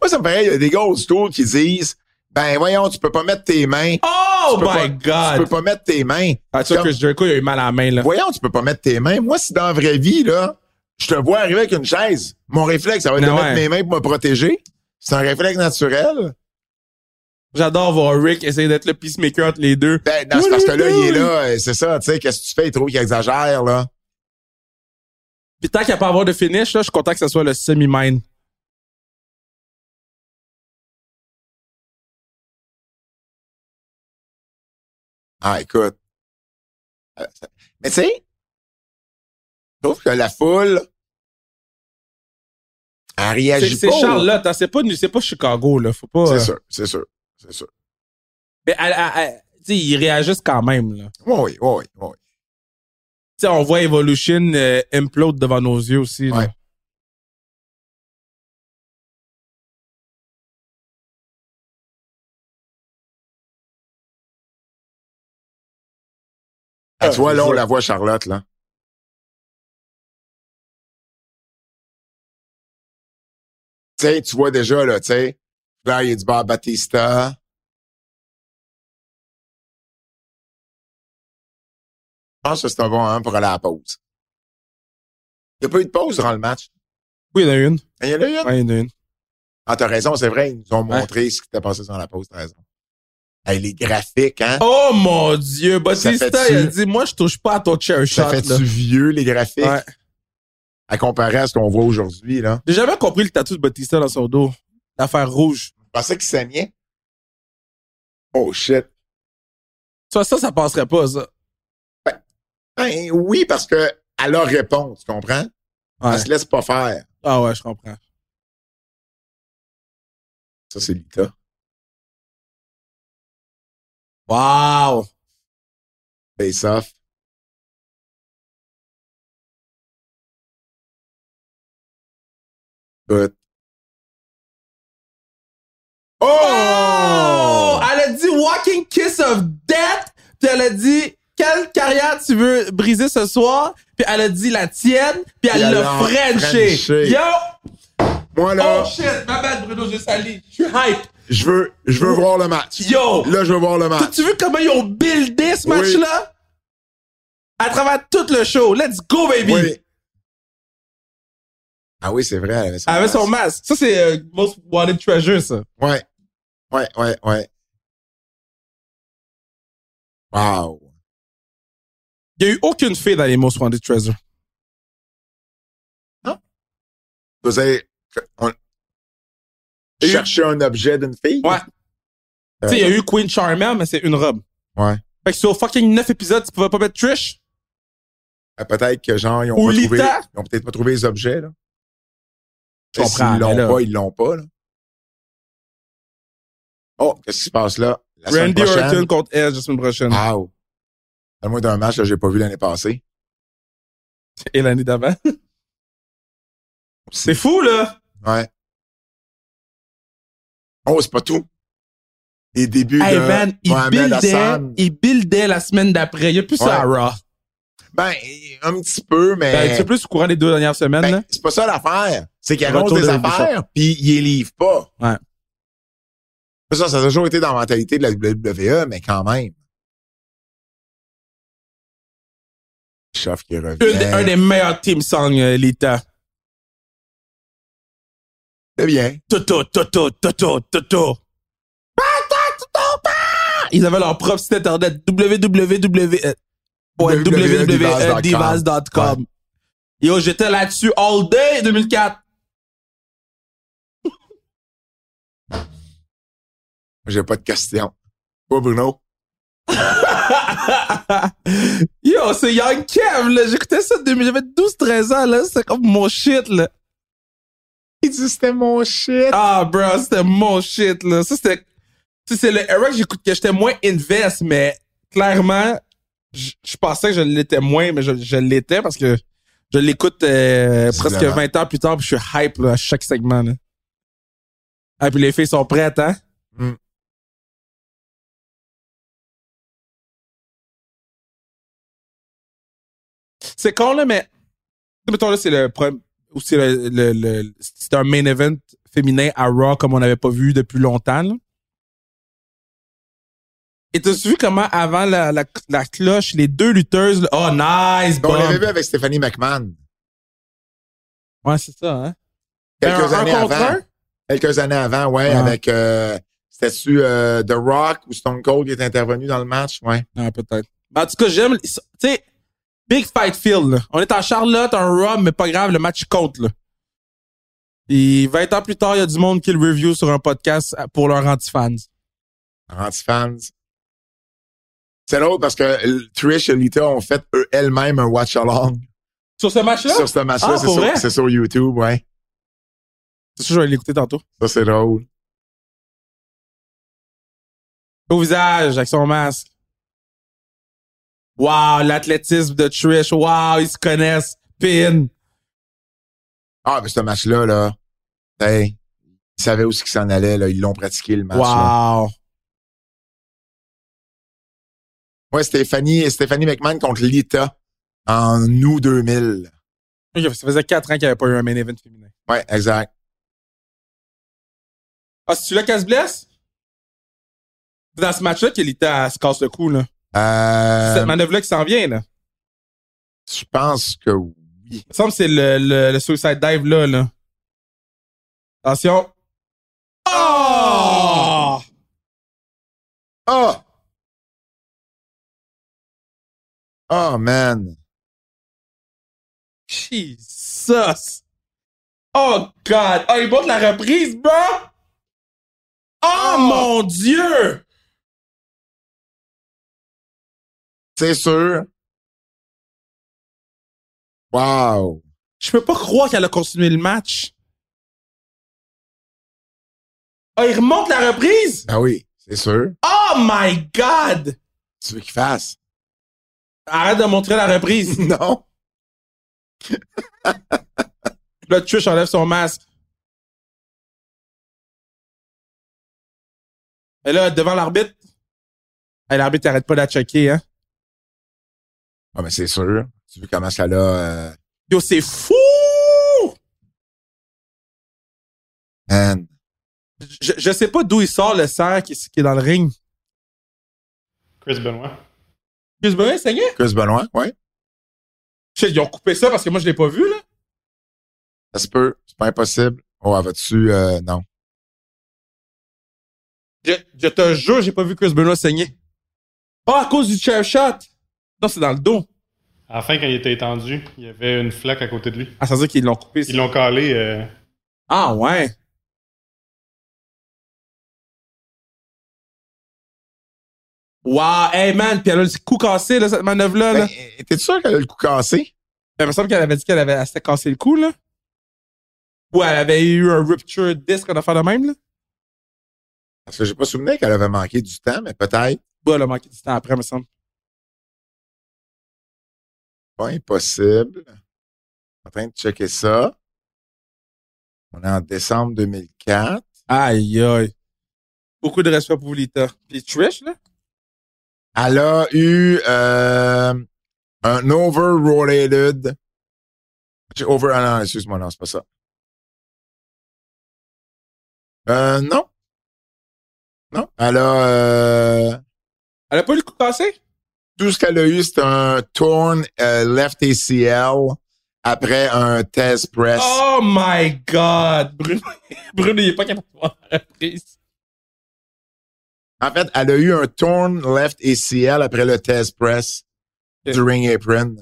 [SPEAKER 2] Moi, ça me paraît, il y a des gars old school qui disent, ben, voyons, tu peux pas mettre tes mains.
[SPEAKER 3] Oh
[SPEAKER 2] Tu peux
[SPEAKER 3] my
[SPEAKER 2] pas- Tu
[SPEAKER 3] god!
[SPEAKER 2] peux pas mettre tes mains.
[SPEAKER 3] Ah, tu vois,
[SPEAKER 2] Comme-
[SPEAKER 3] Chris Jericho, il a eu mal à la main, là.
[SPEAKER 2] Voyons, tu peux pas mettre tes mains. Moi, si dans la vraie vie, là, je te vois arriver avec une chaise, mon réflexe, ça va être de
[SPEAKER 3] Ah ouais.
[SPEAKER 2] mettre mes mains pour me protéger. C'est un réflexe naturel.
[SPEAKER 3] J'adore voir Rick essayer d'être le peacemaker entre les deux.
[SPEAKER 2] Ben, non, c'est parce que là, il est là, euh, c'est ça, tu sais, qu'est-ce que tu fais? Il trouve qu'il exagère, là.
[SPEAKER 3] Puis tant qu'il n'y a pas à avoir de finish, là, je suis content que ce soit le semi-mine.
[SPEAKER 2] Ah, écoute. Euh, ça- Mais tu sais, je trouve que la foule, elle
[SPEAKER 3] C'est
[SPEAKER 2] réagit
[SPEAKER 3] c'est
[SPEAKER 2] pas.
[SPEAKER 3] Charlotte, hein, c'est pas, c'est pas Chicago, là. Faut pas.
[SPEAKER 2] C'est
[SPEAKER 3] euh,
[SPEAKER 2] sûr, c'est sûr, c'est sûr.
[SPEAKER 3] Mais elle- elle- elle- tu sais, ils réagissent quand même, là.
[SPEAKER 2] Oui, oui, oui, oui.
[SPEAKER 3] Tu sais, on voit Evolution euh, implode devant nos yeux aussi. là.
[SPEAKER 2] Ouais. Ah, tu vois, là, on la voit, Charlotte, là. Tu sais, tu vois déjà, là, tu sais, là, il y a du bar Batista. Je pense que c'est un bon moment pour aller à la pause. Il n'y a pas eu de pause durant le match.
[SPEAKER 3] Oui, il y en a une.
[SPEAKER 2] Il y en a eu une.
[SPEAKER 3] Ouais, il y en a une.
[SPEAKER 2] Ah, t'as raison, c'est vrai, ils nous ont
[SPEAKER 3] Ouais.
[SPEAKER 2] montré ce qui s'était passé dans la pause, t'as raison. Hey, les graphiques, hein?
[SPEAKER 3] Oh mon dieu, Batista,
[SPEAKER 2] fait-tu-
[SPEAKER 3] il a dit Moi, je touche pas à ton chair shot.
[SPEAKER 2] ça
[SPEAKER 3] là.
[SPEAKER 2] fait-tu vieux, les graphiques?
[SPEAKER 3] Ouais.
[SPEAKER 2] À comparer à ce qu'on voit aujourd'hui, là.
[SPEAKER 3] J'ai jamais compris le tatou de Batista dans son dos. L'affaire rouge.
[SPEAKER 2] Je pensais qu'il saignait. Oh shit.
[SPEAKER 3] Tu vois, ça, ça passerait pas, ça.
[SPEAKER 2] Ben oui, parce que à leur réponse, tu comprends?
[SPEAKER 3] Ouais.
[SPEAKER 2] Elle se laisse pas faire.
[SPEAKER 3] Ah ouais, je comprends.
[SPEAKER 2] Ça, c'est Lita.
[SPEAKER 3] Wow!
[SPEAKER 2] Face off. But.
[SPEAKER 3] Oh!
[SPEAKER 2] Oh!
[SPEAKER 3] Elle a dit Walking Kiss of Death. Puis elle a dit Quelle carrière tu veux briser ce soir? Puis elle a dit la tienne. Puis elle
[SPEAKER 2] elle
[SPEAKER 3] l'a
[SPEAKER 2] l'a
[SPEAKER 3] Frenché.
[SPEAKER 2] frenché.
[SPEAKER 3] Yo!
[SPEAKER 2] Moi,
[SPEAKER 3] Oh
[SPEAKER 2] là,
[SPEAKER 3] shit! Ma bad, Bruno, je salis. Je suis hype.
[SPEAKER 2] je veux, je veux voir le match.
[SPEAKER 3] Yo!
[SPEAKER 2] Là, je veux voir le match.
[SPEAKER 3] T'as-tu vu comment ils ont buildé ce
[SPEAKER 2] Oui.
[SPEAKER 3] match-là? À travers tout le show. Let's go, baby!
[SPEAKER 2] Oui. Ah oui, c'est vrai. Elle avait son
[SPEAKER 3] Avec son masque. Ça, c'est euh, Most Wanted Treasure, ça.
[SPEAKER 2] Ouais. Ouais, ouais, ouais. Wow.
[SPEAKER 3] Il n'y a eu aucune fille dans les Most Wanted Treasure.
[SPEAKER 2] Vous savez, on...
[SPEAKER 3] Et-
[SPEAKER 2] chercher un objet d'une fille?
[SPEAKER 3] Ouais. Tu sais, il y a eu Queen Charmer, mais c'est une robe.
[SPEAKER 2] Euh, Ouais.
[SPEAKER 3] Fait que sur fucking 9 épisodes, tu pouvais pas mettre Trish?
[SPEAKER 2] Euh, Peut-être que, genre, ils ont,
[SPEAKER 3] Ou
[SPEAKER 2] pas trouvé,
[SPEAKER 3] Lita?
[SPEAKER 2] ils ont peut-être pas trouvé les objets, là.
[SPEAKER 3] Je
[SPEAKER 2] Et
[SPEAKER 3] comprends,
[SPEAKER 2] S'ils l'ont
[SPEAKER 3] mais là-
[SPEAKER 2] pas, ils l'ont pas, là. Oh, qu'est-ce qui se passe là? La semaine
[SPEAKER 3] Randy
[SPEAKER 2] prochaine? Ah.
[SPEAKER 3] Orton contre Edge la semaine prochaine.
[SPEAKER 2] Wow. Parle-moi d'un match que j'ai pas vu l'année passée.
[SPEAKER 3] Et l'année d'avant. c'est fou, là!
[SPEAKER 2] Ouais. Oh, c'est pas tout. Les débuts
[SPEAKER 3] Hey,
[SPEAKER 2] de
[SPEAKER 3] man, il
[SPEAKER 2] Mohamed
[SPEAKER 3] buildait,
[SPEAKER 2] Hassan.
[SPEAKER 3] il buildait la semaine d'après. Il y a plus ça à
[SPEAKER 2] Ouais.
[SPEAKER 3] Raw.
[SPEAKER 2] Ben, un petit peu, mais...
[SPEAKER 3] Ben, tu es plus au courant des deux dernières semaines,
[SPEAKER 2] Ben,
[SPEAKER 3] là?
[SPEAKER 2] c'est pas ça l'affaire. C'est qu'il
[SPEAKER 3] Retour
[SPEAKER 2] annonce des
[SPEAKER 3] de
[SPEAKER 2] affaires, puis il les livre pas.
[SPEAKER 3] Ouais.
[SPEAKER 2] Ça, ça a toujours été dans la mentalité de la WWE, mais quand même. Bischoff qui revient.
[SPEAKER 3] Une des- un des meilleurs team songs, euh, Lita.
[SPEAKER 2] C'est bien.
[SPEAKER 3] Toto, Toto, Toto, Toto. Ils avaient leur propre site internet www. Ouais, www.divas.com. Yo, j'étais là-dessus all day 2004.
[SPEAKER 2] J'ai pas de questions. Toi, Bruno?
[SPEAKER 3] Yo, c'est Young Kev, là. J'écoutais ça depuis j'avais 12-13 ans, là. C'était comme mon shit, là.
[SPEAKER 2] Il dit, c'était mon shit.
[SPEAKER 3] Ah, bro, c'était mon shit, là. Ça, c'était. Tu sais, c'est le era que j'écoute, que j'étais moins invest, mais clairement, je je pensais que je l'étais moins, mais je, je l'étais parce que je l'écoute euh, presque
[SPEAKER 2] Évidemment.
[SPEAKER 3] 20 ans plus tard, puis je suis hype là, à chaque segment, là. Ah, puis les filles sont prêtes, hein?
[SPEAKER 2] Mm.
[SPEAKER 3] C'est con, là, mais. Mettons, là, c'est le problème. Ou c'est le, le, le- c'est un main event féminin à Raw comme on n'avait pas vu depuis longtemps. là. Et t'as vu comment avant la, la, la cloche, les deux lutteuses. là- Oh, nice!
[SPEAKER 2] On
[SPEAKER 3] bump.
[SPEAKER 2] l'avait vu avec Stéphanie McMahon.
[SPEAKER 3] Ouais, c'est ça, hein?
[SPEAKER 2] Quelques
[SPEAKER 3] Un- un
[SPEAKER 2] années
[SPEAKER 3] contre
[SPEAKER 2] avant.
[SPEAKER 3] un?
[SPEAKER 2] Quelques années avant, ouais,
[SPEAKER 3] Ah.
[SPEAKER 2] avec. Euh, C'était-tu euh, The Rock ou Stone Cold qui est intervenu dans le match? Ouais.
[SPEAKER 3] Ah, peut-être. Mais En tout cas, j'aime. Tu sais, Big Fight Field, là. On est en Charlotte, en Raw, mais pas grave, le match compte, là. Et 20 ans plus tard, il y a du monde qui le review sur un podcast pour leurs anti-fans.
[SPEAKER 2] Anti-fans. C'est drôle parce que euh, Trish et Lita ont fait eux- elles-mêmes un watch-along
[SPEAKER 3] Sur ce match-là?
[SPEAKER 2] sur ce match-là.
[SPEAKER 3] Ah,
[SPEAKER 2] c'est
[SPEAKER 3] pour
[SPEAKER 2] sur-
[SPEAKER 3] vrai?
[SPEAKER 2] c'est sur YouTube, ouais.
[SPEAKER 3] C'est sûr, je vais l'écouter tantôt.
[SPEAKER 2] Ça, c'est drôle.
[SPEAKER 3] Au visage, avec son masque. Wow, l'athlétisme de Trish. Wow, ils se connaissent. Pin.
[SPEAKER 2] Ah, mais ce match-là, là, hey, ils savaient où ce qu'ils s'en allaient, là. Ils l'ont pratiqué, le match. là.
[SPEAKER 3] Wow.
[SPEAKER 2] Ouais, Stéphanie, Stéphanie McMahon contre Lita en août 2000.
[SPEAKER 3] Ok, Ça faisait 4 ans qu'il n'y avait pas eu un main event féminin.
[SPEAKER 2] Ouais, exact.
[SPEAKER 3] Ah, c'est-tu là qu'elle se blesse? C'est dans ce match-là que Lita elle se casse le cou, là. C'est cette
[SPEAKER 2] Euh,
[SPEAKER 3] manœuvre-là qui s'en vient, là.
[SPEAKER 2] je pense que oui.
[SPEAKER 3] Il me semble que c'est le, le, le suicide dive, là, là. Attention. Oh!
[SPEAKER 2] Ah! Oh, man.
[SPEAKER 3] Jesus! Oh God! Oh, il monte la reprise, bro! Oh,
[SPEAKER 2] Oh!
[SPEAKER 3] mon Dieu!
[SPEAKER 2] C'est sûr. Wow.
[SPEAKER 3] Je peux pas croire qu'elle a continué le match. Oh, il remonte la reprise?
[SPEAKER 2] Ben oui, c'est sûr.
[SPEAKER 3] Oh my God!
[SPEAKER 2] Tu veux qu'il fasse?
[SPEAKER 3] Arrête de montrer la reprise.
[SPEAKER 2] Non.
[SPEAKER 3] Là, Trish enlève son masque. Et là, devant l'arbitre. Eh, l'arbitre arrête pas de la checker, hein.
[SPEAKER 2] Ah, mais c'est sûr. Tu veux comment ça là, euh,
[SPEAKER 3] Yo, c'est fou!
[SPEAKER 2] man.
[SPEAKER 3] Je, je sais pas d'où il sort le sang qui, qui est dans le ring.
[SPEAKER 1] Chris Benoit.
[SPEAKER 3] Chris Benoit, c'est gay?
[SPEAKER 2] Chris Benoit, ouais.
[SPEAKER 3] Shit, ils ont coupé ça parce que moi, je l'ai pas vu, là.
[SPEAKER 2] Ça se peut. C'est pas impossible. Oh, elle va-tu, euh, non.
[SPEAKER 3] Je, je te jure, j'ai pas vu Chris Benoit saigner. Ah, à cause du chair shot! Non, c'est dans le dos.
[SPEAKER 1] À la fin, quand il était étendu, il y avait une flaque à côté de lui.
[SPEAKER 3] Ah, ça veut dire qu'ils l'ont coupé. ça.
[SPEAKER 1] Ils l'ont calé. euh,
[SPEAKER 3] Ah, ouais. Wow, hey man, puis elle a le coup cassé, là, cette manœuvre-là. Là. Ben,
[SPEAKER 2] Ben, T'es sûr qu'elle a le cou cassé?
[SPEAKER 3] Il me semble qu'elle avait dit qu'elle avait, elle s'était cassé le cou, là. Ou elle avait eu un rupture disc en affaire de même, là.
[SPEAKER 2] Parce que j'ai pas souvenir qu'elle avait manqué du temps, mais peut-être.
[SPEAKER 3] Ou Bah, elle a manqué du temps après, me semble.
[SPEAKER 2] Pas impossible. En train de checker ça. On est en décembre 2004.
[SPEAKER 3] Aïe, aïe. Beaucoup de respect pour Lita. Puis Trish, là.
[SPEAKER 2] Elle a eu euh, un overrated. Over, ah non, excuse-moi, non, c'est pas ça. Euh, non. Non. Elle a euh,
[SPEAKER 3] Elle a pas eu le coup cassé?
[SPEAKER 2] tout ce qu'elle a eu, c'est un torn euh, left ACL après un test press.
[SPEAKER 3] Oh my God! Bruno, Bruno il est pas capable de voir la reprise.
[SPEAKER 2] En fait, elle a eu un torn left ACL après le test press
[SPEAKER 3] Ok.
[SPEAKER 2] during apron.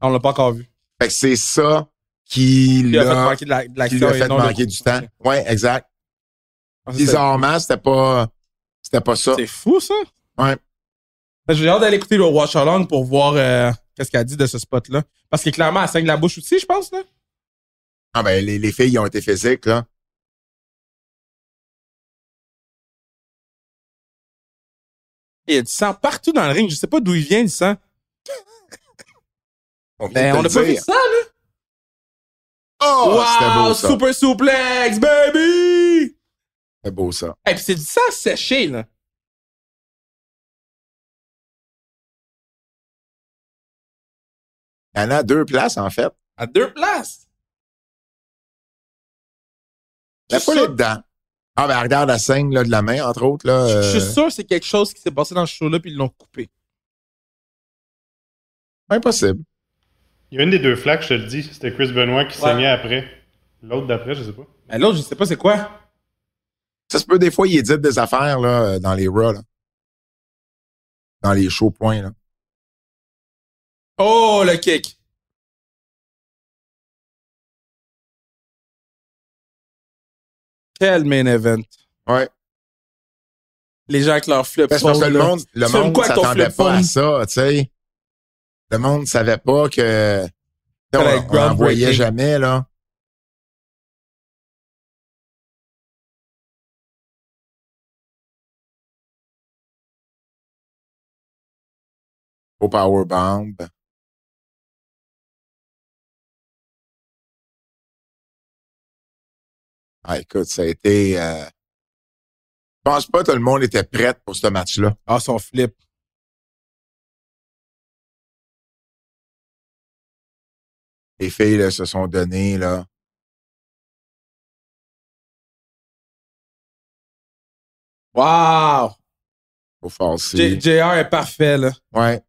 [SPEAKER 3] On l'a pas encore vu.
[SPEAKER 2] Fait que c'est ça qui
[SPEAKER 3] Il a fait
[SPEAKER 2] l'a
[SPEAKER 3] manquer de la- de
[SPEAKER 2] qui
[SPEAKER 3] l'action.
[SPEAKER 2] lui a
[SPEAKER 3] et
[SPEAKER 2] fait
[SPEAKER 3] non le
[SPEAKER 2] manquer
[SPEAKER 3] coup.
[SPEAKER 2] du temps. Ouais, exact.
[SPEAKER 3] Ah, ça, c'est-
[SPEAKER 2] Bizarrement, c'était pas c'était pas ça.
[SPEAKER 3] C'est fou, ça.
[SPEAKER 2] Ouais.
[SPEAKER 3] Ben, J'ai hâte d'aller écouter le Watch Along pour voir euh, qu'est-ce qu'elle dit de ce spot-là. Parce que clairement, elle saigne la bouche aussi, je pense. Là.
[SPEAKER 2] Ah ben les, les filles ils ont été physiques là.
[SPEAKER 3] Il y a du sang partout dans le ring. Je sais pas d'où il vient, du sang.
[SPEAKER 2] On vient
[SPEAKER 3] Ben,
[SPEAKER 2] de
[SPEAKER 3] on
[SPEAKER 2] le
[SPEAKER 3] n'a pas vu
[SPEAKER 2] dire.
[SPEAKER 3] ça, là.
[SPEAKER 2] Oh, c'était
[SPEAKER 3] wow,
[SPEAKER 2] beau ça.
[SPEAKER 3] super souplex, baby!
[SPEAKER 2] C'était beau ça.
[SPEAKER 3] Et puis c'est du sang séché, là.
[SPEAKER 2] Il y en a deux places en fait.
[SPEAKER 3] À deux places.
[SPEAKER 2] La
[SPEAKER 3] Je suis
[SPEAKER 2] foule est dedans. Ah ben regarde la scène là, de la main entre autres là.
[SPEAKER 3] Je je
[SPEAKER 2] euh,
[SPEAKER 3] suis sûr que c'est quelque chose qui s'est passé dans ce show-là, puis ils l'ont coupé.
[SPEAKER 2] Impossible.
[SPEAKER 1] Il y a une des deux flaques, je te le dis. C'était Chris Benoit qui
[SPEAKER 3] Ouais.
[SPEAKER 1] saignait après. L'autre d'après, je sais pas.
[SPEAKER 3] Mais l'autre, je sais pas c'est quoi.
[SPEAKER 2] Ça se peut des fois ils éditent des affaires là euh, dans les raw là. Dans les shows points là.
[SPEAKER 3] Oh, le kick. Quel main event.
[SPEAKER 2] Ouais.
[SPEAKER 3] Les gens avec leur flip
[SPEAKER 2] Parce que
[SPEAKER 3] phone,
[SPEAKER 2] le
[SPEAKER 3] là.
[SPEAKER 2] monde, le
[SPEAKER 3] Tu fais
[SPEAKER 2] monde
[SPEAKER 3] quoi avec ton
[SPEAKER 2] s'attendait
[SPEAKER 3] flip
[SPEAKER 2] pas à
[SPEAKER 3] phone?
[SPEAKER 2] ça, tu sais. Le monde savait pas que. tu sais,
[SPEAKER 3] Fallait
[SPEAKER 2] On,
[SPEAKER 3] être
[SPEAKER 2] on en voyait
[SPEAKER 3] groundbreaking.
[SPEAKER 2] jamais, là. Au powerbomb. Ah, écoute, ça a été. euh, Je pense pas que tout le monde était prêt pour ce match-là.
[SPEAKER 3] Ah, son flip.
[SPEAKER 2] les filles là, se sont données là.
[SPEAKER 3] Wow!
[SPEAKER 2] au falsi.
[SPEAKER 3] J- JR est parfait, là.
[SPEAKER 2] Ouais.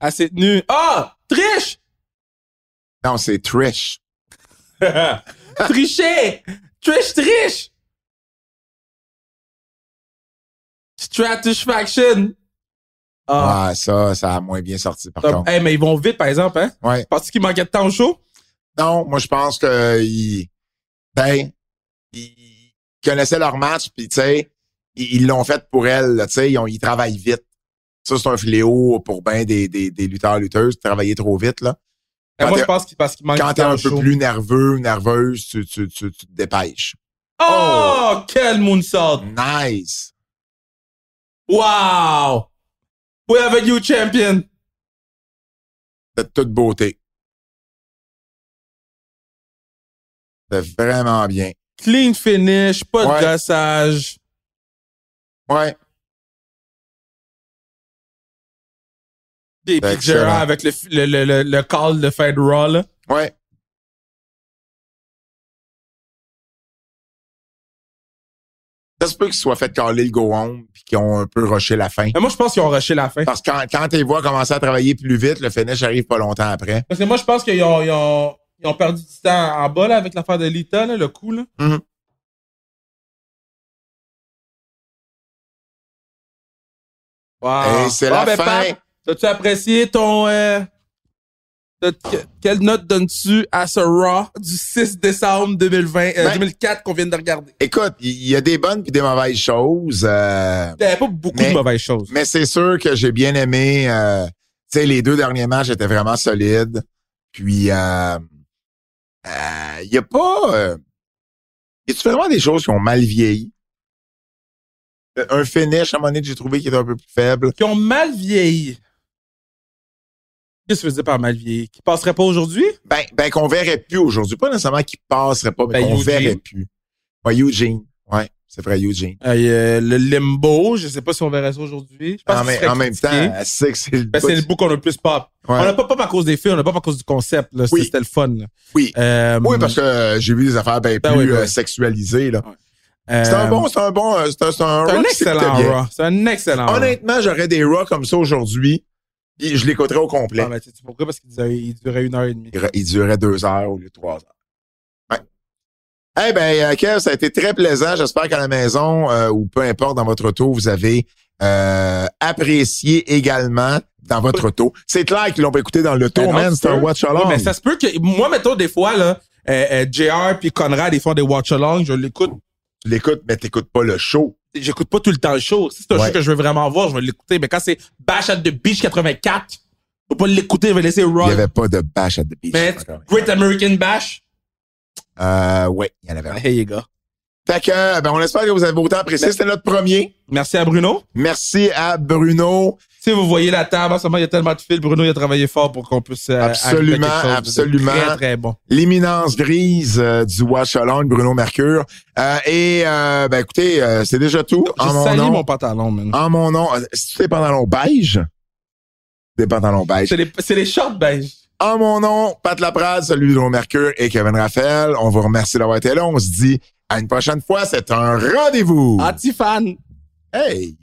[SPEAKER 3] Elle s'est tenue. Ah! Triche!
[SPEAKER 2] Non, c'est Trish.
[SPEAKER 3] Tricher! Triche, triche! Stratisfaction! Ah.
[SPEAKER 2] Ah, ça, ça a moins bien sorti par
[SPEAKER 3] Top.
[SPEAKER 2] contre.
[SPEAKER 3] Hey, mais ils vont vite, par exemple, hein?
[SPEAKER 2] Ouais.
[SPEAKER 3] Penses-tu qu'il manquait de temps au show?
[SPEAKER 2] Non, moi je pense que euh, ils, ben, ils connaissaient leur match puis tu sais, ils ils l'ont fait pour elles. là, Tu sais, ils, ont- ils travaillent vite. Ça c'est un fléau pour ben des, des, des lutteurs lutteuses travailler trop vite là.
[SPEAKER 3] Eh,
[SPEAKER 2] Quand
[SPEAKER 3] moi,
[SPEAKER 2] t'es-
[SPEAKER 3] je pense qu'il parce qu'il manque
[SPEAKER 2] Quand
[SPEAKER 3] de
[SPEAKER 2] t'es
[SPEAKER 3] temps
[SPEAKER 2] un
[SPEAKER 3] au
[SPEAKER 2] peu
[SPEAKER 3] show.
[SPEAKER 2] plus nerveux, nerveuse, tu, tu, tu, tu te dépêches.
[SPEAKER 3] Oh! Quel moonsault!
[SPEAKER 2] Nice.
[SPEAKER 3] Wow! We have a new champion!
[SPEAKER 2] de toute beauté. C'est vraiment bien.
[SPEAKER 3] Clean finish, pas
[SPEAKER 2] Ouais.
[SPEAKER 3] de gossage.
[SPEAKER 2] Ouais.
[SPEAKER 3] Des puis
[SPEAKER 2] Excellent.
[SPEAKER 3] Gerard avec le, le, le, le, le call de fin de Raw, là.
[SPEAKER 2] Ouais. Ça se peut qu'ils soient fait caler le go-home puis qu'ils ont un peu rushé la fin.
[SPEAKER 3] Mais moi, je pense qu'ils ont rushé la fin.
[SPEAKER 2] Parce que quand, quand ils voient commencer à travailler plus vite, le finish arrive pas longtemps après.
[SPEAKER 3] Parce que moi, je pense qu'ils ont, ils ont, ils ont perdu du temps en bas, là, avec l'affaire de Lita, là, le coup, là.
[SPEAKER 2] Mhm.
[SPEAKER 3] Wow.
[SPEAKER 2] Et c'est
[SPEAKER 3] Bon,
[SPEAKER 2] la
[SPEAKER 3] ben,
[SPEAKER 2] fin.
[SPEAKER 3] Pat, T'as-tu apprécié ton. euh, t'as- que- quelle note donnes-tu à ce Raw du 6 décembre 2020, euh,
[SPEAKER 2] Ben-
[SPEAKER 3] 2004 qu'on vient de regarder?
[SPEAKER 2] Écoute, il il y, a des bonnes puis des mauvaises choses. euh,
[SPEAKER 3] T'avais pas beaucoup
[SPEAKER 2] Mais-
[SPEAKER 3] de mauvaises choses.
[SPEAKER 2] Mais c'est sûr que j'ai bien aimé. euh, tu sais, les deux derniers matchs étaient vraiment solides. Puis, il euh, euh, y a pas. Euh, y a vraiment des choses qui ont mal vieilli? Euh, Un finish à un moment donné que j'ai trouvé qui était un peu plus faible.
[SPEAKER 3] Qui ont mal vieilli. Qu'est-ce que tu veux dire par mal vieilli? Qui passerait pas aujourd'hui?
[SPEAKER 2] Ben, ben qu'on verrait plus aujourd'hui. Pas nécessairement qu'il passerait pas, mais
[SPEAKER 3] Ben,
[SPEAKER 2] qu'on
[SPEAKER 3] Eugene.
[SPEAKER 2] verrait plus. Ouais, Eugene. Ouais, c'est vrai, Eugene.
[SPEAKER 3] Euh, le limbo, je sais pas si on verrait ça aujourd'hui. Je pense
[SPEAKER 2] En,
[SPEAKER 3] qu'il
[SPEAKER 2] même-
[SPEAKER 3] serait
[SPEAKER 2] en même temps,
[SPEAKER 3] critiqué.
[SPEAKER 2] elle sait que c'est le,
[SPEAKER 3] Ben,
[SPEAKER 2] bout-
[SPEAKER 3] c'est le bout qu'on a le plus pop.
[SPEAKER 2] Ouais.
[SPEAKER 3] On n'a pas pop à cause des filles, on n'a pas pop à cause du concept. là.
[SPEAKER 2] Oui.
[SPEAKER 3] C'était le fun. là.
[SPEAKER 2] Oui.
[SPEAKER 3] Euh,
[SPEAKER 2] Oui, parce que euh, j'ai vu des affaires bien
[SPEAKER 3] Ben
[SPEAKER 2] plus
[SPEAKER 3] oui, ben
[SPEAKER 2] euh,
[SPEAKER 3] oui.
[SPEAKER 2] sexualisées. Là.
[SPEAKER 3] euh,
[SPEAKER 2] C'est un bon, c'est un bon, euh, c'est un, c'est un
[SPEAKER 3] C'est un
[SPEAKER 2] rock qui s'écoutait bien.
[SPEAKER 3] excellent Raw. C'est un excellent Raw.
[SPEAKER 2] Honnêtement, j'aurais des Raw comme ça aujourd'hui. Puis je l'écouterai au complet.
[SPEAKER 3] Ah, mais tu sais pourquoi? Parce qu'il durait, il durait une heure et demie.
[SPEAKER 2] Il, il durait deux heures au lieu de trois heures. Ouais. Eh ben, euh, Kev, ça a été très plaisant. J'espère qu'à la maison euh, ou peu importe dans votre auto, vous avez euh, apprécié également dans votre auto. C'est clair qu'ils l'ont pas écouté dans l'auto,
[SPEAKER 3] Ben non,
[SPEAKER 2] man.
[SPEAKER 3] tu
[SPEAKER 2] C'est un
[SPEAKER 3] peux.
[SPEAKER 2] watch
[SPEAKER 3] Ouais,
[SPEAKER 2] along.
[SPEAKER 3] mais ça se peut que. Moi, mettons, des fois, là, euh, euh, JR puis Conrad, ils font des watch-alongs. Je l'écoute.
[SPEAKER 2] Tu l'écoutes, mais t'écoutes pas le show.
[SPEAKER 3] J'écoute pas tout le temps le show. Si c'est un
[SPEAKER 2] Ouais.
[SPEAKER 3] show que je veux vraiment voir, je vais l'écouter. Mais quand c'est Bash at the Beach 84, je vais pas l'écouter, je vais laisser
[SPEAKER 2] Il n'y
[SPEAKER 3] Rod.
[SPEAKER 2] avait pas de bash at the beach.
[SPEAKER 3] Mais
[SPEAKER 2] Encore.
[SPEAKER 3] Great American Bash.
[SPEAKER 2] Euh, ouais, il y en avait. un.
[SPEAKER 3] Hey, les gars.
[SPEAKER 2] Fait que, ben, on espère que vous avez autant apprécié. C'était notre premier.
[SPEAKER 3] Merci à Bruno.
[SPEAKER 2] Merci à Bruno.
[SPEAKER 3] Si vous voyez la table, en ce moment, il y a tellement de fils. Bruno, il a travaillé fort pour qu'on puisse. euh,
[SPEAKER 2] Absolument,
[SPEAKER 3] arriver à quelque chose de
[SPEAKER 2] absolument.
[SPEAKER 3] Très, très bon.
[SPEAKER 2] L'éminence grise euh, du Watch Along, Bruno Mercure. Euh, et euh, ben écoutez, euh, c'est déjà tout.
[SPEAKER 3] J'ai
[SPEAKER 2] En mon,
[SPEAKER 3] sali
[SPEAKER 2] nom,
[SPEAKER 3] mon pantalon, man.
[SPEAKER 2] en mon nom, euh, c'est-tu des pantalons beige? Des pantalons beige.
[SPEAKER 3] C'est les, c'est les shorts beige.
[SPEAKER 2] En mon nom, Pat Laprade, celui de Bruno Mercure et Kevin Raphaël. On vous remercie d'avoir été là. On se dit à une prochaine fois. C'est un rendez-vous.
[SPEAKER 3] Anti-fan.
[SPEAKER 2] Hey!